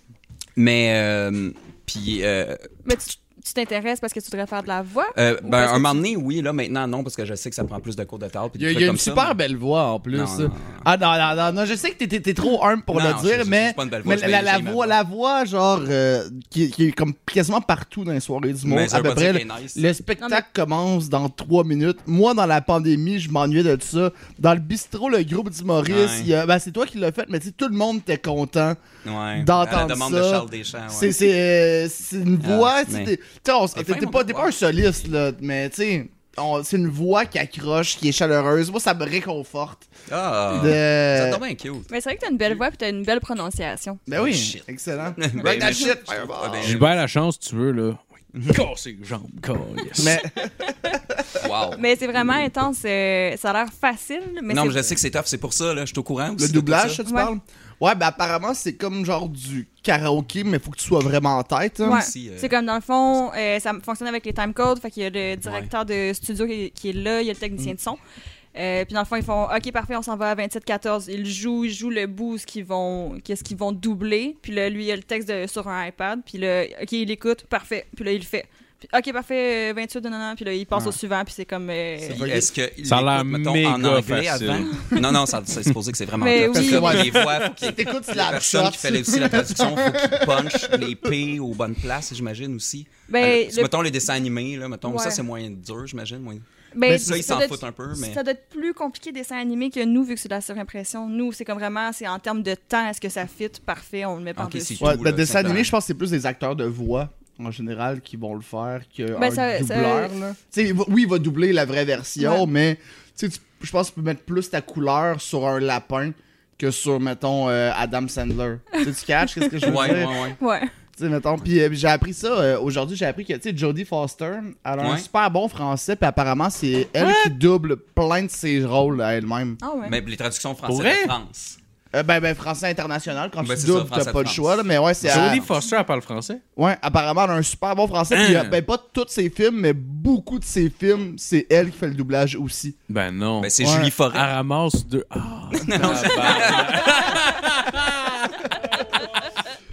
Mais, euh, puis, euh, Mais tu tu t'intéresses parce que tu voudrais faire de la voix? euh, Ou ben, parce que un tu- moment donné, oui, là, maintenant, non, parce que je sais que ça prend plus de cours de théâtre. Il puis y des a, il trucs y a comme une ça, super belle voix en plus. Non, non, non. Ah non, non, non, non, je sais que t'es- t'es t'es trop humble pour Non, le non, dire, c'est- c'est mais, pas une belle voix, mais la, je l'ai- la j'ai ma voix, la voix, genre, euh, qui, qui est comme quasiment partout dans les soirées du monde, Mais ça à veut peu pas dire près. qu'elle est nice. Le spectacle commence dans trois minutes. Moi, dans la pandémie, je m'ennuyais de ça. Dans le bistrot, le groupe d'humoristes, Ouais. il y a- ben, c'est toi qui l'as fait, mais tu sais, tout le monde était content. Ouais. d'entendre À la demande de ça, Charles Deschamps. Ah ouais. C'est- C'est euh, c'est une Ah, voix. tu sais, mais- t'es- t'sais, on- Des T'es fois, ils t'es vont pas, te t'es pas voir. un soliste, là, mais tu sais, on- c'est une voix qui accroche, qui est chaleureuse. Moi, ça me réconforte. Ah, De- ça tombe bien cute. Mais c'est vrai que t'as une belle voix puis t'as une belle prononciation. Ben oui, Shit. excellent. [LAUGHS] Ben, Right that mais- shit, Ah, fireball. ben, Gilbert Lachance, tu veux, là. [LAUGHS] Oui. Casser les jambes, yes. Mais wow. Mais c'est vraiment intense. euh, ça a l'air facile, mais non, c'est- mais je sais que c'est tough, c'est pour ça, là. Je suis au courant. le aussi de tout doublage, ça. ça, tu Ouais. parles? Ouais, ben apparemment, c'est comme genre du karaoké, mais faut que tu sois vraiment en tête. hein. Ouais. ici, euh. C'est comme dans le fond, euh, ça fonctionne avec les time codes. Fait qu'il y a le directeur de studio qui, qui est là, il y a le technicien Mm. de son. Euh, puis dans le fond, ils font OK, parfait, on s'en va à 27-14. Ils jouent, ils jouent le bout, ce qu'ils vont, qu'est-ce qu'ils vont doubler. Puis là, lui, il a le texte de- sur un iPad. Puis là, OK, il écoute, parfait. Puis là, il le fait. Puis, OK, parfait, euh, 28, non, non, non. Puis là, il passe au suivant. Puis c'est comme. euh, Puis Est-ce que Ça a l'air l'écoute, mettons, en méga anglais facile. avant? Non, non, ça, c'est supposé que c'est vraiment Mais top. Parce oui. que les voix, faut qu'il y ait- T'écoutes la Slap personne Shot. qui fait aussi la traduction, faut qu'il punch les P aux bonnes places, j'imagine aussi. ben, Alors, le- Mettons les dessins animés, là, mettons, ça Ouais. c'est moins dur, j'imagine. Moins... ben, mais Ça, ils ça s'en doit- foutent un peu, mais. Ça doit être plus compliqué dessin animé que nous, vu que c'est de la surimpression. Nous, c'est comme vraiment, c'est en termes de temps, est-ce que ça fit? Parfait, on le met par-dessus. c'est- Ouais, tout, ben, là, dessin simplement. animé, je pense que c'est plus des acteurs de voix en général qui vont le faire qu'un Ben, ça- ça- doubleur. là. Tu sais, il va- oui, il va doubler la vraie version, Ouais. mais tu sais, tu- je pense que tu peux mettre plus ta couleur sur un lapin que sur, mettons, euh, Adam Sandler. tu sais, tu catches qu'est-ce que je veux Ouais, dire? ouais, ouais. Ouais. Tu sais, mettons, puis euh, j'ai appris ça, euh, aujourd'hui, j'ai appris que, tu sais, Jodie Foster, elle a un Ouais. super bon français, puis apparemment, c'est elle qui double plein de ses rôles à elle-même. Ah ouais. Mais les traductions vrai? françaises de France. Euh, ben, ben, français international, quand Ben, tu c'est ça, doubles, français t'as pas le de choix, France. là, mais ouais, c'est... Jodie à- Foster, elle parle français? Ouais, apparemment, elle a un super bon français. Puis, Hein? euh, ben, pas tous ses films, mais beaucoup de ses films, c'est elle qui fait le doublage aussi. Ben non. Ben, c'est Ouais. Julie Forêt. Elle ramasse deux. Ah,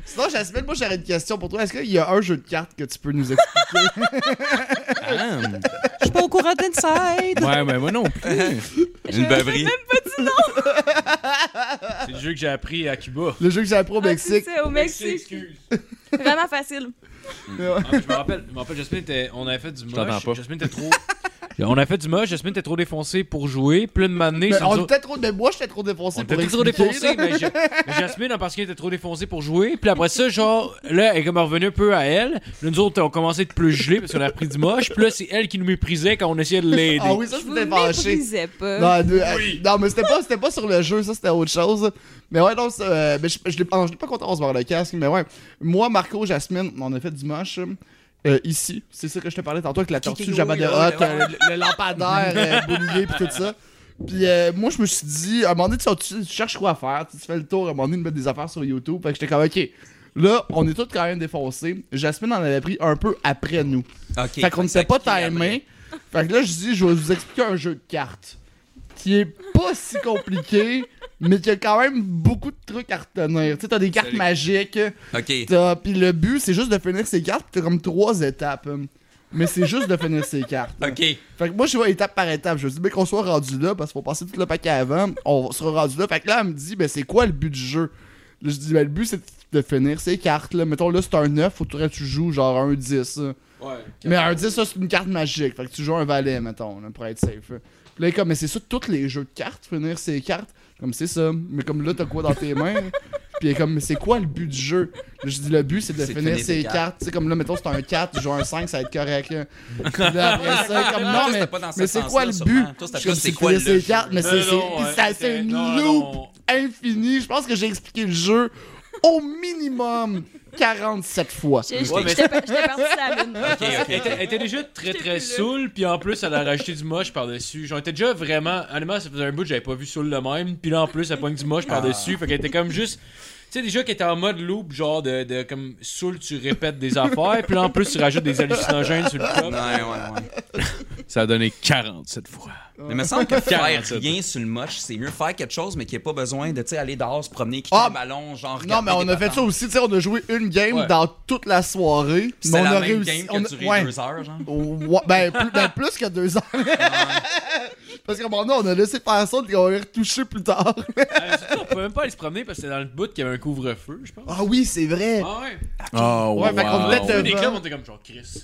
Sinon, Jasmine, moi, j'aurais une question pour toi. Est-ce qu'il y a un jeu de cartes que tu peux nous expliquer? [LAUGHS] Je suis pas au courant d'Inside. Ouais, [LAUGHS] mais moi non plus. Une beuverie. C'est le jeu que j'ai appris à Cuba. le jeu que j'ai appris au Ah, Mexique. c'est ça, au Mexique. Excuse. Vraiment facile. Ah, mais je me rappelle, je me rappelle, Jasmine était, on avait fait du moche. t'entends pas. Jasmine était trop. [LAUGHS] on avait fait du moche, Jasmine était trop défoncée pour jouer. Plein de m'amener. Mais sur nous on autres- était trop... mais moi, j'étais trop défoncé On pour était trop expliquer, défoncé, là. mais, Ja- mais Jasmine, en parce qu'elle était trop défoncée pour jouer. Puis après ça, genre, là, elle est comme revenue un peu à elle. Là, nous autres, on commençait de plus geler parce qu'on a pris du moche. Puis là, c'est elle qui nous méprisait quand on essayait de l'aider. Ah oui, ça, Je vous j'étais fâché. méprisais pas. Non, elle- elle- non, mais c'était pas, c'était pas sur le jeu, ça c'était autre chose. Mais ouais, non, ça, euh, mais je, je l'ai ah, je l'ai pas content, on se barre le casque, mais ouais. Moi, Marco, Jasmine, on a fait du moche. euh, ici. C'est ça que je te parlais tantôt avec la tortue Kikigou, Jabba de là, Hutt, euh, le, le lampadaire euh, Bonnier puis tout ça. Puis euh, moi, je me suis dit, à un moment donné, tu, tu- tu cherches quoi à faire, tu fais le tour, à un moment donné, de mettre des affaires sur YouTube. Fait que j'étais comme, ok, là, on est tous quand même défoncés. Jasmine en avait pris un peu après nous. Ok. fait qu'on ne s'est pas Fait que- timé. Fait que là, je dis, je vais vous expliquer un jeu de cartes qui est pas si compliqué, mais qui a quand même beaucoup de trucs à retenir. Tu sais, t'as des cartes Salut. magiques. Ok. T'as- Puis le but, c'est juste de finir ses cartes. Puis t'as comme trois étapes. hein. Mais c'est juste de finir ses cartes. Ok. Fait que moi, je vois étape par étape. Je me dis, mais qu'on soit rendu là, parce qu'il faut passer tout le paquet avant. On sera rendu là. Fait que là, elle me dit, ben c'est quoi le but du jeu? Là, je dis, ben le but, c'est de finir ses cartes. Là. Mettons, là, c'est un 9. Faudrait que tu joues genre un 10. hein. Mais un 10, ça, c'est une carte magique. Fait que tu joues un valet, mettons, là, pour être safe. hein. Puis là, il est comme, mais c'est ça, tous les jeux de cartes, finir ses cartes. Comme, c'est ça. Mais comme là, t'as quoi dans tes [LAUGHS] mains? Puis il est comme, mais c'est quoi le but du jeu? Là, je dis, le but, c'est de C'est de finir finir ses tes cartes. cartes. Tu sais, comme là, mettons, c'est un 4, tu joues un 5, ça va être correct. [LAUGHS] là. Puis là, après ça, comme, non, Toi, mais, c'était pas dans ce mais c'est quoi le sens-là, but? sûrement. Toi, c'était Je suis comme, plus, c'est quoi finir le ses cartes, mais c'est- Non, non, c'est- ouais, ça, c'était- c'est une non, loupe non. infinie. Je pense que j'ai expliqué le jeu au minimum 47 fois. J'ai- J'étais Ouais, mais- j'étais pa- j'étais partie sur la lune. Ok, ok. Elle était- elle était déjà très J'étais très plus là. saoule, puis en plus elle a rajouté du moche par-dessus. J'en étais déjà vraiment. Honnêtement, ça faisait un bout que j'avais pas vu saoule le même, puis là en plus elle pogne du moche par-dessus. Fait qu'elle était comme juste. Tu sais, déjà qu'elle était en mode loop, genre de, de comme saoule, tu répètes des affaires, puis là en plus tu rajoutes des hallucinogènes sur le Ouais, top. ouais, ouais. Ça a donné 40 cette fois. Mais il me semble que faire 47. rien sur le moche, c'est mieux faire quelque chose, mais qu'il n'y ait pas besoin de tu sais, aller dehors, se promener, quitter Ah, le ballon, genre. Non, regarder mais on des a fait patentes. ça aussi. Tu sais, on a joué une game Ouais. dans toute la soirée. mais Puis C'était on la a même réussi. game qui on a a- duré ouais. deux heures, genre. Ouais, ben, plus, ben, plus que deux ans. [LAUGHS] Parce qu'à un moment donné, on a laissé faire ça et on a retouché plus tard. Euh, surtout, on pouvait même pas aller se promener parce que c'était dans le bout qu'il y avait un couvre-feu, je pense. Ah oui, c'est vrai. Ah ouais. Oh, Ouais, fait qu'on On faisait devait des Devant. clubs, on était comme genre Chris.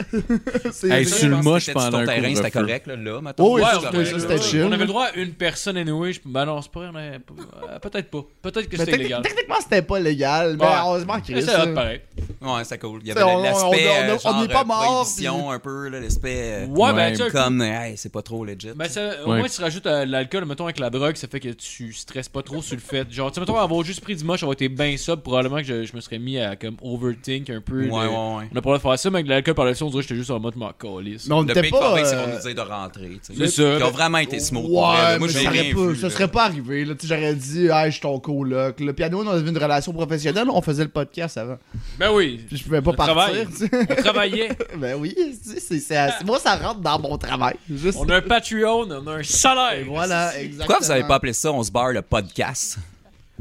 C'est Hey, vrai. sur le moche C'était-tu pendant ton un terrain, c'était couvre-feu. correct, là, là, mettons. Oui, Ouais, c'est on, correct. avait, C'était ouais, chill, on avait là. le droit à une personne anyway. Je, ben non, c'est pas vrai. on est- euh, Peut-être pas. Peut-être que Mais c'était techni- illégal. techniquement, c'était pas légal. Mais Ouais. heureusement qu'il Mais c'est hot pareil. Ouais, c'était cool. Il y T'sais, avait on- on- l'aspect. on- on- euh, on n'est genre, pas mort, prohibition un peu, là, l'aspect. euh, Ouais, ben Ouais. tu sais, Comme, hey, c'est pas trop legit. Ben ça, au Ouais. moins, tu rajoutes à l'alcool, mettons, avec la drogue, ça fait que tu stresses pas trop sur le fait. Genre, tu sais, mettons, avoir juste pris du moche, avoir été ben sub, probablement que je, je me serais mis à comme overthink un peu. Ouais, de- ouais, ouais. On a pas le droit de faire ça, mais avec de l'alcool par le dessus, on dirait que j'étais juste en mode ma calisse. Mais on Le n'était pic pas. correct, c'est qu'on euh, nous disait de rentrer. tu sais. C'est ça. Ils ont vraiment été smooth. pour Ouais, vrai. mais Moi, ça j'ai serait rien pas, vu. ça là. serait pas arrivé. Là, Tu sais, j'aurais dit, hey, je suis ton coloc. Le piano, on avait une relation professionnelle, on faisait le podcast avant. Ben oui, Puis je pouvais pas Le partir. travail. tu sais. on travaillait. Ben oui, c'est- c'est- c'est- moi ça rentre dans mon travail. Juste. on a un Patreon, on a un Et salaire. Voilà, exactement. Pourquoi vous avez pas appelé ça On se barre le podcast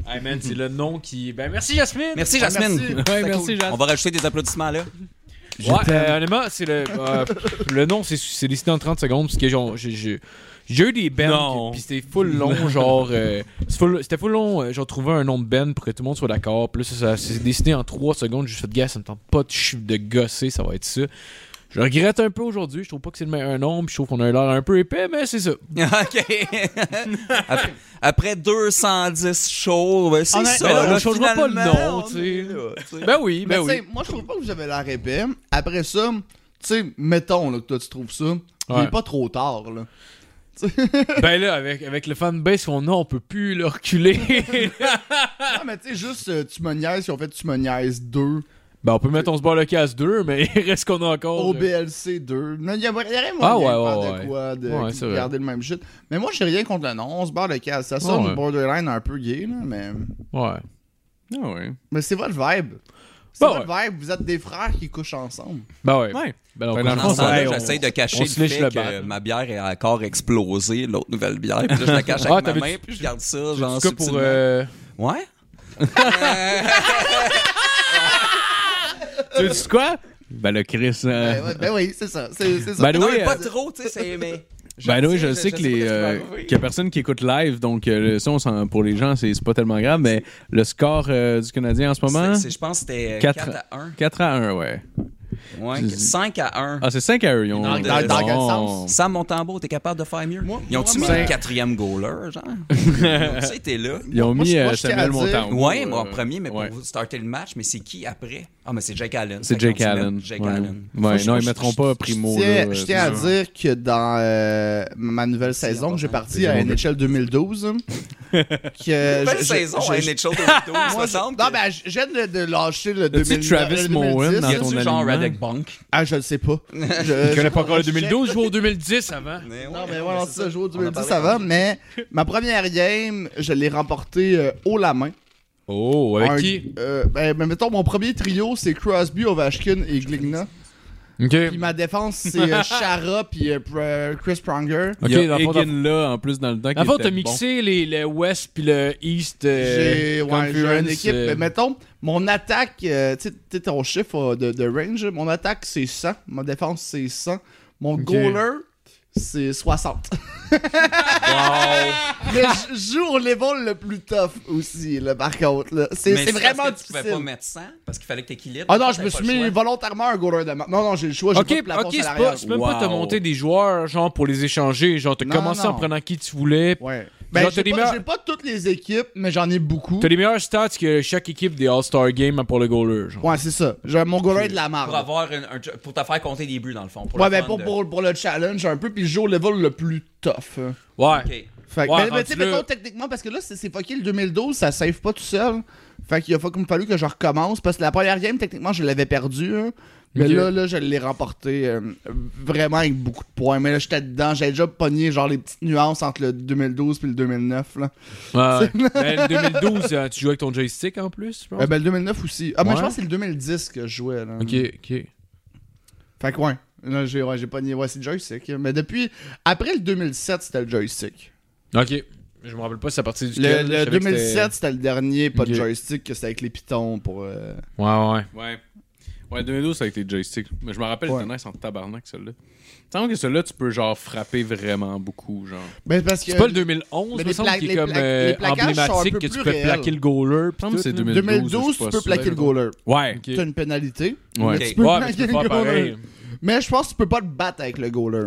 Hey man, c'est le nom qui. Ben merci Jasmine! Merci, Ah, merci. Jasmine. C'était Ouais, merci, cool. Jean. On va rajouter des applaudissements là. Ouais, euh, honnêtement, c'est le. euh, le nom, c'est- c'est décidé en 30 secondes, parce que genre, j'ai- j'ai j'ai eu des bands, Non. puis c'était full long, genre. euh, c'est full- C'était full long, euh, genre, trouver un nom de band pour que tout le monde soit d'accord. Puis là, ça, ça- c'est décidé en 3 secondes, juste fait, gars, ça me tente pas de, ch- de gosser, ça va être ça. Je regrette un peu aujourd'hui, je trouve pas que c'est le meilleur nom, puis je trouve qu'on a l'air un peu épais, mais c'est ça. OK. [LAUGHS] Après, après 210 shows, ben, c'est Honnêtement, ça. mais là, là, on changera pas le finalement, nom, on tu est sais. là, tu sais. Ben oui, Mais ben tu oui. sais, moi je trouve pas que j'avais l'air épais. Après ça, tu sais, mettons là, que toi tu trouves ça. Il est Ouais. pas trop tard là. Ben là, avec, avec le fanbase qu'on a, on peut plus le [LAUGHS] reculer. Ah! Non, mais tu sais, juste euh, tu me niaises, ils ont fait tu me niaises 2, ben on peut mettre on se barre le casse 2, mais il reste qu'on a encore. euh, OBLC 2. Non, il y a, il y a rien Ah, moyen ouais, de faire ouais, de quoi, de Ouais, qui- c'est vrai. garder le même shit. Mais moi j'ai rien contre le nom, on se barre le casse. Ça sonne Ah, Ouais. borderline un peu gay là, mais. Ouais. Ah ouais. Mais c'est votre vibe. C'est Bah votre vibe, vous êtes des frères qui couchent ensemble. Ben ouais. Ah Ouais. Ben, on Fait que dans le Dans comprend ce fond, ça. temps-là, Hey, on- j'essaie de cacher on le se lèche fait le que bal. ma bière est encore explosée, l'autre nouvelle bière. Puis là, je la cache avec Ah, ma t'avais- main, puis je garde ça, En genre tout cas, pour. subtilement. euh, Ouais? Tu dis quoi? Ben le Chris. euh, Ben, ouais, ben oui, c'est ça. C'est c'est ça. Ben Non, oui, mais pas euh, trop, tu sais, c'est... mais- [LAUGHS] Ben oui, je je- sais je que sais les pas ce qui va euh, arriver. qu'il y a personne qui écoute live, donc euh, le son s'en- pour les gens c'est c'est pas tellement grave, mais le score euh, du Canadien en ce moment C'est- c'est- Je pense que c'était Quatre- 4 à 1. 4 à 1, ouais. Ouais, 5 à 1. Ah c'est 5 à 1, ils ont Dans- dans- dans quel Bon. sens? Sam Montembeau, t'es capable de faire mieux? Moi- Ils ont-tu moi, mis le ben- quatrième goaler, [LAUGHS] genre? tu sais, t'es là. Ils ont Moi, mis je- moi, euh, je tiens à Samuel dire- Montembeau. Ouais, moi en euh, premier, mais pour ouais. vous starter le match, mais c'est qui après? Ah, mais c'est Jake Allen. Fait C'est qu'on Jake se met Allen. Jake ouais. Allen. Ouais, Faut- non, faut- ils mettront je- pas je- Je Primo. tiens- là, je euh, tiens à c'est dire que dans euh, ma nouvelle C'est saison que j'ai important. partie à C'est [LAUGHS] bon. NHL 2012, hein, que Belle je- je- saison je- à je- NHL 2012, moi, me je- semble. Non, que- ben, je viens de, de lâcher le As-tu 2000. Travis le Mowen 2010. dans Y a-tu ton genre alignement? Radek Bank? Ah, je le sais [LAUGHS] pas. Je Je connais pas je- encore le je- 2012, je joue au 2010 avant. Non, mais voilà, ça, je joue au On en 2010, parlait ça va, tantôt. mais ma première game, je l'ai remportée euh, haut la main. Oh, avec Un- qui euh, ben, ben, mettons, mon premier trio, c'est Crosby, Ovechkin et Gligna. Ok. Puis ma défense, c'est [LAUGHS] euh, Chara puis euh, Pr- Chris Pronger. Ok, Il y a dans le fond, dans le Higgin là, en plus, dans le temps. qui Avant, était t'as bon. mixé les, le West puis le East. J'ai euh, ouais, j'ai une Conference, équipe. euh, mais mettons, mon attaque, euh, tu sais- tu sais, ton chiffre euh, de, de range, mon attaque, c'est 100. Ma défense, c'est 100. Mon goaler, [LAUGHS] c'est 60. mais je joue au level le plus tough aussi, là, par contre. là. C'est Mais c'est vraiment parce que Tu pouvais pas difficile. mettre 100 parce qu'il fallait que t'équilibres. Ah non, je T'avais me pas suis le mis choix. volontairement un goaler de ma- Non, non, j'ai le choix. j'ai Ok, pas de plafond ok, c'est salarial. pas- c'est même pas Wow. te monter des joueurs, genre pour les échanger. Genre, t'as Non, commencé non. en prenant qui tu voulais. Ouais. Ben, Genre, j'ai t'as des pas, meilleurs- j'ai pas toutes les équipes, mais j'en ai beaucoup. T'as les meilleurs stats que chaque équipe des All-Star Games a pour le goaler. Genre. Ouais, c'est ça. J'ai mon goaler est de la Pour marde. avoir une- un- pour te faire compter des buts, dans le fond. Pour Ouais, le ben fun pour, de- pour, pour le challenge un peu, puis je joue au level le plus tough. hein. Ouais. Ok. Fait que, Ouais, mais- mais tu rendu sais, là- mettons, techniquement, parce que là, c'est c'est fucké le 2012, ça save pas tout seul. Fait qu'il a fa- comme fallu que je recommence, parce que la première game, techniquement, je l'avais perdu. hein. Mais Ok. là, là, je l'ai remporté euh, vraiment avec beaucoup de points. Mais là, j'étais dedans, j'avais déjà pogné genre les petites nuances entre le 2012 puis le 2009. Là. Ouais. Mais en 2012, euh, tu jouais avec ton joystick en plus, je pense. Euh, ben, le 2009 aussi. Ah, mais Ouais. je pense que c'est le 2010 que je jouais. Là. Ok, ok. Fait que ouais, là, j'ai ouais, j'ai pogné, ouais, c'est le joystick. Mais depuis, après le 2007, c'était le joystick. Ok. Je me rappelle pas si c'est à partir du Le, le 2007, c'était le dernier, pas de Ok. joystick, que c'était avec les pitons pour. euh, Ouais, ouais. Ouais. Ouais, 2012, ça a été le joystick. Mais je me rappelle, Ouais. c'était nice en tabarnak, celle-là. Il me semble que celui-là, tu peux genre frapper vraiment beaucoup, genre. Ben, parce que C'est pas le 2011, mais me les semble, pla- qui les est comme pla- euh, les plaquages Ah, sont un peu emblématique que plus tu peux réels. plaquer le goaler. puis Il me semble tout, que c'est là. 2012, 2012. je tu suis peux pas plaquer sûr. le goaler. Ouais. Ok. T'as une pénalité. Ouais. mais tu Ok. peux Ouais, mais plaquer tu peux le faire goaler. pareil. Mais je pense que tu peux pas te battre avec le goaler.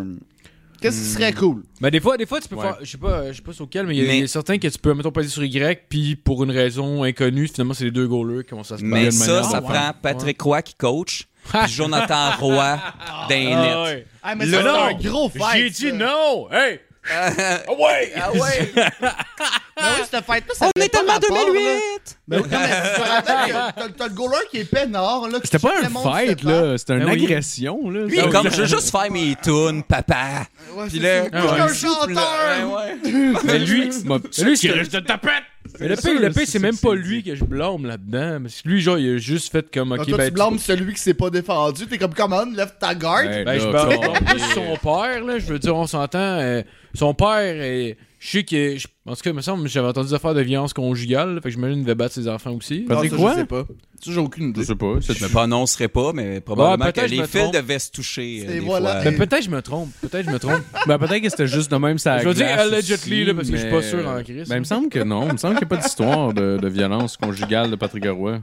Qu'est-ce Hmm. qui serait cool? Mais des fois, des fois, tu peux Ouais. faire. Je sais pas, je sais pas sur quel, mais il y a- il Mais- y, a certains que tu peux, mettons, passer sur Y, puis pour une raison inconnue, finalement, c'est les deux goalers qui vont se battre. Mais de ça, manière ça différente. prend Patrick Roy qui coach, puis Jonathan Roy Ah d'un net. ouais. Ah, mais Le ça, c'est non! un gros fight. J'ai dit ça. non! [LAUGHS] Hey! Ah ouais! Ah ouais! Mais oui, cette fight-là, ça On est tellement 2008! Mais oui, non, mais tu te rappelles que t'as- t'as le goaler qui est peinard, là. que C'était pas tout un le monde se fight, fait là. C'était une Ben Ah oui. agression, là. Lui, il est comme, je veux juste faire mes tunes, papa. faire. Ouais, Puis c'est- là- c'est Ah ouais. un chanteur! Mais [LAUGHS] lui, Ma lui, petite crèche de tapette! mais le pire, le pire, c'est même pas lui que je blâme là-dedans. Parce que lui, genre, il a juste fait comme. Donc, Ok, Ah, toi, ben, tu blâmes celui qui s'est pas défendu. T'es comme, comment, lève ta garde. Ben, je parle plus son père, là. Je veux dire, on s'entend. euh, son père, euh, je sais que. je- En tout cas, il me semble que j'avais entendu des affaires de violence conjugale. là, Fait que j'imagine qu'il devait battre ses enfants aussi. Non, T'as dit ça, quoi? Je sais pas. Ça, j'ai aucune idée. Je sais pas. Je c'est- me prononcerai pas, mais probablement Ouais, que peut-être je les me fils trompe. devaient se toucher. euh, Et des voilà. fois. Mais peut-être je me trompe. Peut-être je me trompe. Ben, peut-être que c'était juste de même ça. Je veux dire allegedly, là, parce que je suis pas sûr en Christ. Ben, il me semble que non. Il me semble qu'il n'y a pas d'histoire de, de violence conjugale de Patrick Roy.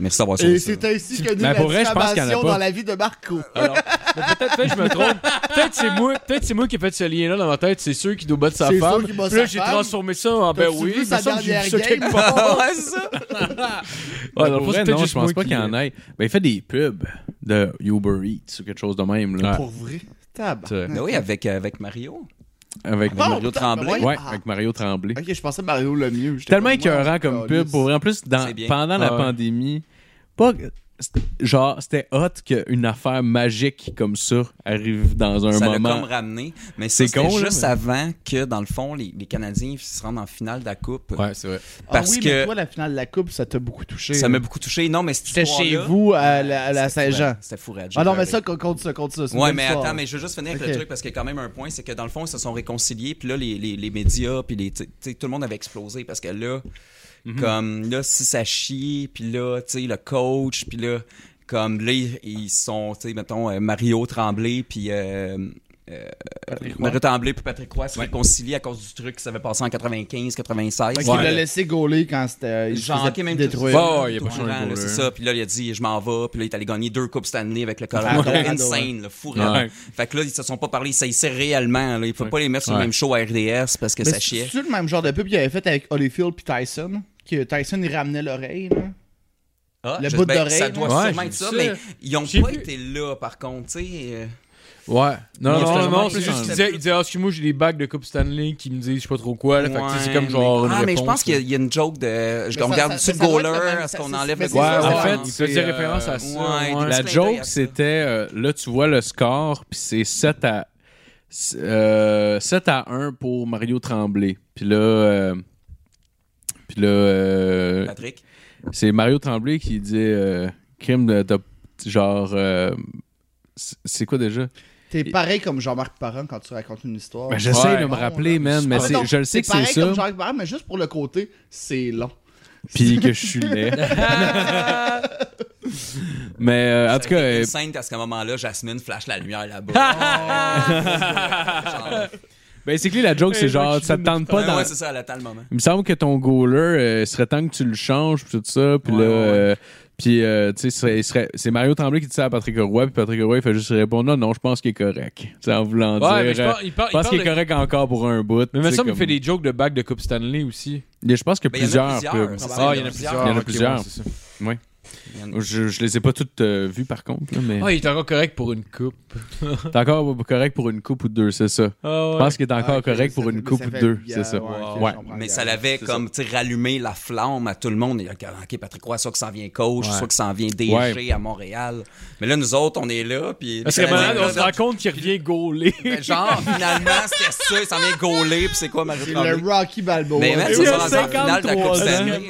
Merci d'avoir Et suivi ça. c'est ainsi que naît Ben, la pour vrai, je pense qu'il y en a diffamation pas. dans la vie de Marco. Alors, mais peut-être peut-être je me trompe. Peut-être c'est moi, peut-être c'est moi qui ai fait ce lien-là dans ma tête. C'est sûr qui doit battre sa C'est sûr femme. qu'il bat Puis là, sa j'ai femme. transformé ça en ben T'as-tu oui. vu il me sa semble que j'ai vu dernière ça quelque game? part. [LAUGHS] Ouais, c'est ça. Ouais, dans le Pour fond, vrai, c'est peut-être non, je juste pense moi pas qui- euh, qu'il y en ait. Ben, il fait des pubs de Uber Eats ou quelque chose de même, là. Ah. Pour vrai. Tab. Euh, Mais Ben oui, avec, avec Mario. Avec Ah, Mario putain, Tremblay. ouais. Ouais, avec Mario Tremblay. Ok, je pensais Mario le mieux. J'étais Tellement comme, écœurant ouais, comme calice. pub. Pour vrai. En plus, dans- C'est bien. pendant la Ah ouais. pandémie, pas. que- c'était- Genre, c'était hot qu'une affaire magique comme ça arrive dans un ça l'a moment. comme ramené. Mais C'est c'est con. con, là, juste mais- avant que, dans le fond, les, les Canadiens se rendent en finale de la Coupe. Ouais, c'est vrai. Parce ah oui, que- mais toi, la finale de la coupe, ça t'a beaucoup touché. Ça m'a beaucoup touché. Non, mais cette J'étais chez histoire-là- vous à la, à la C'était fou, Saint-Jean. C'était fou, raide. J'ai Ah non, pleuré. mais ça, co- compte ça, compte ça. c'est une Ouais, belle mais histoire. attends, mais je veux juste finir avec Ok. le truc parce qu'il y a quand même un point, c'est que dans le fond, ils se sont réconciliés, puis là, les, les, les médias, puis les, tu sais, tout le monde avait explosé parce que là, comme là, si ça chie, puis là, tu sais, le coach, puis là, comme là, ils ils sont, tu sais, mettons, euh, Mario Tremblay, puis. euh, euh, Mario Tremblay puis Patrick Roy se réconcilient à cause du truc qui s'avait passé en 95 96 Fait qu'il Puis l'a là, laissé gauler quand c'était. euh, il se Genre, faisait ok, même détruire. tout- Ouais, ouais, il a pas Tout changé le de temps, là, couleur. C'est ça. Puis là, il a dit, je m'en vais. Puis là, il est allé gagner deux Coupes Stanley avec le Colorado. Colorado, Insane, le fou. raide. Ouais. Fait que là, ils se sont pas parlé. Ça, ils réellement. Là. Il faut pas les mettre sur le Ouais. même show à RDS parce que Mais ça chiait. C'est-tu le même genre de pub qu'il avait fait avec Holyfield puis Tyson Que Tyson, il ramenait l'oreille, là. Ah, le je- bout ben, d'oreille, Ça doit là. Ouais, sûrement j'ai être ça, vu ça. mais ils ont J'ai pas vu. été là, par contre. tu sais, euh, Ouais. Non, Non, non, c'était non, vraiment non, c'est plus juste un- qu'il disait, il disait, Ah, excuse-moi, j'ai des bagues de Coupe Stanley qui me disent je sais pas trop quoi. là. Fait que, tu sais, c'est comme Ouais, genre mais- une Ah, mais je réponse, pense qu'il y a- il y, a une joke de. Je Mais ça- regarde ça- sur le ça doit être goaler, le même- est-ce ça- qu'on ça- enlève mais le c'est Ouais, ça, goaler? en ouais. fait, Ouais. il c'est, faisait euh, référence à ça. ouais, ouais. des La Petit clin d'œil joke, à ça. c'était. euh, là, tu vois le score, puis c'est 7 à. s- euh, 7 à 1 pour Mario Tremblay. Puis là. euh, puis là. euh, Patrick. c'est Mario Tremblay qui dit. euh, Crime, euh, t'as- Genre. euh, c'est- c'est quoi déjà? T'es pareil comme Jean-Marc Parent quand tu racontes une histoire. Ben, j'essaie Ouais. de me rappeler, man, mais Ah, c'est- non, je le sais que c'est pareil ça, comme Jean-Marc Parent, mais juste pour le côté, c'est long. puis que je suis laid. mais euh, en tout cas, euh, Une scène qu'à ce moment-là, Jasmine flash la lumière là-bas. basically, la joke, c'est genre, ça te tente pas Ouais, dans, ouais, c'est ça, elle attend le moment. Il me semble que ton goaler, euh, il serait temps que tu le changes, puis tout ça, puis Ouais, là... ouais, ouais. euh, puis, euh, tu sais, ce serait- ce serait- c'est Mario Tremblay qui dit ça à Patrick Roy, puis Patrick Roy, il fait juste répondre non, non, je pense qu'il est correct. Tu sais, en voulant Ouais, mais je dire. euh, pense, il parle, il je pense parle qu'il de- est correct encore pour un bout. Mais il me tu sais, semble qu'il comme- fait des jokes de bagues de Coupe Stanley aussi. Je pense qu'il Ben, y il y en a a plusieurs. plusieurs, peu- c'est Ah, ça, il y en a plusieurs. Il y en a ok, plusieurs. ouais, c'est ça. Il y en a- Je, je les ai pas toutes euh, vues par contre, là, mais Ah, il est encore correct pour une coupe. t'es encore correct pour une coupe ou deux, c'est ça. Ah, Je ouais. pense qu'il est encore Ah, ok, correct ça pour fait- une mais coupe ça ou fait deux, bien, c'est ça. ouais, ok, Ouais. je comprends Mais bien, ça l'avait c'est comme tu sais, rallumé la flamme à tout le monde. Il y a comme, OK, Patrick Roy, soit que s'en vient coach, soit que s'en vient DG Ouais. à Montréal. Mais là, nous autres, on est là. Puis Parce que malade, on se rend compte qu'il revient gaulé. Ben, genre, finalement, c'était ça, il s'en vient gauler, puis c'est quoi, Mario ça. Tremblay? Le Rocky Balboa. Mais man, Mais, ça, mais, ça, dans la finale de la Coupe 53 Stanley,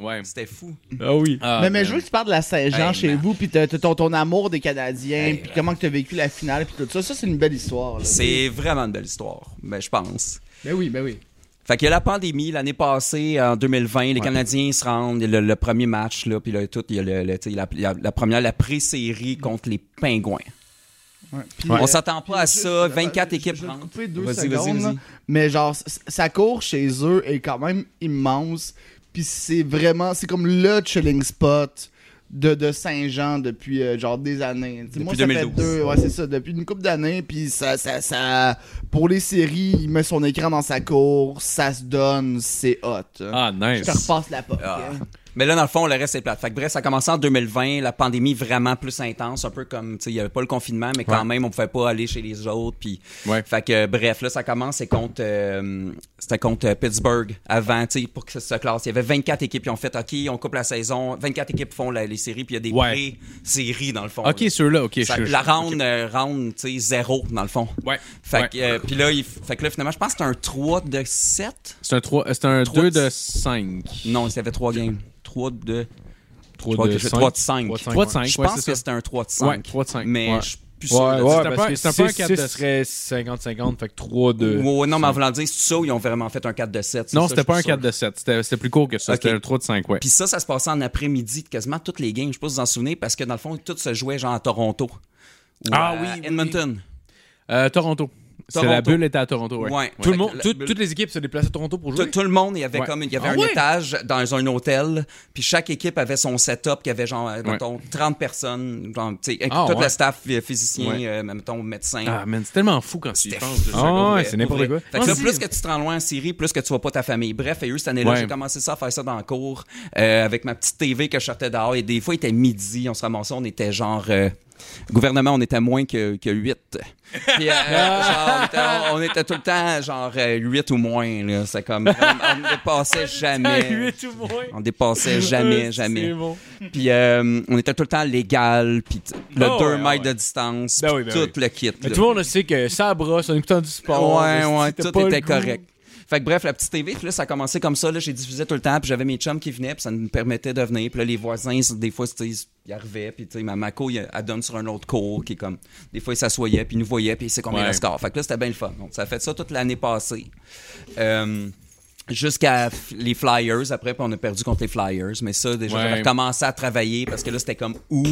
Ouais. C'était fou. Ah oui. mais je veux que tu parles de la Saint-Jean Hey, chez man. vous, puis t'as- t'as ton, ton amour des Canadiens, Hey, puis man. comment que t'as vécu la finale, puis tout ça. Ça, c'est une belle histoire. là. C'est vraiment une belle histoire, ben, je pense. Ben oui, ben oui. Fait qu'il y a la pandémie, l'année passée, en 2020, les Canadiens se rendent, le, le premier match, là, puis là, tout, il y a le, le- tu sais, la, la- la première, la pré-série contre les Pingouins. Ouais. Puis, On euh, s'attend pas à Juste, ça, euh, 24 je- équipes Je vais te rentrent. couper deux Vas-y, vas-y, secondes, vas-y. là. mais genre, s- s- sa cour chez eux est quand même immense, puis c'est vraiment, c'est comme le chilling spot de, de Saint-Jean depuis euh, genre des années. Tu sais, moi, Depuis ça fait 2012. deux- ouais, c'est ça, depuis une couple d'années, puis ça, ça, ça, pour les séries, il met son écran dans sa cour, ça se donne, c'est hot. Ah, Je te nice. repasse la porte. Ah. hein. Mais là, dans le fond, le reste, c'est plate. Fait que bref, ça a commencé en 2020, la pandémie vraiment plus intense, un peu comme, tu sais, il n'y avait pas le confinement, mais quand même, on pouvait pas aller chez les autres. Puis, Ouais. Fait que euh, bref, là, ça commence, c'est contre, euh, c'était contre euh, Pittsburgh avant, tu sais, pour que ça se classe. Il y avait 24 équipes qui ont fait, OK, on coupe la saison, 24 équipes font la- les séries, puis il y a des Ouais. pré-séries, dans le fond. Ok, là. ceux-là, ok. Ça- je- je- la ok. round, euh, round, tu sais, zéro, dans le fond. Ouais. Fait Ouais. que, euh, puis là, il- fait que là, finalement, je pense que c'est un 3 de 7. C'est un, trois- euh, c'est un Trois 2 de- de 5. Non, il y avait 3 games. 3 de... 3 3 de 5. 3 de 5. 3 de 5, Je ouais, pense c'est que ça. c'était un 3 de 5. Ouais, 3 de 5. Mais ouais. ben, je suis plus sûr. Ouais, de ouais, dire. un parce peu- que c'est un peu un 6, quatre 6 de- serait 50-50, fait que 3 de... Ouais, ouais, non, mais en voulant dire, c'est ça, ils ont vraiment fait un 4 de 7. Non, c'était pas un 4 de 7. C'était c'était plus court que ça. Ok. C'était un 3 de 5, ouais. Puis ça, ça se passait en après-midi de quasiment toutes les games. Je sais pas si vous vous en souvenez, parce que dans le fond, tout se jouait genre à Toronto. Ou Ah à oui, oui, Edmonton. Euh, Toronto. C'est la Toronto. bulle était à Toronto, ouais. Ouais. Tout le Fait monde, que la- tout- toutes les équipes se déplacent à Toronto pour Tout, jouer. tout le monde, il y avait Ouais. comme il y avait Ah un ouais? étage dans un hôtel, puis chaque équipe avait son setup qui avait genre euh, mettons 30 personnes, genre, tu sais, Ah toute ouais. la staff euh, physicien, Ouais. euh, mettons médecin. Ah, man, c'est tellement fou quand tu y C'était penses. fou. là. Ah Pour ouais, vrai, c'est pour n'importe vrai. quoi. Fait que là, Vas-y. plus que tu te rends loin en Syrie, plus que tu vois pas ta famille. Bref, et eux, cette année-là, Ouais. j'ai commencé ça à faire ça dans le cours euh, avec ma petite TV que je sortais dehors. Et des fois, il était midi, on se ramassait, on était genre. euh, Gouvernement, on était moins que, que 8. [LAUGHS] Puis, euh, genre, Ah. on, était, on était tout le temps genre 8 ou moins. là. C'est comme. On, [LAUGHS] on dépassait jamais. ou moins. [LAUGHS] On dépassait jamais, jamais. C'est bon. Puis euh, on était tout le temps légal. Puis t- le Oh, 2 ouais, mètres ouais. de distance. Ben puis oui, ben tout oui. le kit. Mais là. tout le monde sait que ça brosse en écoutant du sport. Ouais, si ouais, t'as tout pas le était goût. correct. Fait que bref, la petite TV, puis là, ça a commencé comme ça. Là, j'ai diffusé tout le temps, puis j'avais mes chums qui venaient, puis ça me permettait de venir. Puis là, les voisins, des fois, tu sais, ils arrivaient, puis tu sais, ma Mako, il- elle donne sur un autre cours, qui est comme. Des fois, ils s'assoyaient, puis ils nous voyaient, puis c'est combien Ouais. le score. Fait que là, c'était bien le fun. Donc, ça a fait ça toute l'année passée. Euh, Jusqu'à f- les Flyers, après, puis on a perdu contre les Flyers. Mais ça, déjà, Ouais. j'avais recommencé à travailler parce que là, c'était comme où.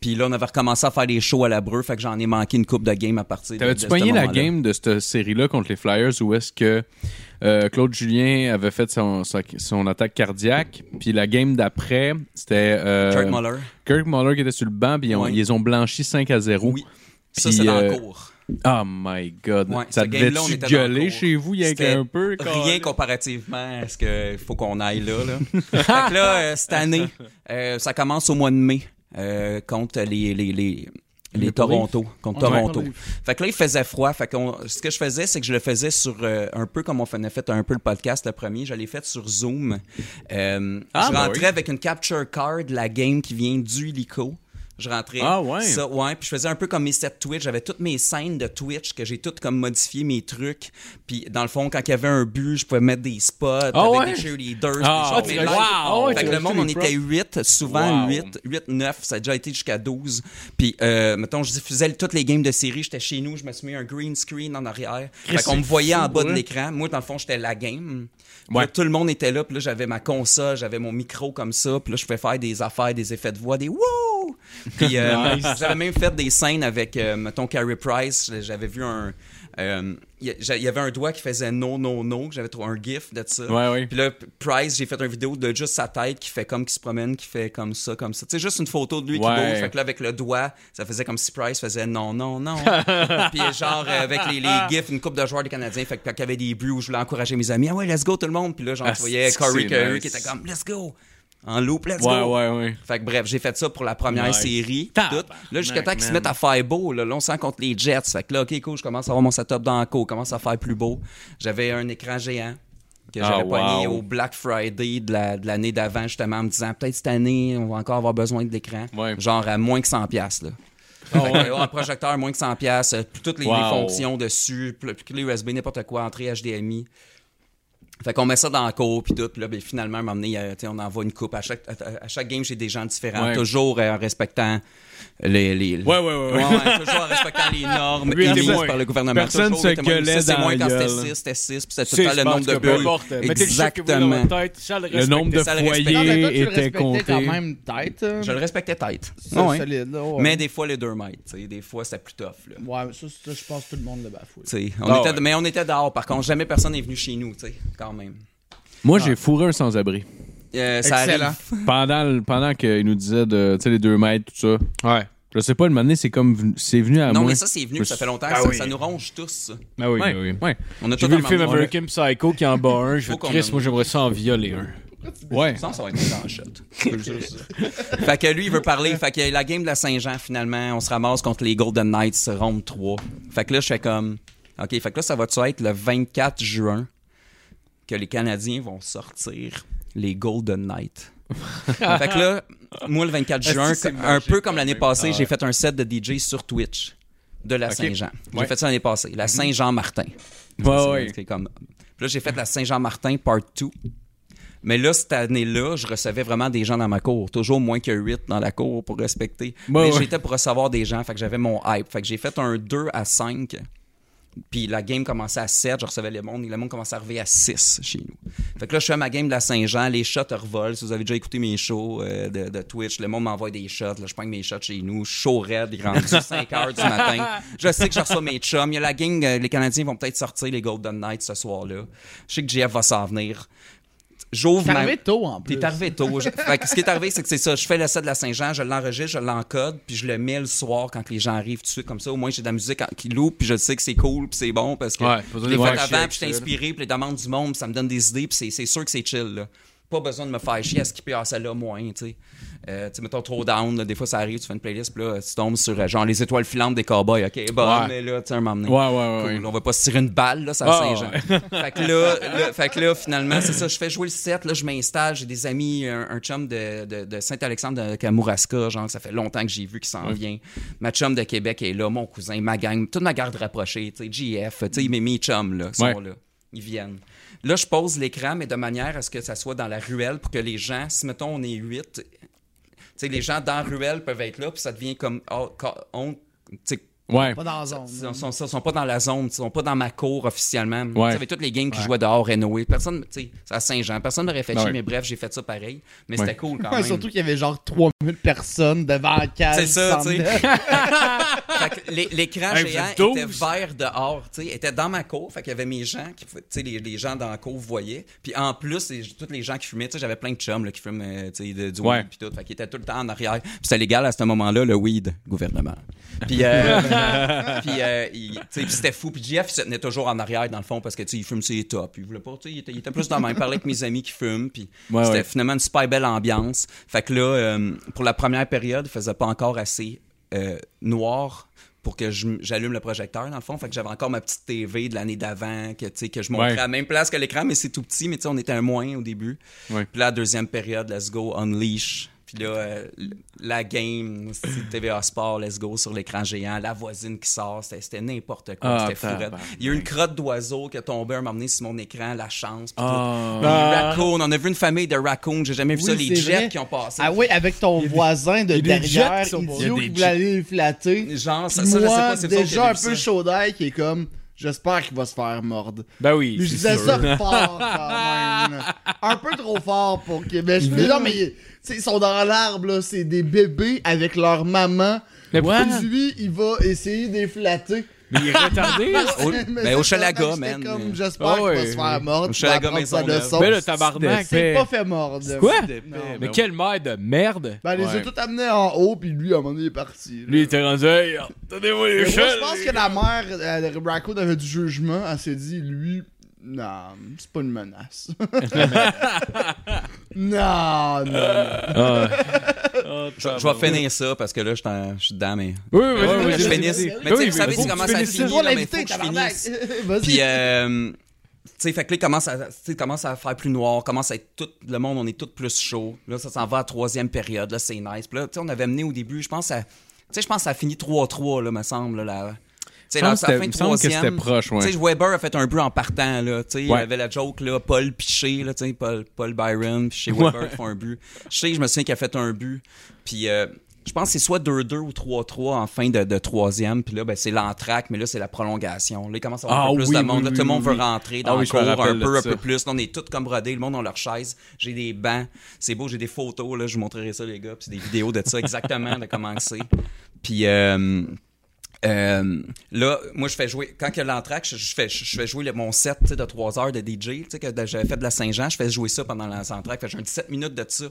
Puis là, on avait recommencé à faire des shows à la breu, fait que j'en ai manqué une coupe de game à partir de. de T'avais-tu ce pogné la moment-là. game de cette série-là contre les Flyers où est-ce que euh, Claude Julien avait fait son, sa- son attaque cardiaque, puis la game d'après, c'était euh, Kurt Muller. Kirk Muller qui était sur le banc, puis ils, ont- Ouais. ils les ont blanchi 5 à 0. Oui. Ça, Puis, c'est dans euh, le cours. Oh my God. Ouais, ça ce game-là, devait on était dans le gueuler cours. chez vous, il y C'était a un peu. Rien comparativement à ce qu'il faut qu'on aille là. [LAUGHS] là. fait que là, euh, cette année, euh, ça commence au mois de mai euh, contre les, les, les, Les Le pour Toronto, contre On en a Toronto. parlé. Fait que là, il faisait froid. Fait qu'on, ce que je faisais, c'est que je le faisais sur euh, un peu comme on fait- on a fait un peu le podcast le premier. Je l'ai fait sur Zoom. Euh, Ah, je bah rentrais oui. avec une capture card, la game qui vient du Lico. Je rentrais. Ah, ouais. Ça, ouais. Puis je faisais un peu comme mes sets Twitch. J'avais toutes mes scènes de Twitch que j'ai toutes comme modifié mes trucs. Puis dans le fond, quand il y avait un but, je pouvais mettre des spots avec ouais? des cheerleaders. Ah, des tu choses. rajoutes- ah ouais, Fait tu que le rajoutes monde, on des était 8, souvent Wow. 8, 8, 9, ça a déjà été jusqu'à 12. Puis, euh, mettons, je diffusais toutes les games de série, j'étais chez nous, je me suis mis un green screen en arrière. Fait qu'on me voyait en bas de l'écran. Moi, dans le fond, j'étais la game. Puis là, hein? Ouais. tout le monde était là, puis là, j'avais ma console, j'avais mon micro comme ça, puis là, je pouvais faire des affaires, des effets de voix, des wouh! Puis, [LAUGHS] euh, j'avais même fait des scènes avec, euh, mettons, Carrie Price, j'avais vu un. euh, Il y a- j'a- il y avait un doigt qui faisait non, non, non, j'avais trouvé un gif de ça. Ouais, ouais. Puis là, P- Price, j'ai fait une vidéo de juste sa tête qui fait comme qui se promène, qui fait comme ça, comme ça. Tu sais, juste une photo de lui qui Ouais. bouge. Fait que là, avec le doigt, ça faisait comme si Price faisait non, non, [LAUGHS] non. Puis genre, euh, avec les, les gifs, une coupe de joueurs des Canadiens. Fait que quand il y avait des buts où je voulais encourager mes amis, ah ouais, let's go tout le monde. Puis là, genre, Ah, tu voyais c'est- Corey c'est Curry nice. qui était comme let's go. En loop, let's Ouais, go. ouais, ouais. Fait que bref, j'ai fait ça pour la première Nice. série. Tabarnak, Tout. Là, jusqu'à temps qu'ils se man. mettent à faire beau. Là, là, on s'en contre les Jets. Fait que là, OK, cool, je commence à avoir mon setup dans la cour, commence à faire plus beau. J'avais un écran géant que Ah, j'avais pogné wow. au Black Friday de la- de l'année d'avant, justement, en me disant peut-être cette année, on va encore avoir besoin de l'écran. Ouais. Ah Genre à moins que 100$. piastres, Là. Fait que, ouais, un projecteur, moins que 100$, piastres, euh, toutes les, les Wow. fonctions dessus, pl- clé USB, n'importe quoi, entrée HDMI. Fait qu'on met ça dans la cour, puis tout. Puis là, ben, finalement, à un moment donné, euh, tu sais, on envoie une coupe. À chaque, à, à- à chaque game, j'ai des gens différents. Ouais. Toujours euh, en respectant les... les Ouais, ouais, ouais, ouais. toujours en respectant les normes Huit et émises moins. par le gouvernement. Personne Toujours, se huit et moins. gueulait Ça, c'est dans moins la quand c'était gueule. 6, c'était 6, puis c'était C'est tout le temps le nombre de Peu bulles. importe. Mettez le chiffre que vous voulez dans Exactement. votre tête, ça le Le nombre de ça le respectait. Non, mais Ah, ben, toi, tu foyers le était respectais compté. quand même tête. euh, Je le respectais tête. Ah ça, hein. Ouais. solide, là, ouais. Mais des fois, les deux mètres. tu sais, Des fois, c'était plus tough. Là. Ouais, ça, ça, je pense que tout le monde le bafoue. Tu sais, On Ah était, ouais. Mais on était dehors, par contre. Jamais personne n'est venu chez nous, tu sais, quand même. Moi, Ah. j'ai fourré [LAUGHS] un sans-abri. Euh, ça Excellent. arrive. Pendant, le- pendant qu'il nous disait de, tu sais, les deux mètres, tout ça. Ouais. Je sais pas, le moment donné, c'est comme, venu- c'est venu à Non, moi. mais ça, c'est venu, Je ça suis- fait longtemps. Ah ça, oui. ça nous ronge tous. ça. Ah oui, Ouais, oui, oui. ouais. On a J'ai tout vu le film amendé. American Psycho qui en bat un. Je fais Faut qu'on Chris, en- moi j'aimerais ça en violer un. Ouais. Ça, ça va être une [LAUGHS] planchette. fait que lui, il veut parler. Fait que la game de la Saint-Jean, finalement, on se ramasse contre les Golden Knights, ronde 3. Fait que là, je fais comme. OK, fait que là, ça va-tu être le 24 juin que les Canadiens vont sortir les Golden [LAUGHS] Knights? fait que là, moi, le 24 juin, un peu comme l'année passée, j'ai fait un set de DJ sur Twitch de la Saint-Jean. J'ai fait ça l'année passée, la Saint-Jean-Martin. Ça, c'est- Ouais, ouais. c'est comme... Puis là, j'ai fait la Saint-Jean-Martin Part 2. Mais là, cette année-là, je recevais vraiment des gens dans ma cour. Toujours moins que 8 dans la cour pour respecter. Ouais, Mais ouais. j'étais pour recevoir des gens. Fait que j'avais mon hype. Fait que j'ai fait un 2 à 5. Puis la game commençait à 7, je recevais les mondes, et le monde commençait à arriver à 6 chez nous. Fait que là, je fais ma game de la Saint-Jean, les shots revolent. Si vous avez déjà écouté mes shows euh, de, de Twitch, le monde m'envoie des shots, là, je prends mes shots chez nous, show raide, il est rendu 5 heures du matin. Je sais que je reçois mes chums. Il y a la gang, euh, les Canadiens vont peut-être sortir les Golden Knights ce soir-là. Je sais que JF va s'en venir. J'ouvre T'es ma... arrivé tôt en plus. T'es arrivé tôt. Je- Fait que ce qui est arrivé, c'est que c'est ça. Je fais l'essai de la Saint-Jean, je l'enregistre, je l'encode, puis je le mets le soir quand les gens arrivent tout de suite comme ça. Au moins, j'ai de la musique en- qui loupe, puis je sais que c'est cool, puis c'est bon, parce que Ouais, je faut l'ai fait dire, ouais, chier avant, avec puis je ça, suis là. inspiré, puis les demandes du monde, puis ça me donne des idées, puis c'est- c'est sûr que c'est chill, là. Pas besoin de me faire chier à skipper à celle-là, moins, tu sais. Euh, tu sais, mettons trop down, là, des fois ça arrive, tu fais une playlist, puis là, tu tombes sur euh, genre les étoiles filantes des cowboys, ok, bon, Ouais. mais là, tu sais, un moment donné. Ouais, ouais, ouais, Cool, ouais. On va pas se tirer une balle, là, ça Ah, Saint-Jean. [LAUGHS] fait, que là, là- fait que là, finalement, c'est ça. Je fais jouer le set, là, je m'installe. J'ai des amis, un, un chum de, de- de Saint-Alexandre de Kamouraska, genre, ça fait longtemps que j'ai vu qu'il s'en vient. Ma chum de Québec est là, mon cousin, ma gang, toute ma garde rapprochée, tu sais, JF, tu sais, mes, mes chums, là, sont Ouais. là. Ils viennent. Là, je pose l'écran, mais de manière à ce que ça soit dans la ruelle pour que les gens, si mettons on est huit, tu sais, les gens dans la ruelle peuvent être là, puis ça devient comme. oh, ca- on, tu sais, Ouais. Pas dans la zone. ils sont, sont- sont pas dans la zone, ils sont pas dans ma cour officiellement. Tu sais, avec toutes les games qui Ouais. jouaient dehors, Renoué, personne, tu sais, c'est à Saint-Jean, personne ne réfléchit, Ouais. mais bref, j'ai fait ça pareil. Mais Ouais. c'était cool [LAUGHS] quand Ouais, même. Surtout qu'il y avait genre 3000 personnes devant la cage. C'est ça, sans tu sais. net. [LAUGHS] Fait que l'é- L'écran Hey, vous géant êtes douze. était vert dehors, tu sais, était dans ma cour, fait qu'il y avait mes gens, qui, tu sais, les, les gens dans la cour voyaient. Puis en plus, les- tous les gens qui fumaient, tu sais, j'avais plein de chums là, qui fument, euh, tu sais, de- du Ouais. weed puis tout, fait qu'ils étaient tout le temps en arrière. Puis c'était légal à ce moment-là, le weed, gouvernement. Puis, euh, [LAUGHS] puis, euh, il- tu sais, puis c'était fou. Puis JF, il se tenait toujours en arrière, dans le fond, parce que, tu sais, il fume ses tops. Il voulait pas, tu sais, il était, il était plus dans la main. Il parlait avec mes amis qui fument, puis Ouais, c'était ouais. finalement une super belle ambiance. Fait que là, euh, pour la première période, il faisait pas encore assez euh, noir pour que je m- j'allume le projecteur, dans le fond. Fait que j'avais encore ma petite TV de l'année d'avant, que, tu sais, que je montrais Ouais. à la même place que l'écran, mais c'est tout petit. Mais tu sais, on était un moins au début. Ouais. Puis là, la deuxième période, let's go, unleash. Puis là, euh, l- la game, c'est TVA Sport, let's go, sur l'écran géant. La voisine qui sort, c'était c'était n'importe quoi. Ah, c'était fou. raide. tabarnak. Il y a eu une crotte d'oiseau qui est tombée à un moment donné sur mon écran, la chance. puis tout. Ah. Les Ah. raccoons, on a vu une famille de raccoons, j'ai jamais vu Oui, ça, les c'est jets vrai. qui ont passé. Ah oui, avec ton voisin de il y a des jets derrière, qui sont bons. idiot Il y a qui des voulait aller le flatter. Genre, ça, Puis ça, je sais moi, pas, c'est vous autres qui déjà avez un vu peu ça. chaud d'ail qui est comme, j'espère qu'il va se faire mordre. Ben oui. Puis je disais ça fort quand [LAUGHS] même. Un peu trop fort pour Québec. Je me dis, non, mais tu sais, ils sont dans l'arbre, là. C'est des bébés avec leur maman. Mais pourquoi- Lui, il va essayer de les flatter. Mais il est [LAUGHS] retardé. là. [LAUGHS] Au- Mais ben, c'est au ça, Chalaga, fait que j'étais man. comme, J'espère Ah qu'il ouais. va se faire mordre. Au tu vas Chalaga, apprendre sa Maisonneuve. leçon. Mais le tabarnak. C'est pas fait mordre. Quoi? Non. Mais quelle mère de merde. Ben, elle les a Ouais. tout amenés en haut, puis lui, à un moment donné, il est parti. là. Lui, il était rendu. Hey, donnez-moi Mais les moi, chèvres. je pense que la mère, euh, de Raccoon avait du jugement. Elle s'est dit, lui, non, c'est pas une [LAUGHS] menace. [LAUGHS] non, non, non. Ah [LAUGHS] Je, je vais finir ça parce que là, je, t'en- je suis dedans, mais. Oui, oui, vas-y, Faut que vas-y, je vas-y. finisse. Oui, Mais tu sais, oui, vous savez, faut c'est que comment tu ça finisses C'est finit. toi là, mais faut l'invité, que je tabarnak. finisse. Puis, [LAUGHS] Vas-y. euh, tu sais, fait que là, il commence à, tu sais, commence à faire plus noir, commence à être tout le monde, on est tout plus chaud. Là, ça s'en va à la troisième période, là, c'est nice. Puis là, tu sais, on avait mené au début, je pense, à, tu sais, je pense, que ça a fini 3-3, là, me semble, là. la- Tu sais, Je là, pense ça que fin de c'était- il me semble que troisième. c'était proche, ouais. Tu sais, Weber a fait un peu en partant, là. Tu sais, il y Ouais. avait la joke, là, Paul Piché, là, tu sais, Paul, Paul Byron, puis chez Weber, ils font un but. Je sais, je me souviens qu'il a fait un but. Puis, euh, je pense que c'est soit 2-2 ou 3-3 en fin de, de troisième. Puis là, ben, c'est l'entraque, mais là, c'est la prolongation. Là, il commence à avoir Ah un peu plus oui, de monde. oui, là, oui, tout le monde oui, veut oui. rentrer Ah dans oui, le je cours me un rappelle peu, de un peu ça. plus. Là, on est tous comme brodés. Le monde a leur chaise. J'ai des bancs. C'est beau, j'ai des photos. Là, je vous montrerai ça, les gars. Puis c'est des vidéos de ça exactement, de comment que c'est. Puis... euh, euh, là, moi, je fais jouer. Quand il y a l'entraque, je, je fais, je, je fais jouer le- mon set tu sais, de 3 heures de DJ. tu sais, que de- J'avais fait de la Saint-Jean, je fais jouer ça pendant l'entraque. Fait que j'ai un 17 minutes de ça.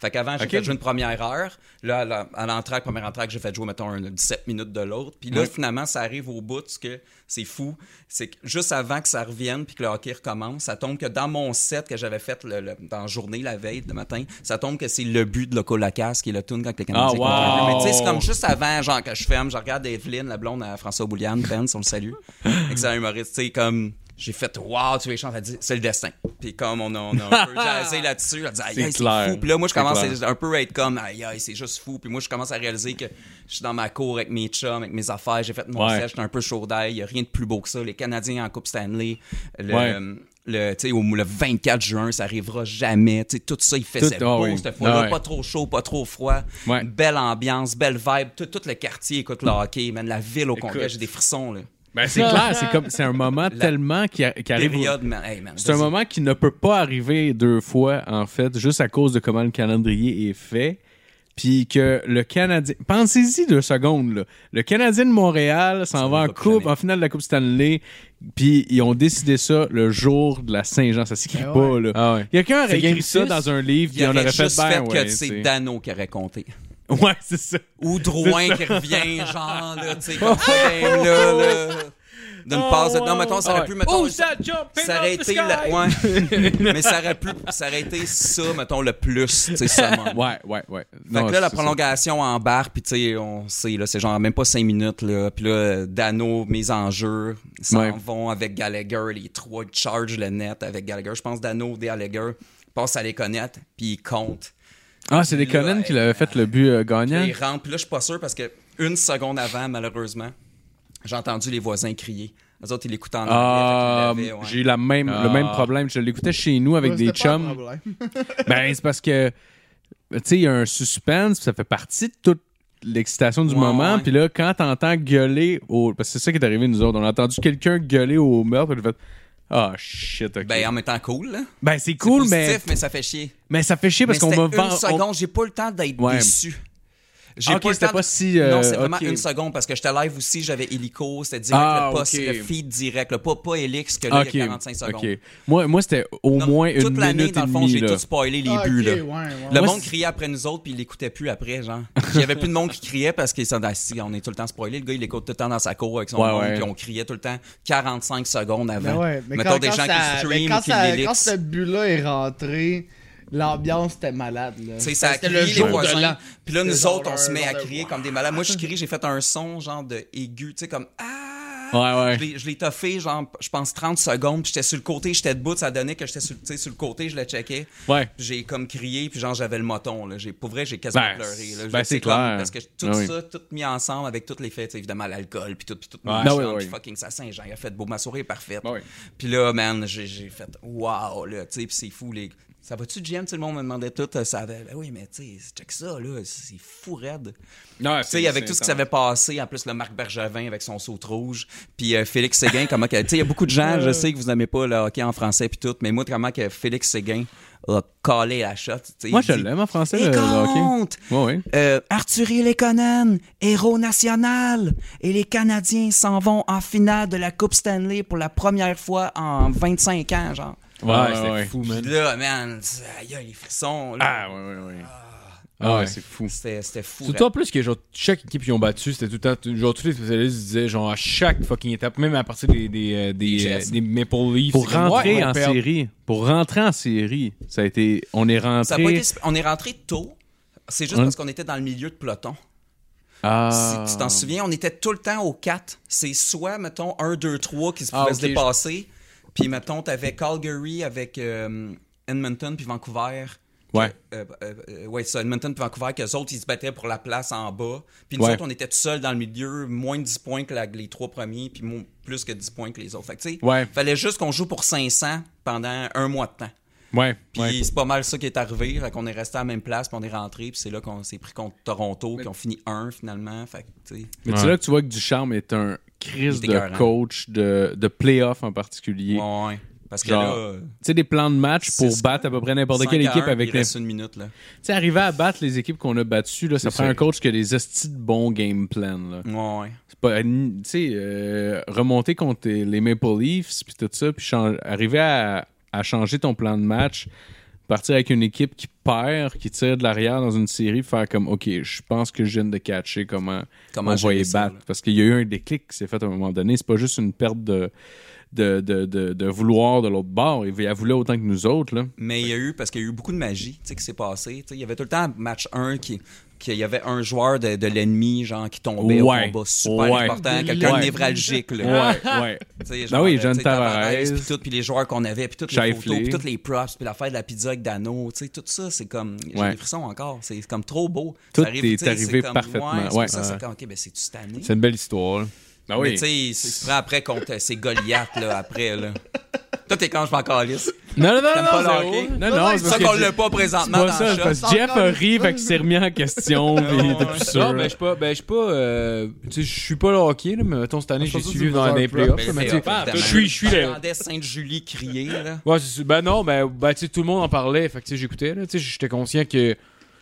Fait qu'avant, j'ai Ok. fait jouer une première heure. Là, à la- à l'entraque, première entraque, j'ai fait jouer, mettons, un 17 minutes de l'autre. Puis là, finalement, ça arrive au bout. Ce que c'est fou, c'est que juste avant que ça revienne puis que le hockey recommence, ça tombe que dans mon set que j'avais fait le, le- dans la journée, la veille, le matin, ça tombe que c'est le but de Loco Lacasse qui est le tune quand les Canadiens Ah, contre wow. le but. Mais tu sais, c'est comme juste avant, genre, que je ferme, je regarde Evelyne, la blonde à François Boulian, Pence, on le salue. Excellent humoriste. Tu sais, comme, j'ai fait, wow, tu les chantes, elle dit, c'est le destin. Puis comme, on a, on a un [LAUGHS] peu jazzé là-dessus, elle dit, aïe, C'est aïe, c'est clair. fou. Puis là, moi, je C'est commence clair. à un peu à être comme, aïe, aïe, c'est juste fou. Puis moi, je commence à réaliser que je suis dans ma cour avec mes chums, avec mes affaires, j'ai fait mon Ouais. set, j'étais un peu chaud d'ail, il n'y a rien de plus beau que ça. Les Canadiens en Coupe Stanley, le. Ouais. Le, tu sais, au- le 24 juin, ça arrivera jamais. Tu sais, tout ça, il faisait Tout- ah beau oui. cette fois-là. Ah ouais. Pas trop chaud, pas trop froid. Ouais. Belle ambiance, belle vibe. Tout, tout le quartier écoute le hockey, man. La ville au congrès, j'ai des frissons, là. Ben, c'est clair, c'est comme c'est [LAUGHS] un moment tellement qui, a- qui arrive. au- Période, man. Hey, man, C'est un vas-y. moment qui ne peut pas arriver deux fois en fait, juste à cause de comment le calendrier est fait. Puis que le Canadien. Pensez-y deux secondes, là. Le Canadien de Montréal s'en va en n'arrivera plus coupe, jamais. en finale de la Coupe Stanley. Puis ils ont décidé ça le jour de la Saint-Jean. Ça s'écrit Ben pas, là. Ah ouais. Quelqu'un aurait C'est game écrit ça six? dans un livre, Il puis on aurait fait juste fait, ben, ouais, que c'est t'sais. Dano qui aurait compté. [LAUGHS] Ouais, c'est ça. Oh, Ou Drouin qui revient, genre, là, [LAUGHS] tu sais, comme ce game-là, là. D'une passe de. Non, mettons, ça aurait pu, mettons. Oh, ça jump! ça aurait été la- [LAUGHS] ouais. mais ça aurait pu ça aurait été ça mettons le plus tu sais ça man. Ouais, ouais, ouais. Fait Non, que là, la c'est ça. prolongation en barre, puis tu sais, on sait, là, c'est genre même pas cinq minutes, là. Puis là, Dano, mise en jeu, ils s'en Ouais. vont avec Gallagher, les trois chargent le net avec Gallagher. Je pense Dano, Gallagher, passe à les connaître, puis ils comptent. Ah, c'est les Là, Conan qui euh, l'avaient fait le but euh, Puis gagnant. ils rentrent, puis là, je suis pas sûr parce que une seconde avant, malheureusement, j'ai entendu les voisins crier. Les autres, ils l'écoutaient en Ah, anglais, fait qu'ils l'avaient, ouais. j'ai eu la même, le même Ah. problème. Je l'écoutais chez nous avec Ouais, des c'était pas un chums. problème. Ben, c'est parce que, tu sais, il y a un suspense, puis ça fait partie de toute l'excitation du Ouais, moment. ouais. Puis là, quand t'entends gueuler au. Parce que c'est ça qui est arrivé, nous autres. On a entendu quelqu'un gueuler au meurtre, puis j'ai fait. Ah, shit, ok. Ben, en Ben, même temps, cool, là. c'est C'est cool, mais, positif, mais ça fait chier. mais ça fait chier parce qu'on Mais m'a c'était vendu. Une seconde, j'ai pas le temps d'être Ouais. Ah, déçu. J'ai Ok, le c'était temps de- pas si, euh, non, c'est vraiment ok. une seconde parce que j'étais live aussi, j'avais Helico, c'était direct Ah, le poste, ok. le feed direct, le pas, pas Helix que là, Ok, il y a 45 secondes. ok. Moi, moi c'était au Non, moins toute une l'année, minute dans et le fond, demie. j'ai là. tout spoilé les Ah, buts, ok, là. ouais, ouais. Le Moi, monde c'est- criait après nous autres, puis il l'écoutait plus après, [LAUGHS] genre. Il y avait plus de monde qui criait parce qu'ils sont assis, on est tout le temps spoilé. Le gars, il écoute tout le temps dans sa cour avec son Ouais, monde, ouais. puis on criait tout le temps 45 secondes avant. Mais Ben ouais, mais Mettons quand, des quand gens ça- qui mais stream, quand qui ça- l'Helix. Quand ce but-là est rentré, L'ambiance était malade, là. Tu sais, ça C'était crie, le les jour de voisins. l'an. Puis là, nous genre autres, on un se met à genre de- crier comme des [LAUGHS] malades. Moi, je crie, j'ai fait un son, genre de aigu, tu sais, comme Ah! Ouais, ouais. Je l'ai- Je l'ai toffé, genre, je pense 30 secondes, puis j'étais sur le côté, j'étais debout, ça donnait que j'étais sur, tu sais, sur le côté, je le checkais. Ouais. Puis j'ai comme crié, puis genre, j'avais le moton, là. J'ai- Pour vrai, j'ai quasiment Ben, pleuré, là. ben, Je- c'est comme- clair. Parce que tout Ah oui. ça, tout mis ensemble avec toutes les fêtes, évidemment, l'alcool, puis tout, puis tout. Ouais. le Ah monde, oui, oui, puis oui. fucking ça Saint-Jean, il a fait beau, ma soirée est parfaite. Ah oui. Puis là, man, j'ai j'ai fait wow, là, tu sais, puis c'est fou, les. Ça va-tu, GM? Tout le monde me demandait tout, euh, ça avait. Ben oui, mais tu sais, check ça, là, c'est fou raide. Tu sais, avec tout ce qui s'avait passé, en plus, le Marc Bergevin avec son saut rouge, puis euh, Félix Séguin, comment que. Tu sais, il y a beaucoup de [LAUGHS] gens, je sais que vous n'aimez pas le hockey en français, puis tout, mais moi, comment que Félix Séguin a collé la shot, tu sais, Moi, il je dit, l'aime en français, Les le, le hockey. comptes! Ouais, ouais. Euh, Arthurie Lekonen, héros national. Et les Canadiens s'en vont en finale de la Coupe Stanley pour la première fois en 25 ans, genre. Ouais, Ouais, ouais, c'était ouais. fou, Puis man. là, man, c'est- aïe, aïe, les frissons. là. Ah, ouais, ouais, ouais. Ah, Ah, ouais. ouais, c'est fou. C'était c'était fou. Surtout en plus que genre, chaque équipe qu'ils ont battu, c'était tout le temps. tout- Genre, tous les spécialistes disaient, genre, à chaque fucking étape, même à partir des, des, euh, des, Des euh, Jets. des Maple Leafs. Pour c'est comme, rentrer ouais, on en perd. série, pour rentrer en série, ça a été, on est rentré. Ça a pas été sp- On est rentré tôt. C'est juste Hein? parce qu'on était dans le milieu de peloton. Ah. Si tu t'en souviens, on était tout le temps aux 4. C'est soit, mettons, 1, 2, 3 qui se Ah, pouvaient ok, se dépasser. Puis, mettons, t'avais Calgary avec euh, Edmonton puis Vancouver. Ouais. Euh, euh, euh, ouais, ça, Edmonton puis Vancouver, qu'eux autres, ils se battaient pour la place en bas. Puis nous Ouais. autres, on était tout seuls dans le milieu, moins de 10 points que la- les trois premiers, puis mo- plus que 10 points que les autres. Fait que, tu sais, Ouais. fallait juste qu'on joue pour 500 pendant un mois de temps. Ouais. Puis c'est pas mal ça qui est arrivé. Fait qu'on est resté à la même place, puis on est rentré, puis c'est là qu'on s'est pris contre Toronto, puis on finit un finalement. Fait que, tu sais. Mais c'est Ouais. là que tu vois que Ducharme est un crise Il est de écœurant. coach de, de playoff en particulier. Ouais, ouais. Parce que Genre, là, tu sais, des plans de match pour six- battre à peu près n'importe 5 quelle à équipe un, avec il les. reste Tu une minute, là. sais, arriver à battre les équipes qu'on a battues, là, ça C'est prend ça. un coach qui a des estis de bons game plans. Là. Ouais, ouais. C'est pas. Tu sais, euh, remonter contre les Maple Leafs, puis tout ça, puis chan- arriver à, à changer ton plan de match, partir avec une équipe qui perd, qui tire de l'arrière dans une série, faire comme, OK, je pense que je viens de catcher comment, Comment on va gérer les ça, battre. là. Parce qu'il y a eu un déclic qui s'est fait à un moment donné. C'est pas juste une perte de, de, de, de, de vouloir de l'autre bord. Il la voulait autant que nous autres. Là. Mais il y a eu, parce qu'il y a eu beaucoup de magie tu sais, qui s'est passée. Tu sais, Il y avait tout le temps match 1 qui. qu'il y avait un joueur de, de l'ennemi genre qui tombait Ouais. au combat super Ouais. important, quelqu'un Ouais. de névralgique. Là. Ouais, ouais. Tu sais, Ben oui, euh, John tu sais, Tavares, Tavares. puis tout, puis les joueurs qu'on avait, puis toutes les Shifley. photos, puis toutes les props, puis l'affaire de la pizza avec Dano, tu sais, tout ça, c'est comme, j'ai Ouais. des frissons encore, c'est comme trop beau. Tout Ça arrive, est tu sais, arrivé c'est comme, parfaitement, Ouais, c'est ouais. pour ça, Ouais. c'est comme, ok, ben c'est-tu cette année? C'est une belle histoire. là. Ben Mais oui. tu sais, c'est c'est vrai après contre c'est Goliath là après là. Toi t'es quand je m'en calisse. Non, non, non, T'aimes non, pas le zéro. hockey? Non, non, c'est C'est ça parce qu'on que l'a c'est pas présentement pas dans ça. le Parce shot. que Jeff a ri, fait qu'il s'est remis [LAUGHS] en question, puis il était plus sûr. Non, mais je suis pas, ben, je suis pas, euh, tu sais, je suis pas le hockey, là, mais mettons, cette année, Je j'ai pense que suivi Ben, c'est dans bizarre, les Brock. playoffs, Mais là, mais c'est tu sais, pas- je suis, je suis là. J'entendais Sainte-Julie crier là. Ouais, c'est- c'est- ben non, ben, ben, tu sais, tout le monde en parlait, fait que, tu sais, j'écoutais, là, tu sais, j'étais conscient que, tu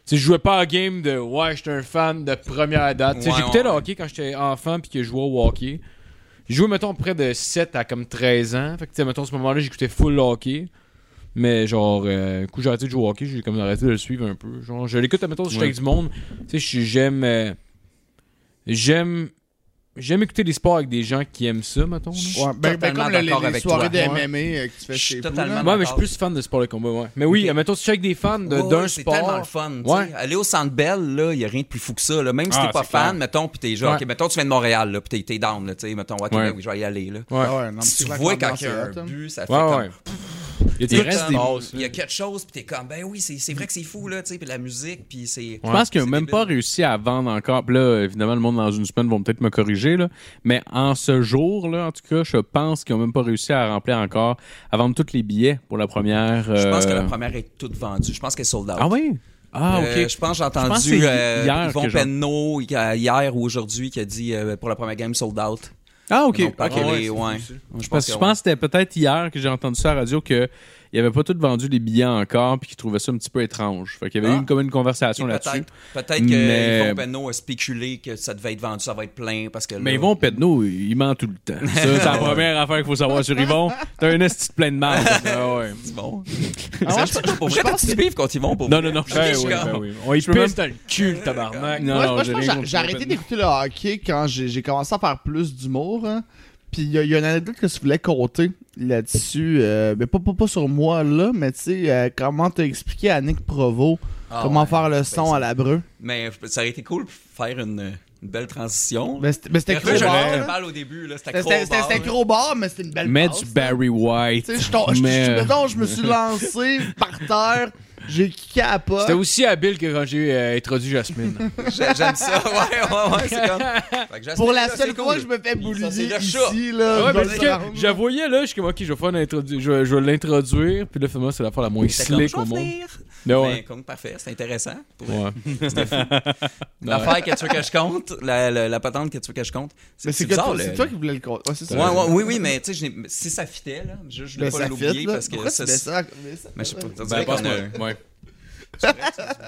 sais, je jouais pas à game de, ouais, j'étais un fan de première date, tu sais, Ouais, j'écoutais ouais, le ouais. hockey quand j'étais enfant, puis que je jouais au hockey. J'ai joué, mettons, près de 7 à comme 13 ans, fait que, tu sais, mettons, à ce moment-là, j'écoutais full hockey. Mais genre, euh, coup, j'ai arrêté de jouer au hockey, j'ai comme arrêté de le suivre un peu. Genre, je l'écoute, mettons, si j'étais Ouais. avec du monde. Tu sais, je suis- j'aime. euh, j'aime. J'aime écouter des sports avec des gens qui aiment ça, mettons. là. Ouais, ben, ben, totalement comme le- d'accord les, avec soirées toi. de MMA euh, que tu fais Je suis chez totalement vous, là. Ouais, mais je suis plus fan de sports de combat, ouais. Mais oui, Ok. mettons, si je suis avec des fans de- Ouais, d'un ouais, C'est tellement le sport. fun. tu Ouais. sais. Aller au Centre Bell, là, il y a rien de plus fou que ça. là. Même si Ah, t'es pas c'est fan, clair. mettons, puis t'es genre, Ouais. ok, mettons tu viens de Montréal, là, puis t'es- t'es down, là, tu sais, mettons, ok, Ouais. ben oui, je vais y aller là. Ouais. Ah ouais, non, mais Si c'est tu vrai vois que quand l'ambiance il y a est un hot, hein. but, ça fait Ouais, comme ah ouais. Il y a Tout des- le reste temps, des- bon, Il y a quelque chose, puis t'es comme, ben oui, c'est c'est vrai que c'est fou, là, tu sais, puis la musique, puis c'est. Je pense qu'ils n'ont c'est même débile. pas réussi à vendre encore. Puis là, évidemment, le monde dans une semaine vont peut-être me corriger. Là. Mais en ce jour-là, en tout cas, je pense qu'ils n'ont même pas réussi à remplir encore, à vendre tous les billets pour la première. Je pense euh, que la première est toute vendue. Je pense qu'elle est sold out. Ah oui? Ah, Euh, OK. je pense que j'ai pense que c'est entendu euh, hier Yvon que j'en- Penneau il y a- hier ou aujourd'hui qui a dit euh, pour la première game sold out. Ah, OK. Donc, pas OK. qu'elle Ouais. est- ouais. Je Parce que je pense que c'était peut-être hier que j'ai entendu ça à la radio que il avait pas tout vendu les billets encore puis qu'ils trouvaient ça un petit peu étrange. Fait qu'il y avait Ah. eu une, comme une conversation là-dessus. Peut-être peut-être que Mais- Yvon Penneau a spéculé que ça devait être vendu, ça va être plein parce que. Mais là- Yvon Pedneau, il ment tout le temps. Ça, c'est [LAUGHS] la première affaire qu'il faut savoir sur Yvon. T'as un esti de plein de mal. [LAUGHS] Ah ouais. C'est bon. Ah ouais, C'est- Pour vrai, t'as-tu du bif contre Yvon pour Non, vrai? non, [LAUGHS] non. Ben Je oui, ben comprends. oui. On y peux même- pisse dans le cul, le tabarnak. Non, Moi, non, moi, je j'ai pense rien que contre j'ai arrêté Yvon d'écouter le hockey quand j'ai j'ai commencé à faire plus d'humour. hein. Puis il y, a- il y a une anecdote que tu voulais compter là-dessus. euh, mais pas, pas, pas sur moi, là, mais tu sais, euh, comment t'as expliqué à Nick Provo Ah comment ouais. faire le son ça- à la breu. Mais je- ça aurait été cool de faire une, une belle transition. Mais c'était mais c'était Après, gros j'avais bar. fait le là. mal au début, là. C'était C'était- gros. C'était c'était- c'était gros bar, mais c'était une belle Mais passe. du Barry White. Tu sais, je t'en- je- je- Mais- hein. mettons, je me suis lancé par terre, j'ai kické à la pote. C'était aussi habile que quand j'ai euh, introduit Jasmine. J'ai- J'aime ça. Ouais, ouais, ouais. [LAUGHS] C'est comme. Fait que j'espère Pour la que c'est seule cool. fois que je me fais boulier Ça, c'est le ici, là. chat. Ouais, je vais parce le que prendre. [LAUGHS] je la voyais là, je suis comme ok, je vais faire une introdu- je vais, je vais l'introduire, puis là finalement c'est la fois la moins C'était comme, slick je vais au monde. venir. Mais Ben, ouais. comme parfait, c'est intéressant. Pour Ouais. L'affaire que tu veux que je compte, la, la, la patente que tu veux que je compte, Mais c'est c'est c'est que bizarre. toi- le- c'est toi qui voulais le compter. Ouais, c'est ça. Ouais, ouais, oui, oui, mais tu sais, je n'ai- si ça fitait, là, je je voulais Mais pas ça fit, l'oublier là. parce que Pourquoi tu ça. mets ça à- mais ça- Mais je sais pas, on Ben, dirait parce qu'on a- que- ouais.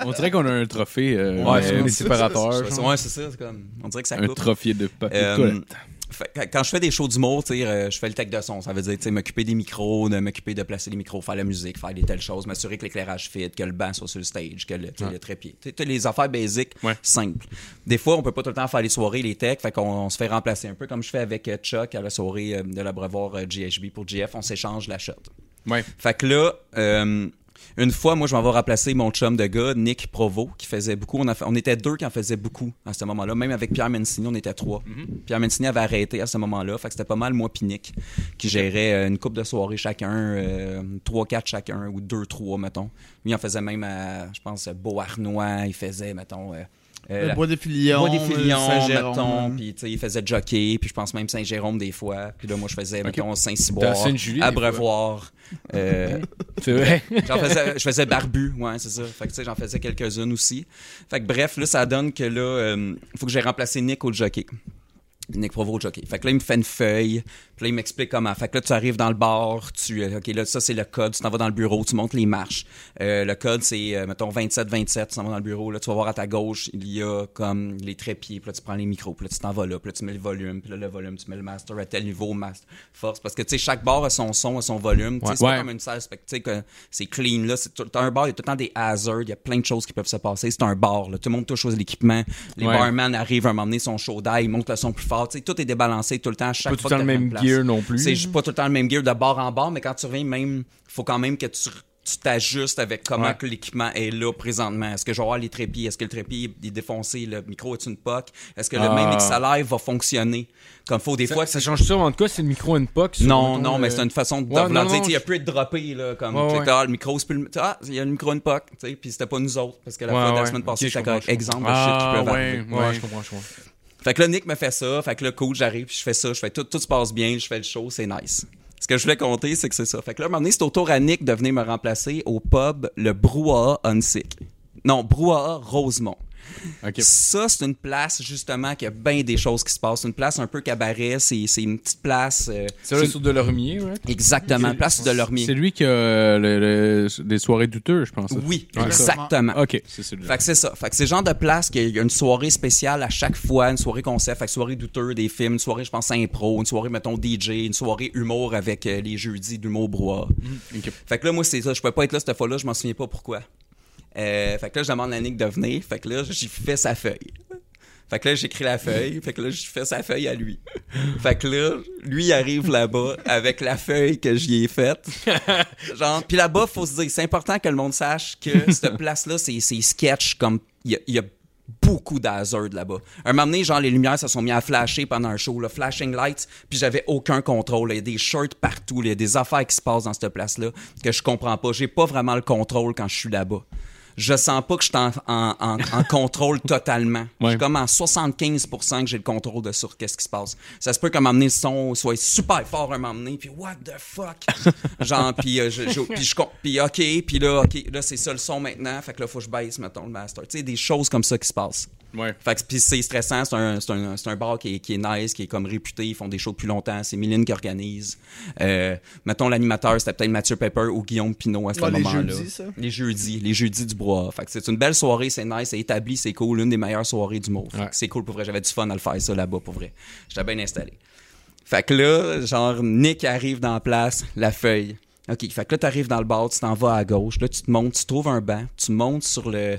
On dirait qu'on a un trophée. euh, Ouais, euh, c'est des séparateurs. genre. Ouais, c'est ça, c'est comme. On dirait que ça un coupe. trophée de papier de Euh, toilette. fait que quand je fais des shows d'humour, tu sais, euh, je fais le tech de son. Ça veut dire tu sais, m'occuper des micros, de m'occuper de placer les micros, faire la musique, faire des telles choses, m'assurer que l'éclairage fit, que le banc soit sur le stage, que le, tu sais, le trépied. Tu sais, t'as les affaires basiques, Ouais. simples. Des fois, on peut pas tout le temps faire les soirées, les techs, fait qu'on on se fait remplacer un peu comme je fais avec euh, Chuck à la soirée euh, de l'abreuvoir euh, GHB pour GF. On s'échange la shot. Ouais. Fait que là, euh, une fois, moi, je m'en vais remplacer mon chum de gars, Nick Provo, qui faisait beaucoup. On, a fait- on était deux qui en faisaient beaucoup à ce moment-là. Même avec Pierre Mancini, on était trois. Pierre Mancini avait arrêté à ce moment-là. Fait que c'était pas mal moi puis Nick qui gérait euh, une coupe de soirée chacun, euh, trois, quatre chacun, ou deux, trois, mettons. Lui, il en faisait même à, je pense, Beauharnois. Il faisait, mettons... euh, euh, Le la- bois des filions. Bois des Filions, Saint-Jérôme. mettons, puis tu sais, il faisait jockey, puis je pense même Saint-Jérôme des fois, puis là, moi, je faisais, mettons, Saint-Cyboire, Dans Sainte-Julie, des Abreuvoir, euh, C'est vrai. J'en faisais, je faisais barbu, ouais, c'est ça. Fait que, tu sais, j'en faisais quelques-unes aussi. Fait que, bref, là, ça donne que là, euh, faut que j'ai remplacé Nick au jockey. Nick Provo au jockey. Fait que là, il me fait une feuille. Puis là, il m'explique comment. Fait que là, tu arrives dans le bar. Tu, euh, OK, là, ça, c'est le code. Tu t'en vas dans le bureau. Tu montes les marches. Euh, le code, c'est, euh, mettons, 27-27. Tu t'en vas dans le bureau. Là, tu vas voir à ta gauche, il y a comme les trépieds. Puis là, tu prends les micros. Puis là, tu t'en vas là. Puis là, tu mets le volume. Puis là, le volume, tu mets le master à tel niveau, master, force. Parce que, tu sais, chaque bar a son son, a son volume. Tu sais, c'est Ouais. pas comme une salle spectacle. que C'est clean. Là, c'est tout- t'as un bar, il y a tout le temps des hazards. Il y a plein de choses qui peuvent se passer. C'est un bar. Là. Tout le monde touche aux équipements. Les Ouais. barman arrivent à un moment donné, son chaud d'ail, ils montent le son plus fort. Tu sais, tout est débalancé tout le temps. à Chaque Pas tout fois le temps que le t'as même une place. gear non C'est plus. juste pas tout le temps le même gear de bord en bord, mais quand tu reviens, même, faut quand même que tu tu t'ajustes avec comment Ouais. que l'équipement est là présentement. Est-ce que je vais avoir les trépieds? Est-ce que le trépied est défoncé? Le micro est une POC? Est-ce que le Ah. même XLR va fonctionner? Comme faut des fois... Ça change ça, mais en tout cas, c'est le micro inbox. Non, non, mais c'est une façon de Ouais, non, vouloir dire, non, tu sais, il y a je- plus de dropper, là, comme, Ouais, tu sais, ouais. ah, le micro, c'est plus le... Ah, il y a le micro une POC, tu sais, puis c'était pas nous autres, parce que la Ouais, fois de la ouais. semaine passée, Ok, je c'était comprends, comme je exemple de shit qui Ah, peut arriver. ouais, ouais. je comprends, je comprends. Fait que là, Nick me fait ça. Fait que là, cool, j'arrive, puis je fais ça. Je fais tout, tout se passe bien, je fais le show, c'est nice. Ce que je voulais compter, c'est que c'est ça. Fait que là, à un moment donné, c'est au tour à Nick de venir me remplacer au pub le Brouhaha on cycle. Non, Brouhaha Rosemont. Ok. Ça, c'est une place, justement, qui a bien des choses qui se passent. C'est Une place un peu cabaret, c'est c'est une petite place. euh, C'est là c'est- sur de l'ormier, ouais. Exactement, place de l'Ormier. C'est lui qui a euh, le- le- des soirées douteuses, je pense. Oui, Ouais. exactement. Ok, c'est celui-là. Fait que c'est ça. Fait que c'est le genre de place qu'il y a une soirée spéciale à chaque fois, une soirée concept, fait que soirée douteuse des films, une soirée, je pense, impro, une soirée, mettons, DJ, une soirée humour avec euh, les jeudis d'humour brouhaha. Mm, Ok. Fait que là, moi, c'est ça. Je pouvais pas être là cette fois-là, je m'en souviens pas pourquoi. Euh, fait que là, je demande à Nick de venir. Fait que là, j'y fais sa feuille. Fait que là, j'écris la feuille. Fait que là, j'y fais sa feuille à lui. Fait que là, lui, il arrive là-bas avec la feuille que j'y ai faite. Genre, puis là-bas, faut se dire, c'est important que le monde sache que cette place-là, c'est c'est sketch comme. Il y a, il y a beaucoup d'hazard là-bas. Un moment donné, genre, les lumières se sont mis à flasher pendant un show, là, flashing lights, puis j'avais aucun contrôle. là. Il y a des shirts partout, là. il y a des affaires qui se passent dans cette place-là que je comprends pas. J'ai pas vraiment le contrôle quand je suis là-bas. Je sens pas que je suis en, en- en- en contrôle totalement. Je suis Ouais. comme en 75% que j'ai le contrôle de sur qu'est-ce qui se passe. Ça se peut qu'à m'emmener le son soit super fort à m'emmener, puis what the fuck? Genre, puis euh, je, je- puis je com- puis ok, puis là, ok, là c'est ça le son maintenant, fait que là faut que je baisse, mettons, le master. Tu sais, des choses comme ça qui se passent. Ouais. Fait que pis c'est stressant, c'est un, c'est un, c'est un bar qui est, qui est nice, qui est comme réputé, ils font des shows depuis longtemps, c'est Mylène qui organise. Euh, mettons l'animateur, c'était peut-être Mathieu Pepper ou Guillaume Pinot à ce Ah, les moment-là. jeudis, ça? Les jeudis, les jeudis du bois. Fait que c'est une belle soirée, c'est nice, c'est établi, c'est cool, une des meilleures soirées du monde. Fait que C'est cool pour vrai, j'avais du fun à le faire ça là-bas pour vrai. J'étais bien installé. Fait que là, genre, Nick arrive dans la place, la feuille. OK, fait que là, t'arrives dans le bar, tu t'en vas à gauche. Là, tu te montes, tu trouves un banc, tu montes sur le,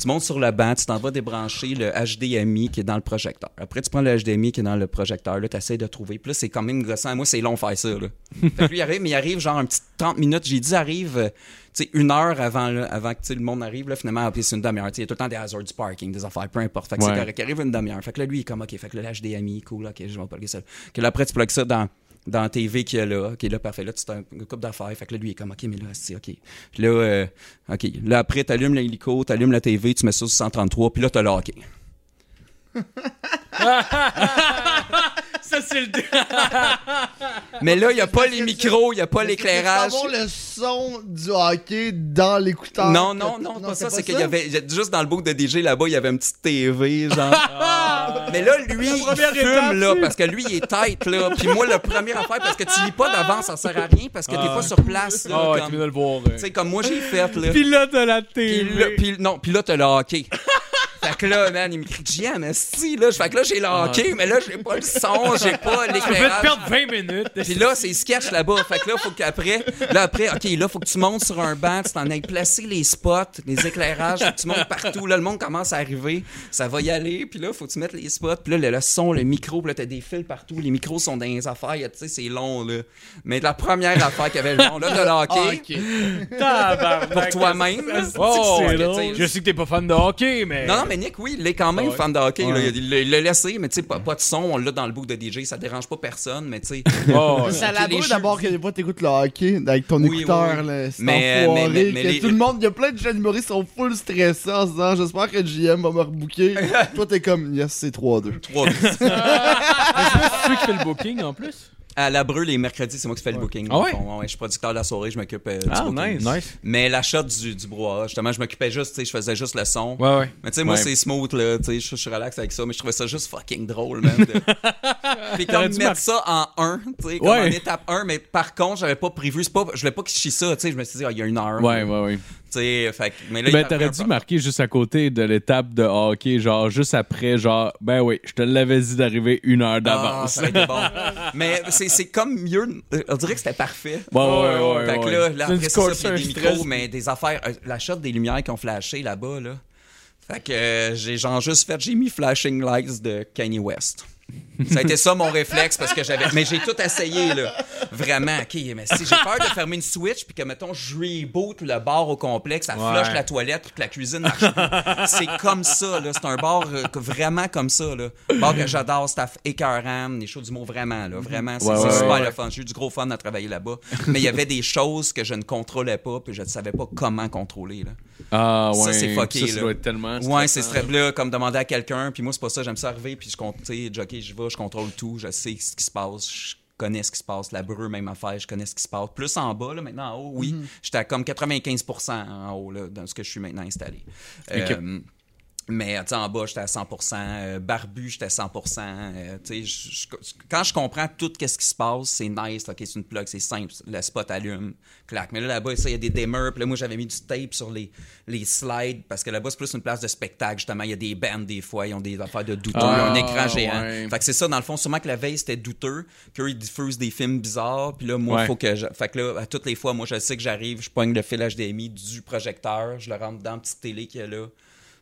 tu montes sur le banc, tu t'en vas débrancher le HDMI qui est dans le projecteur. Après, tu prends le HDMI qui est dans le projecteur. Là, t'essayes de trouver. Puis là, c'est quand même grossant. Moi, c'est long faire ça, là. [LAUGHS] fait que lui, il arrive, mais il arrive genre un petit 30 minutes. J'ai dit, arrive, euh, tu sais, une heure avant, là, avant que tu sais, le monde arrive. Là, finalement, après, c'est une demi-heure. Tu sais, Il y a tout le temps des hazards du parking, des affaires, peu importe. Fait que Ouais. c'est correct. Il arrive une demi-heure. Fait que là, lui, il est comme, OK, fait que là, le HDMI, cool, OK, je vais plugger ça. Que là, après, tu plugues ça dans dans la TV qui est là, qui est là, parfait. Là, tu t'as une coupe d'affaires. Fait que là, lui, il est comme, OK, mais là, c'est OK. Puis là, euh, OK. Là, après, t'allumes l'hélico, t'allumes la TV, tu mets ça sur 133, puis là, t'as le hockey. [LAUGHS] Ça, c'est le Mais là, il n'y a pas les micros, il n'y a pas l'éclairage. Avoir le son du hockey dans l'écouteur. Non, non, non, pas ça. C'est qu'il y avait, il y a- juste dans le bout de DJ là-bas, il y avait une petite TV, [LAUGHS] genre. Mais là, lui, il fume, là, parce que lui, il est tight, là. Puis moi, la première affaire, parce que tu lis pas d'avance, ça sert à rien, parce que t'es pas sur place, là. Ah, ouais, tu comme- viens de le voir. [LAUGHS] Tu sais, comme moi, j'ai fait, là. Pilote de la Puis télé. là, puis- non, puis là, t'as le hockey. fait que là, man, il me crie, Jam, si, là. Fait que là, j'ai le hockey, mais là, j'ai pas le son, j'ai pas Je vais te l'éclairage. perdre 20 minutes. [LAUGHS] Puis là, c'est sketch là-bas. Fait que là, faut qu'après, là, après, OK, là, faut que tu montes sur un banc, tu t'en ailles placer les spots, les éclairages, faut que tu montes partout. Là, le monde commence à arriver, ça va y aller. Puis là, faut que tu mettes les spots. Puis là, le, le son, le micro, puis là, t'as des fils partout. Les micros sont dans les affaires, tu sais, c'est long, là. Mais la première affaire qu'il y avait le monde, là, de le Ah, hockey, ok. pour toi-même. là, c'est- Oh, c'est- ok, tu sais, je sais que t'es pas fan de hockey, mais. non, non, mais Nick, oui, il est quand même fan de hockey. là. Il l'a- il l'a laissé, mais tu sais, pas, pas de son, on l'a dans le bout de DJ, ça dérange pas personne, mais tu sais. Oh, ouais. Ça Puis les l'avoue jeux- d'abord que des fois t'écoutes le hockey avec ton Oui, écouteur, oui, oui. là, c'est Mais, euh, enfoiré, mais, mais, mais que les- tout le monde, il y a plein de jeunes humoristes qui sont full stressés en se disant j'espère que JM va me rebooker. [LAUGHS] Toi t'es comme yes c'est 3-2. Trois bis. Celui qui fait le booking en plus. À la Breu, les mercredis, c'est moi qui fais le booking. Ah dans ouais? le fond. je suis producteur de la soirée, je m'occupe euh, du Ah, booking. nice. Mais la shot du, du brouhaha, justement, je m'occupais juste, tu sais, je faisais juste le son. Ouais, ouais. Mais tu sais, moi, Ouais. c'est smooth, là. Tu sais, je je suis relax avec ça, mais je trouvais ça juste fucking drôle, [LAUGHS] man. de- Puis comme dû mettre mar- ça en 1, tu sais, comme Ouais. en étape 1, mais par contre, j'avais pas prévu, c'est pas, je voulais pas qu'il chie ça, tu sais, je me suis dit, ah, il y a une heure. Ouais, là. ouais, ouais. Tu sais, fait que- mais là, il Ben, m'a t'aurais pris dû un peu. marquer juste à côté de l'étape de hockey, genre juste après, genre, ben oui, je te l'avais dit d'arriver une heure d'avance. Ah, ça a été bon. Mais c'est c'est comme mieux. euh, On dirait que c'était parfait. Ouais, ouais, ouais, fait que ouais, là, ouais. là C'est une après ça, scorcher, c'est des un micros, stress. mais des affaires. euh, la shot des lumières qui ont flashé là-bas, là. Fait que euh, j'ai genre juste fait, j'ai mis Flashing Lights de Kanye West. Ça a été ça mon réflexe parce que j'avais. Mais j'ai tout essayé, là. Vraiment, ok, mais si j'ai peur de fermer une switch puis que, mettons, je reboot le bar au complexe, ça flush la toilette puis que la cuisine marche plus. C'est comme ça, là. C'est un bar euh, que- vraiment comme ça, là. Bar que j'adore, staff écœurant, les shows du mot vraiment, là. Vraiment, c'est Ouais, c'est ouais, super ouais. le fun. J'ai eu du gros fun à travailler là-bas. Mais il y avait des choses que je ne contrôlais pas puis je ne savais pas comment contrôler, là. Ah, Ça, ouais. c'est fucké, Ça, ça là. doit être tellement. Ouais, c'est très bleu, comme demander à quelqu'un. Puis moi, c'est pas ça, j'aime ça arriver. Puis je compte, tu sais, jockey, je vais, je contrôle tout, je sais ce qui se passe, je connais ce qui se passe. La breu, même affaire, je connais ce qui se passe. Plus en bas, là, maintenant, en haut, oui. J'étais à comme 95 en haut, là, dans ce que je suis maintenant installé. Euh, mais tu sais, en bas, j'étais à 100 euh, barbu, j'étais à 100 euh, tu sais, je- je- Quand je comprends tout ce qui se passe, c'est nice. OK, c'est une plug, c'est simple. Le spot allume, clac. Mais là, là-bas, ça, il y a des dimmers. Puis là, moi, j'avais mis du tape sur les, les slides parce que là-bas, c'est plus une place de spectacle. Justement, il y a des bands des fois. Ils ont des affaires de douteux. Ah, un écran géant. ouais. Fait que c'est ça, dans le fond, sûrement que la veille, c'était douteux, qu'eux, ils diffusent des films bizarres, puis là, moi, Ouais. faut que je... Fait que là, à toutes les fois, moi, je sais que j'arrive, je pogne le fil HDMI du projecteur, je le rentre dans la petite télé qu'il y a là,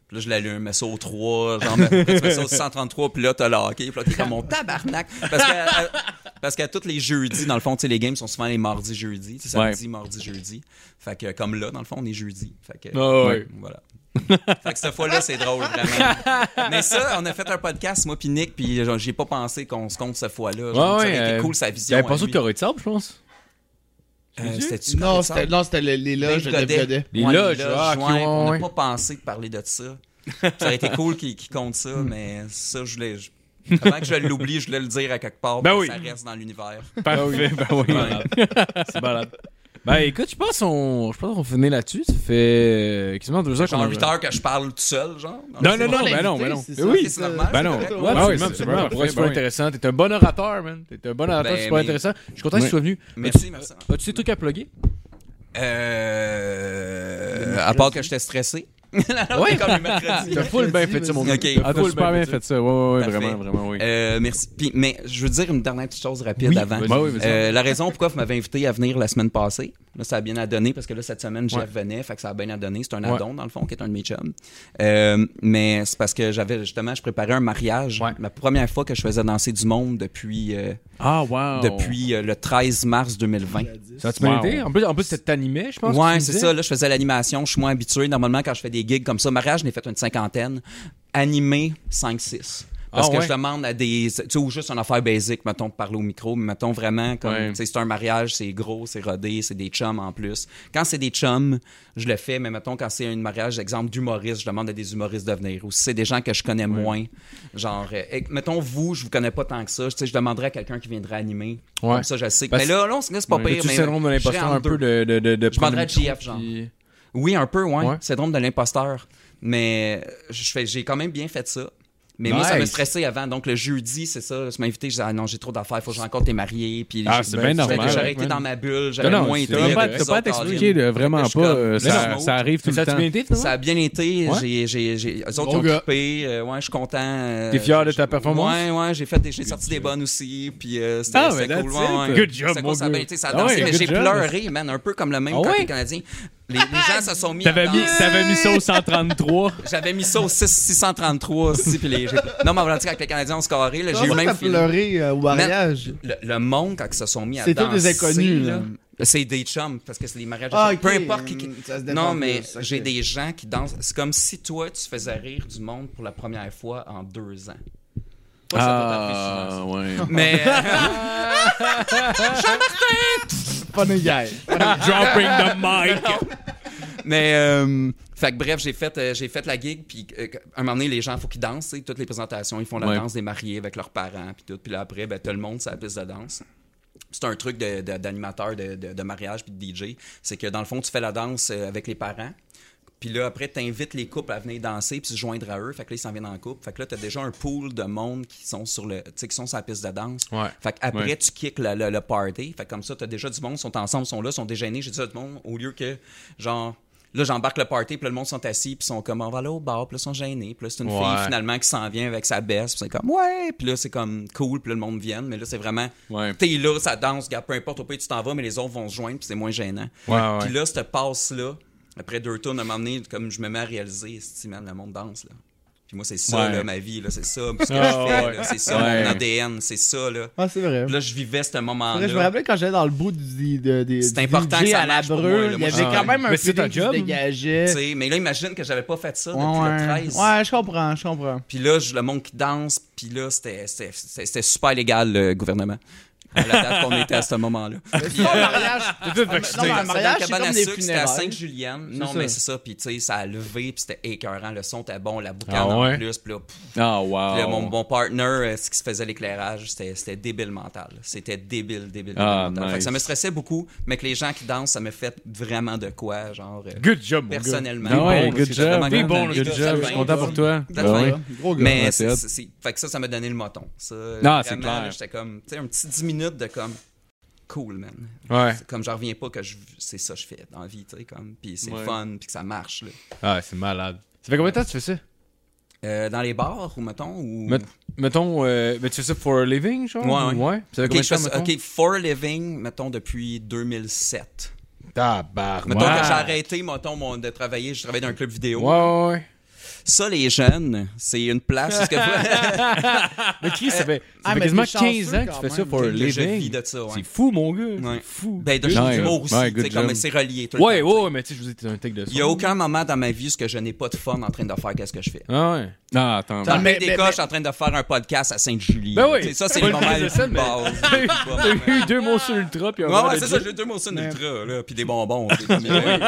puis là, je l'allume, mets ça au 3, genre, mets- tu mets ça au 133, puis là, t'as le hockey, puis là, t'es comme mon tabarnak, parce que... à- Parce qu'à tous les jeudis, dans le fond, tu sais, les games sont souvent les mardis, jeudis. C'est samedi, mardi, jeudi. Fait que, comme là, dans le fond, on est jeudi. Fait que, Ah ouais. voilà. fait que cette fois-là, c'est drôle, vraiment. Mais ça, on a fait un podcast, moi puis Nick, puis genre, j'ai pas pensé qu'on se compte cette fois-là. Genre, Ouais, ça aurait ouais, été euh, cool sa vision. J'avais à pensé lui. que t'aurais de sable, je pense. Euh, c'était super Non, intéressant. c'était non, c'était les, les loges de Dave Godet. Godet. Les Ouais, loges, ah, ok, ouais, ouais, on n'a ouais. pas pensé de parler de ça. ça aurait été cool qu'il qu'il compte ça, mais ça, je voulais. je- Avant que je l'oublie, je voulais le dire à quelque part. Ben pour oui. que Ça reste dans l'univers. Bah [LAUGHS] Parfait, ben oui. C'est balade. Ben écoute, je pense qu'on je pense qu'on finit là-dessus. Ça fait euh, quasiment deux heures qu'on Genre a 8 heures que je parle tout seul, genre. Non, non, C'est non, pas ben non, ben l'invité, non. c'est Ben ça, oui. c'est ça. normal. Ben non. c'est correct. Ouais, Ah absolument, ouais, c'est absolument. parfait, Pour être super ben oui. intéressant. T'es un bon orateur, man. T'es un bon orateur, Ben, super mais- intéressant. Je suis content que tu sois venu. Merci, merci. As-tu des trucs à plugger? Euh, à part que j'étais stressé. [LAUGHS] oui, comme le mercredi. [LAUGHS] T'as full bien fait ça, mon gars. Ok. Ah, t'as full super bien fait ça. Ouais, ouais, ouais, Parfait. vraiment, vraiment, oui. Euh, merci. Puis, mais je veux dire une dernière petite chose rapide Oui, avant. vas-y. Ben oui, vas-y. Euh, la raison pourquoi vous m'avez invité à venir la semaine passée, là, ça a bien à donner parce que là, cette semaine, je venais, fait que ça a bien à donner. C'est un Ouais. addon, dans le fond, qui est un de mes chums. Euh, mais c'est parce que j'avais justement, je préparais un mariage. Ouais. La première fois que je faisais danser du monde depuis, euh, Ah, wow. depuis euh, le 13 mars 2020. Ça a-tu Wow. mérité? En plus, en plus t'animais, je pense. que Ouais, tu c'est disais. ça. Là, je faisais l'animation. Je suis moins habitué. Normalement, quand je fais des gigs comme ça, mariage, j'en ai fait une cinquantaine. Animé, 5-6. Parce Ah, que ouais. je demande à des. Tu sais, ou juste une affaire basic, mettons, de parler au micro, mais mettons vraiment, comme. Ouais. Tu sais, c'est un mariage, c'est gros, c'est rodé, c'est des chums en plus. Quand c'est des chums, je le fais, mais mettons, quand c'est un mariage, exemple d'humoriste, je demande à des humoristes de venir. Ou si c'est des gens que je connais moins, genre. euh, hey, mettons, vous, je vous connais pas tant que ça, tu sais, je demanderais à quelqu'un qui viendrait animer. Ouais. Comme ça, je sais. que- Parce- mais là, là, on- c'est pas pire, Peux-tu mais. syndrome de je serais l'imposteur en un peu de. deux. de, de, de ben, Je prendre demanderais à le micro, GF, genre. puis- Oui, un peu, ouais. Ouais. Syndrome de l'imposteur. Mais je fais- j'ai quand même bien fait ça. Mais moi, ça Nice. me stressait avant. Donc, le jeudi, c'est ça. Je m'invitais, je disais, ah non, j'ai trop d'affaires, faut que je rencontre tes mariés. Puis Ah, j'ai- c'est ben, bien j'avais- normal, J'aurais ouais, été man. dans ma bulle, j'avais Non, non, moins c'est été. vraiment T'as pas- pas, t'as avec eux à autres, t'expliquer, Caroline. là, vraiment Je suis pas. comme- euh, Mais ça, non. ça arrive tout Mais le ça a-tu temps. bien été, toi? Ben, Ça a bien été. Ouais. J'ai, j'ai, j'ai, eux autres Bon ils ont gars. trippé. euh, ouais, je suis content. euh, T'es fier de je- ta performance? Ouais, ouais, j'ai fait, des- j'ai sorti des bonnes aussi. Puis euh, c'était, Ah, c'était mais cool. that's ouais, it. ouais. Good job, C'était mon cool, ça a gars. bien été, ça a Ah ouais, dansé, mais good j'ai job. pleuré, man, un peu comme le même Ah quand ouais? les Canadiens. Les, les gens se sont mis à [LAUGHS] T'avais mis, danser. t'avais mis ça au 133. J'avais mis [LAUGHS] ça au 6 633 aussi, puis les... j'ai- Non, mais en vrai, avec les Canadiens, on se carré, là, Ben, j'ai eu Comment même... t'as fil- pleuré euh, au mariage? Le, le monde, quand ils se sont mis à C'est danser... tous des inconnus, là. C'est des chums, parce que c'est les mariages... Ah, ok. Peu importe qui... qui- Ça se dépend Non, plus, mais ça, j'ai ok. des gens qui dansent... C'est comme si toi, tu faisais rire du monde pour la première fois en deux ans. Toi, ça t'a tapé souvent, Ah, ouais. ça. [LAUGHS] Mais... [LAUGHS] Funny guy. [LAUGHS] Dropping the mic. Mais, euh, fait que bref, j'ai fait, euh, j'ai fait la gig, puis euh, à un moment donné, les gens, faut qu'ils dansent, tu sais, toutes les présentations, ils font la Ouais. danse des mariés avec leurs parents, puis tout. Puis là, après, ben, tout le monde, c'est la piste de danse. C'est un truc de- de- d'animateur de, de- de mariage puis de DJ. C'est que dans le fond, tu fais la danse euh, avec les parents. Puis là, après, tu invites les couples à venir danser puis se joindre à eux. Fait que là, ils s'en viennent en couple. Fait que là, tu as déjà un pool de monde qui sont sur le, tu sais, qui sont sur la piste de danse. Ouais. Fait qu'après, Ouais. tu kicks le, le- le party. Fait que comme ça, t'as déjà du monde, sont ensemble, sont là, sont déjeunés. J'ai dit à tout le monde, au lieu que, genre, là, j'embarque le party, puis là, le monde sont assis, puis sont comme, on va aller au bar, puis là, ils sont gênés. Puis là, c'est une Ouais. fille, finalement, qui s'en vient avec sa baisse, puis c'est comme, ouais, puis là, c'est comme cool, puis là, le monde vient. Mais là, c'est vraiment, Ouais. t'es là, ça danse, regarde, peu importe, au pays, tu t'en vas, mais les autres vont se joindre, puis c'est moins gênant. Ouais, Puis ouais. là, cette passe-là, après deux tours, à un moment donné, comme je me mets à réaliser, si man, le monde danse, là. Puis moi, c'est ça, Ouais. là, ma vie, là, c'est ça, ce que Ah, je fais, ouais. là, c'est ça, Ouais. mon ADN, c'est ça, là. Ah, c'est vrai. Puis là, je vivais ce Faudrait- je me moment-là. rappelle quand j'allais dans le bout du, de, des C'est du important que DJ ça à la marche pour moi, breu, là. il y Moi, avait je- quand même un Mais c'est feeling ta qui se job. dégageait. tu sais. Mais là, imagine que j'avais pas fait ça Ouais, depuis le ouais. 13. ouais, je comprends, je [LAUGHS] comprends. Puis là, je- le monde qui danse, puis là, c'était- c'était c'était- c'était super légal, le gouvernement. À la date qu'on était à ce [LAUGHS] moment-là. Puis, Non, euh, le mariage, non, mais un mariage, dans la c'est cabane comme à des sucre, C'était à funérailles. Sainte-Julienne. Non, ça. mais c'est ça. Puis, tu sais, ça a levé, puis c'était écœurant. Le son était bon, la boucane Ah ouais? en plus. Puis là, pff, Ah, wow. puis là, mon, mon partner, euh, ce qui se faisait l'éclairage, c'était c'était débile mental. C'était débile, débile, débile Ah, mental. Fait que ça nice. me stressait beaucoup, mais que les gens qui dansent, ça me fait vraiment de quoi, genre... euh, Good job, mon gars. personnellement. Ah ouais, good J'étais vraiment job. content. bon, le good J'étais job. Je suis fin. content pour toi. J'étais Ben Ah fin. ouais. Gros gars. Mais Ouais, c'est, c'est c'est- c'est- fait que ça, ça m'a donné le moton. Ça, Ah, c'est vraiment, clair. là, J'étais comme, tu sais, un petit 10 minutes de comme, cool, man. Ouais. C'est comme, j'en reviens pas que je, c'est ça que je fais dans la vie, tu sais, comme, puis c'est Ouais. fun, puis que ça marche, là. Ah, c'est malade. Ça fait combien de temps que tu fais ça? Euh, dans les bars, ou mettons, ou. Met- Mettons, euh, mais tu fais ça for a living, genre? Ouais, ouais. Ça fait Ok, combien je de temps, fais ça- mettons? ok, for a living, mettons, depuis 2007. Tabarnak. Mettons que j'ai arrêté, mettons, mon- de travailler, je travaillais dans un club vidéo. Ouais, ouais, ouais. Ça, les jeunes, c'est une place où ce que [LAUGHS] Mais Chris, ça fait, ça Ah, fait mais quasiment t'es chanceux 15 ans que tu quand fais ça même. for a [LAUGHS] Que je vis living. de ça, ouais. C'est fou, mon gars. Ouais. C'est fou. Ben, de Good l'humour job. aussi, Ouais, tu sais, good comme job. c'est relié. tout le Ouais, temps, tu sais. ouais, ouais, mais tu sais, je vous ai dit, t'es un tech de ça. Il n'y a aucun moment dans ma vie où ce que je n'ai pas de fun en train de faire qu'est-ce que je fais. Ah, ouais. Ah, attends. Dans Ah, le mais- bain des mais- coches, je suis en train de faire un podcast à Sainte-Julie. Ben oui. Tu sais, Ça, c'est Pas le le moment plus de le ça, plus mais- base. T'as eu- Bon, ben. t'as eu deux mots sur ultra, puis un Ouais, moment ouais, de c'est ça, jeu. j'ai deux motions d'ultra, là, puis des bonbons. tu sais, Mais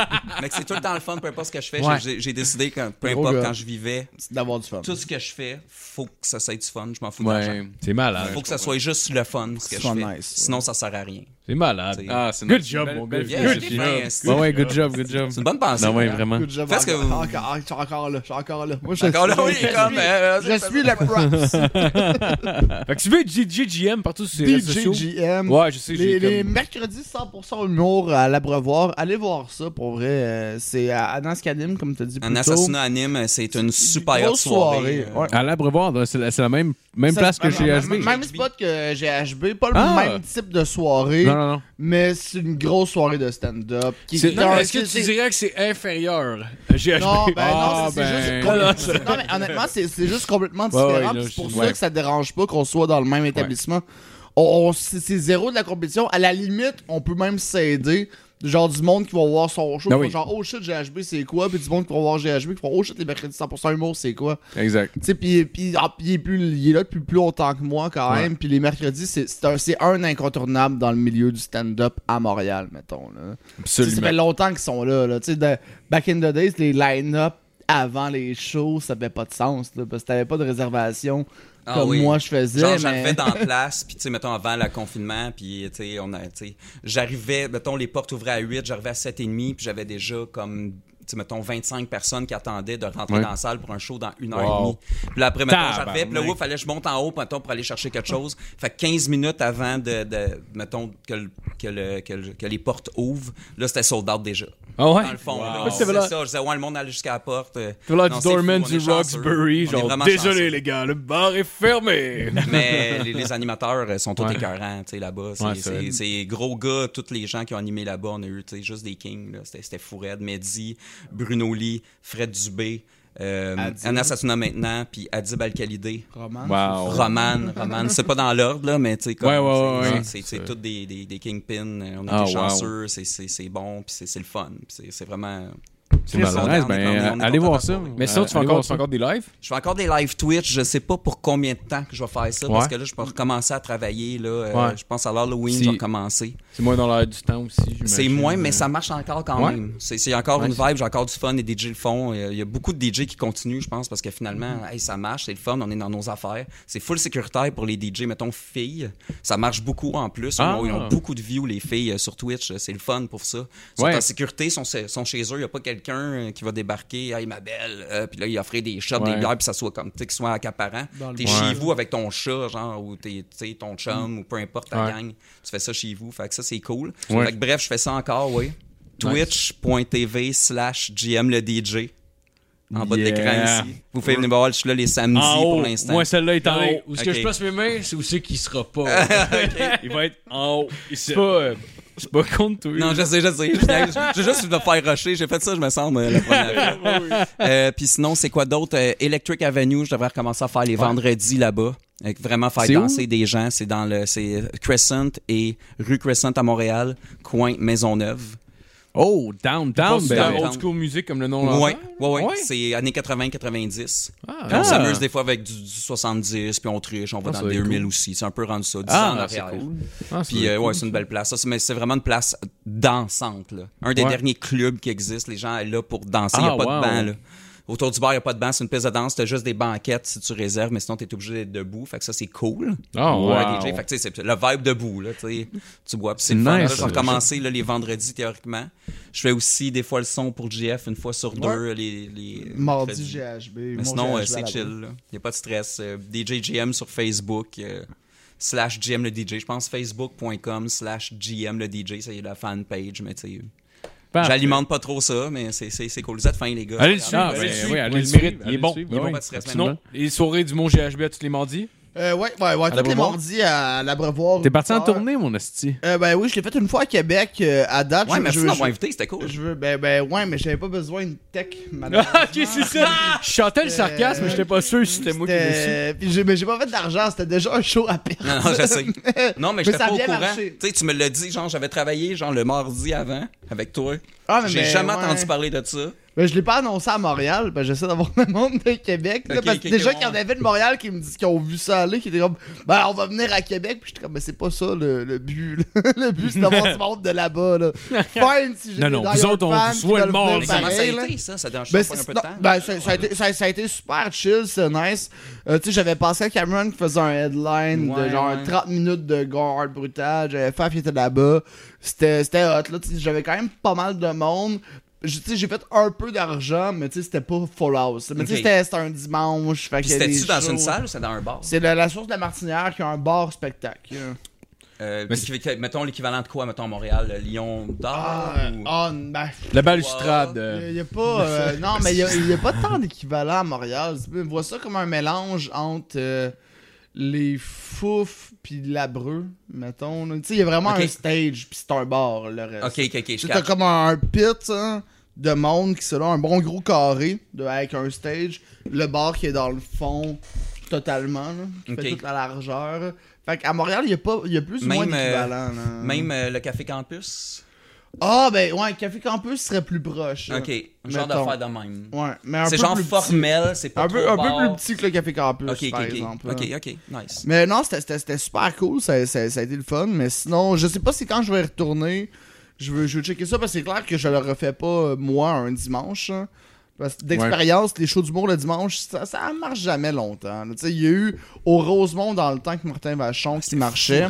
mais que c'est tout le temps le fun, peu importe ce que je fais. Ouais. J'ai j'ai décidé, que, peu Gros importe gars. quand je vivais, C'est d'avoir du fun. tout ce que je fais, faut que ça soit du fun, je m'en fous de l'argent. Ouais. C'est malade. Faut que ça soit juste le fun, ce que C'est je fais. nice. Sinon, ça sert à rien. C'est malade. C'est- Ah, c'est Good nice. job, Belle- mon belle gars. Yeah, fille, Good Sophie. ben, c'est Ouais, Ben ouais, good job, good job. c'est une bonne pensée. Non, ouais, vraiment. Good job, Parce que- encore, encore, je suis encore là, je suis encore là. Moi, je Encore là, oui, je suis- comme, euh, Je suis [LAUGHS] le props. Fait que tu veux JJGM partout sur les réseaux sociaux. DJGM. Ouais, je sais. j'ai Les, les comme- mercredis 100% humour à l'abreuvoir, allez voir ça pour vrai. euh, c'est à Anas Kanim, comme tu as dit plus Un tôt. assassinat anime, c'est une super Grosse soirée. euh, ouais. À l'abreuvoir, c'est la, c'est la même, même Ça- place que même- chez même- HB. Même spot que GHB, pas le Ah. même type de soirée, Non, non, non. mais c'est une grosse soirée de stand-up. qui- C'est- Non, Est-ce que c'est- tu dirais que c'est inférieur à GHB? Non, ben Ah, non, c'est c'est ben. juste. complètement- Non, mais honnêtement, c'est c'est juste complètement Ouais, ouais, différent. là, puis c'est je- pour ouais. ça que ça dérange pas qu'on soit dans le même établissement. On- on- c'est c'est zéro de la compétition. À la limite, on peut même s'aider. Genre du monde qui va voir son show, Ben qui va oui. genre oh shit GHB c'est quoi, puis du monde qui va voir GHB qui va oh shit les mercredis 100% humour c'est quoi. Exact. Tu sais, puis puis- ah, puis il, est plus- il est là depuis plus longtemps que moi quand même, puis les mercredis c'est c'est un, c'est un incontournable dans le milieu du stand-up à Montréal, mettons. Là. Tu sais, Ça fait longtemps qu'ils sont là. là. Tu sais, de- back in the days, les line-up avant les shows, ça fait pas de sens. là, parce que t'avais pas de réservation Ah comme oui. moi je faisais. Genre, mais- j'arrivais [LAUGHS] dans la place, puis tu sais, mettons, avant le confinement, puis tu sais, on a, tu sais, j'arrivais, mettons, les portes ouvraient à 8, j'arrivais à 7h30, puis j'avais déjà comme, tu sais, mettons, 25 personnes qui attendaient de rentrer Ouais. dans la salle pour un show dans une heure Wow. et demie. Puis là, après, mettons, Tabarnak. j'arrivais, puis là, il fallait que je monte en haut, mettons, pour aller chercher quelque chose. Fait que 15 minutes avant de, de- mettons, que, le- que, le- que le- que les portes ouvrent, là, c'était sold out déjà. Ah ouais? Dans le fond, là. Wow. C'est T'avais l'air- ça, je disais, ouais, le monde allait jusqu'à la porte. euh, T'as l'air non, du c'est fou, doorman on est du chanceux. Roxbury, On est genre vraiment désolé chanceux. les gars, le bar est fermé. [LAUGHS] Mais les, les animateurs euh, sont tous Ouais. écœurants, tu sais, là-bas. C'est- Ouais, c'est vrai. c'est c'est gros gars, tous les gens qui ont animé là-bas. On a eu, tu sais, juste des kings, là. C'était c'était fou raide. Mehdi, Bruno Lee, Fred Dubé, euh, Adib. Anna Sassouna maintenant, puis Adib Al-Khalidé. Roman, Ah, Wow. Roman, Roman, c'est pas dans l'ordre, là, mais tu sais, comme, Ouais, ouais, c'est- ouais, ouais. c'est- c'est tous des, des, des kingpins. euh, On était Ah, wow. chanceux, c'est- c'est c'est bon, puis c'est c'est le fun. puis c'est- C'est vraiment. C'est Chris, on est- malade. on est- on est- on Ben, est allez content voir de ça. voir. Mais ça, tu fais Allez encore, voir tu fais ça. encore des lives? Je fais encore des live Twitch, je sais pas pour combien de temps que je vais faire ça, parce que là, je peux recommencer à travailler, là. euh, Ouais. Je pense à l'Halloween, Si- je vais recommencer. C'est moins dans l'air du temps aussi, j'imagine. C'est moins, mais ça marche encore quand Ouais. même. C'est c'est encore Nice. une vibe, j'ai encore du fun, les DJ le font. Il y a- il y a beaucoup de DJ qui continuent, je pense, parce que finalement, Mm-hmm. hey, ça marche, c'est le fun, on est dans nos affaires. C'est full sécuritaire pour les DJ, mettons, filles. Ça marche beaucoup en plus. Ils ont- Ils ont Ah. beaucoup de views, les filles, euh, sur Twitch. C'est le fun pour ça. Ils sont Ouais. en sécurité, sont, sont chez eux. Il n'y a pas quelqu'un euh, qui va débarquer, hey, ma belle, euh, puis là, il offrait des shots, Ouais. des bières, puis ça soit comme, tu sais, qu'ils soient accaparants. T'es chez vous avec ton chat, genre, ou t'es, tu sais, ton chum, Mm. ou peu importe ta Ouais. gang. Tu fais ça chez vous. Fait que ça, c'est cool. Ouais. Fait que bref, je fais ça encore, oui. Twitch.tv slash GM le DJ. En bas de Yeah. Ah, oh. l'écran ici. Vous pouvez venir me voir, je suis là les samedis En haut. pour l'instant. Moi, celle-là est en haut. Où est-ce que Ok. je place mes mains, c'est où c'est qu'il sera [LAUGHS] pas. Il va être en haut. C'est pas, euh, c'est pas contre toi. non, je sais, je sais. Je viens- J'ai juste me faire rusher. J'ai fait ça, je me semble, euh, la première fois. Euh, Puis sinon, c'est quoi d'autre? Euh, Electric Avenue, je devrais recommencer à faire les vendredis là-bas. Euh, Vraiment faire C'est où? danser des gens. C'est dans le c'est Crescent et rue Crescent à Montréal, coin Maisonneuve. Oh, Pas downtown, sur ben. la old school musique comme le nom là. Ouais, ouais, ouais. Ouais. C'est années 80-90. Ah, On Ah. s'amuse des fois avec du, du 70, puis on triche, on va Ah, ça dans va le être 2000 cool. aussi. C'est un peu rendu ça, 10 ans en Ah, c'est arrière. cool. ah, Puis c'est euh, cool. ouais, c'est une belle place. Ça, c'est- mais c'est vraiment une place dansante. Là. Un des Ouais. derniers clubs qui existe. Les gens sont là pour danser. Il n'y Ah, a pas wow. de banc. Là. Autour du bar, il n'y a pas de banc. C'est une piste de danse. T'as juste des banquettes si tu réserves, mais sinon, tu es obligé d'être debout. Fait que ça, c'est cool. Ah, Pour un wow. DJ. Fait que, tu sais, c'est le vibe debout. Là, tu sais. tu bois. Puis c'est Nice. nice. Là, je Ça, vais recommencer là, les vendredis, théoriquement. Je fais aussi des fois le son pour GF, une fois sur deux. Les, les Mardi mercredis. GHB. Mais mon sinon, GHB euh, à c'est la chill. Il n'y a pas de stress. Euh, DJ GM sur Facebook, euh, slash GM le DJ. Je pense facebook.com slash GM le DJ. C'est la fan page, mais tu sais. Parfait. J'alimente pas trop ça, mais c'est- c'est c'est cool. Vous êtes fins, les gars. Allez le Ça suivre, regarde. allez le ben, Ah, suivre. oui, allez Il le est suivre, bon, allez il est le bon. suivre, il est ben bon. oui. Pas de stress, Sinon, les soirées du Mont GHB à tous les mardis. Euh, ouais, ouais, ouais. Tous les l'abreuvoir? mardis à l'abreuvoir. T'es parti en Ah, tournée, mon esti. euh, Ben oui, je l'ai fait une fois à Québec. euh, à date, Ouais, je- merci je, de m'avoir je, invité, c'était cool. je veux. Ben, ben ouais, mais j'avais pas besoin de [LAUGHS] tech, madame. [LAUGHS] ok, c'est ça. Je chantais le sarcasme, mais j'étais pas sûr si c'était moi qui l'ai su. C'était- Puis j'ai mais j'ai pas fait d'argent, c'était déjà un show à perdre. Non, non, je sais. Non, mais, Mais j'étais ça a pas au bien courant. marché. Tu sais, tu me l'as dit, genre, j'avais travaillé, genre, le mardi avant, avec toi. Ah, mais- J'ai mais jamais ouais. entendu parler de ça. [LAUGHS] Mais je l'ai pas annoncé à Montréal, ben j'essaie d'avoir le monde de Québec. là, Ok, parce ok, que ok, déjà ouais. qu'il y en avait de Montréal qui me disent qu'ils ont vu ça aller, qui étaient comme Ben on va venir à Québec puis j'étais comme Ben c'est pas ça le, le but. là. [LAUGHS] le but c'est d'avoir du monde de là-bas [LAUGHS] là. Fine si j'ai Non, des non, vous Iron autres, on Fans vous qui souhaite veulent mort, venir Mais comment ça a pareil, là. été, ça? Ça dérange Ben, pas un c'est- peu de non, temps? ben, ça, ça a été, ça, ça a été super chill, c'est nice. Euh, tu sais, j'avais pensé à Cameron qui faisait un headline de Ouais, genre ouais. 30 minutes de guard brutal. J'avais Faf qui était là-bas. C'était c'était hot, là. Tu sais, J'avais quand même pas mal de monde. Je- Tu sais, j'ai fait un peu d'argent, mais tu sais, c'était pas full house. Mais tu sais, Ok. c'était- c'était un dimanche. fait Puis qu'il y a c'était-tu des dans shows. une salle ou c'était dans un bar? C'est la, la source de la Martinière qui a un bar spectacle. Euh, puis que- mettons l'équivalent de quoi, mettons Montréal, euh, Lyon, Ah, d'or? ou- ah, ben, La balustrade. euh, Il n'y a, [LAUGHS] pas. euh, non, mais il n'y a, pas tant d'équivalent à Montréal. Je vois ça comme un mélange entre euh, les fouf puis l'abreu, mettons. là. Tu sais, il y a vraiment Ok. un stage puis c'est un bar, le reste. Ok, ok, ok, Tu je sais, t'as capte. comme un pit hein, de monde qui c'est là, un bon gros carré de, avec un stage, le bar qui est dans le fond totalement, là, qui fait Ok. toute la largeur. Fait qu'à Montréal, il y a, pas- il y a plus ou Même, moins euh, d'équivalent. là. Même euh, le Café Campus? Ah, ben ouais, Café Campus serait plus proche. là. Ok, Mettons. genre d'affaire de même. Ouais, mais un C'est peu genre plus petit. formel, c'est pas Un peu, trop un peu bar. plus petit que le Café Campus, Ok, par ok, exemple. ok. là. Ok, ok, nice. Mais non, c'était- c'était c'était super cool, ça, ça- ça a été le fun. Mais sinon, je sais pas si quand je vais y retourner, je veux, je veux checker ça parce que c'est clair que je le refais pas euh, moi un dimanche. hein. Parce que d'expérience, les shows d'humour le dimanche, ça, ça marche jamais longtemps. là. Tu sais, Il y a eu au Rosemont dans le temps que Martin Vachon qui marchait.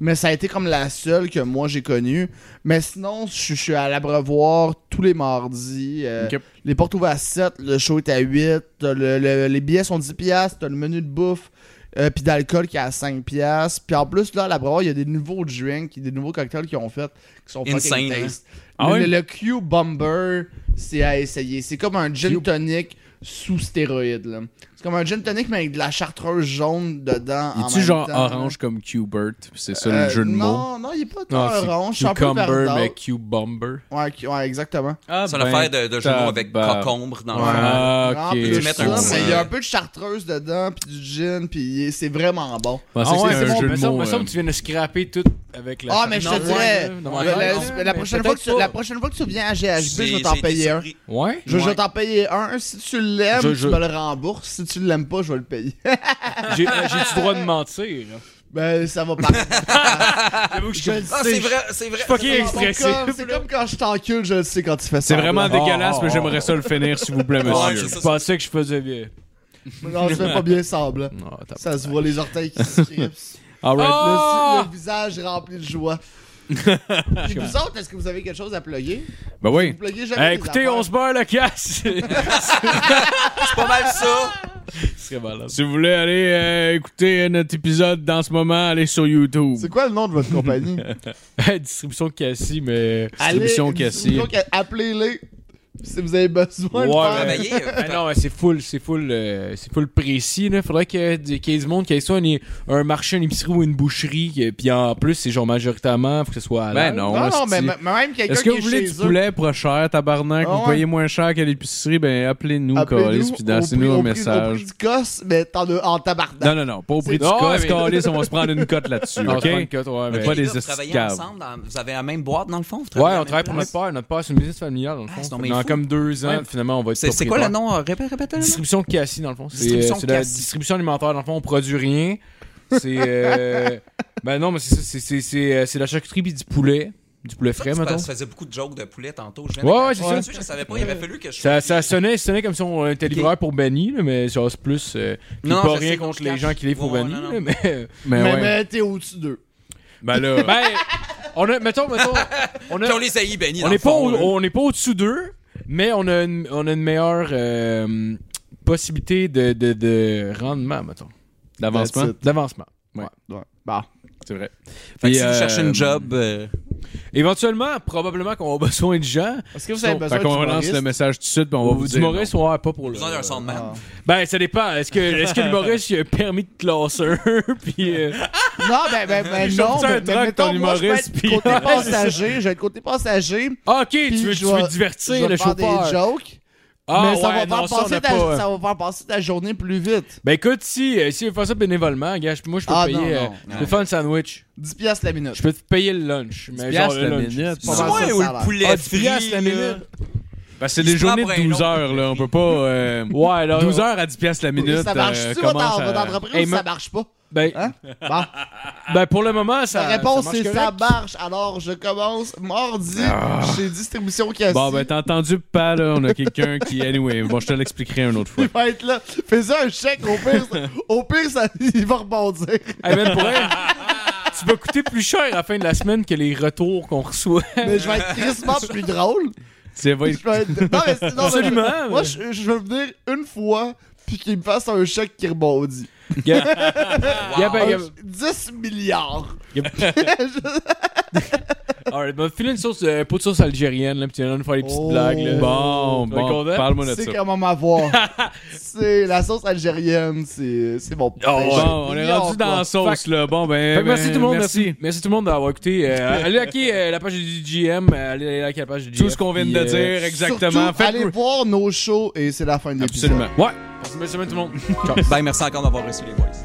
Mais ça a été comme la seule que moi j'ai connue. Mais sinon, je je suis à l'abreuvoir tous les mardis. euh, Ok. Les portes ouvertes à 7, le show est à 8, t'as le- le- les billets sont 10 piastres, t'as le menu de bouffe, euh, puis d'alcool qui est à 5 piastres. Puis en plus, là, à l'abreuvoir, il y a des nouveaux drinks, des nouveaux cocktails qui ont fait, qui sont fucking Insane, hein? taste. Ah le, ouais? le Q Bomber, c'est à essayer. C'est comme un gin tonic sous stéroïde. là. C'est comme un gin tonic, mais avec de la chartreuse jaune dedans. en Es-tu même genre temps, là. orange comme Qbert? Puis C'est ça Euh, le jeu de mots? Non, non, il est pas Non, tant c'est orange. Je suis un peu Ah, Cucumber, verdâtre. mais Q-Bomber. Ouais, qui- ouais, exactement. Ah, Ça ben, l'affaire de, de jeu de mots avec tabar- cocombre dans le fond. Ah, Non, ok. puis Tu tout mets ça, un petit- euh, mais il y a un peu de chartreuse dedans, puis du gin, puis il est- c'est vraiment bon. Je pensais que Ah, ouais, c'était c'est un bon, jeu mais de ça, mots. me euh, semble que tu viens de scraper tout avec la. Ah, mais je te non, dirais, ouais, la- non, la- non, la- la mais prochaine fois peut-être que tu- pas. la prochaine fois que tu viens à GHB, Eh, je vais J'ai- t'en j'ai payer été un. surpris. Ah, Ouais? Je je vais Ouais. t'en payer un. Si tu l'aimes, Je- tu je- me le rembourses. Si tu l'aimes pas, je vais le payer. [LAUGHS] J'ai du droit de mentir. hein. ben, ça va pas. [LAUGHS] J'avoue que je Je le Ah, sais, c'est vrai, c'est vrai. suis fucking C'est comme- stressé. C'est comme quand je t'encule, je le sais quand tu fais ça. C'est vraiment Oh, dégueulasse, oh, mais oh. j'aimerais ça le finir, s'il vous plaît, Ouais, monsieur. c'est ça. Je pensais que je faisais bien. Non, je fais pas bien semblant. Non, attends. Ça se voit les orteils qui se [LAUGHS] crispent. All right. Le, Ah! le visage rempli de joie. Et vous autres, est-ce que vous avez quelque chose à plugger? Ben oui. Vous pluguez jamais Hey, les écoutez, affaires. on se beurre le [LAUGHS] casse! C'est pas mal ça. Ce serait malade. [LAUGHS] Si vous voulez aller euh, écouter euh, notre épisode dans ce moment, allez sur YouTube. C'est quoi le nom de votre compagnie? [LAUGHS] Distribution Cassie, mais. Distribution Allez, Cassie. distribution Ca- Appelez-les si vous avez besoin de Ouais, faire- mais- Travailler. euh, Ah non, ouais, c'est full, c'est full, euh, c'est full précis. Là. Faudrait que- qu'il y ait du monde qui ait soit un, un marché, une épicerie ou une boucherie. que- Puis en plus, c'est genre majoritairement, faut que ce soit à Ben l'heure. non. Non, non, hostie. mais m- même quelqu'un Est-ce que qui vous voulez est du chez eux, poulet pas cher, tabarnak, Ah vous ouais. payez moins cher qu'à l'épicerie, ben appelez-nous, Calis, appelez-nous puis au prix- dansez-nous au prix- un Au message. prix du cosse, mais t'en as en tabarnak. Non, non, non, pas au prix C'est- du Ah ouais, cos, mais- Calis, on va se prendre une cote là-dessus, On ok? se prend une cote, Ah, ouais, ben, Mais mais- pas les des gars, vous travaillez escaves. ensemble. dans- vous avez la même boîte dans le fond. Vous Ouais, travaillez à on la travaille même pour notre place? père. Notre père, c'est une business familiale, dans le Ah, fond. c'est donc bien dans fou. comme deux ans, Ouais. finalement, on va être C'est c'est quoi le propriétaire. nom? euh, Répète, [LAUGHS] répète le nom. Distribution Cassie, dans le fond. C'est euh, Distribution c'est la Cassie. distribution alimentaire, dans le fond. On produit rien. C'est. [LAUGHS] euh, ben non, mais c'est ça. c'est- c'est- C'est euh, c'est de la charcuterie, puis du poulet. Du poulet Ça, frais, tu mettons. fais- faisais beaucoup de jokes de poulet tantôt. Je viens Ouais, de- ouais, c'est ça. là-dessus, Je savais pas, il avait fallu que je. Ça, ça sonnait, ça sonnait comme si on était livreur pour Benny, là, mais genre, c'est plus. euh, puis Non, pas je rien sais, contre je les capte. gens qui livrent pour Ouais, Benny, non, non. là, mais. euh, Mais Mais, ouais. mais t'es au-dessus d'eux. Ben là, Ben, on a. Mettons, [LAUGHS] mettons. On Puis on a. les haït, Benny. On dans le n'est pas, fond, au- là. on n'est pas au-dessus d'eux, mais on a une, on a une meilleure euh, possibilité de, de, de rendement, mettons. d'avancement, That's D'avancement. Ouais. Bah. c'est vrai. Fait que Puis, si vous euh, cherchez une job. euh, Éventuellement, probablement qu'on a besoin de gens. Est-ce que vous avez besoin Fait qu'on relance le message tout de suite, puis on va vous du dire. Maurice, ouais, pas pour le. besoin d'un Ah. soundman. Ben, ça dépend. Est-ce que, est-ce que le Maurice, il a un permis de classeur? [LAUGHS] Puis. euh, Non, ben, ben, ben, non. sorti un mais- mais truc, mettons, ton moi, je vais être humoriste, du côté [LAUGHS] puis- passager. Je vais être côté passager. Ah, ok, Puis tu veux, je tu veux vais- je divertir vais le faire chauffeur. des jokes. Ah, mais ça, ouais, va non, faire ça, on passer a ta, pas, euh. ça va faire passer ta journée plus vite. Ben écoute, si, euh, si il veut faire ça bénévolement, gars, je- moi je peux Ah, payer. non, euh, non, je peux faire un sandwich. 10 piastres la minute. Je peux te payer le lunch. Mais genre, le lunch. Pas mal Soin ça, ou ça a le l'air. poulet Ah, frit. euh, piastres la là. minute. Parce que c'est Il des se prend journées pour de un 12 autre. heures, là. On peut pas. euh, Ouais, alors. 12 heures à 10 piastres la minute. ça marche-tu, euh, votre, commence à- votre entreprise, Hey, ou ma- ça marche pas? Ben, Hein? [LAUGHS] Bon, ben, pour le moment, ça. la réponse, ça marche c'est correct. Ah. ça marche. Alors, je commence mardi chez Distribution Cassis. Bon, ben, t'as entendu pas, là. On a quelqu'un qui. Anyway, bon, je te l'expliquerai une autre fois. Il va être là. Fais-y un chèque, au pire, [LAUGHS] ça- au pire ça, il va rebondir. Hey, man, Eh ben, pour elle, [LAUGHS] tu vas coûter plus cher à la fin de la semaine que les retours qu'on reçoit. Mais je vais être [LAUGHS] tristement plus drôle. C'est vrai. Je vais être- Non, mais c'est- non, mais- Absolument. Moi, je, je veux venir une fois, puis qu'il me fasse un chèque qui rebondit. [LAUGHS] Yeah, ben, Un- yeah. 10 milliards. [LAUGHS] Alright, ben, file une sauce, euh, pot de sauce algérienne, là, pis tu viens de nous faire des petites Oh. blagues, là. Bon, Tu vas être bon. content? Parle-moi de C'est ça. comment m'avoir. [LAUGHS] c'est la sauce algérienne, c'est c'est mon péché. Ah Bon, on est Milliards, rendu dans la quoi. sauce, là. Bon, ben. Fait que merci ben, tout le monde, merci. merci. Merci tout le monde d'avoir écouté. Euh, allez liker euh, la page du GM, euh, allez liker la page du GM. Tout ce qu'on vient de euh, dire, exactement. Surtout, Faites- allez voir nos shows et c'est la fin de l'épisode. Absolument. Ouais. Passe une belle semaine tout le monde. Ciao. Ben, merci encore d'avoir reçu les voices.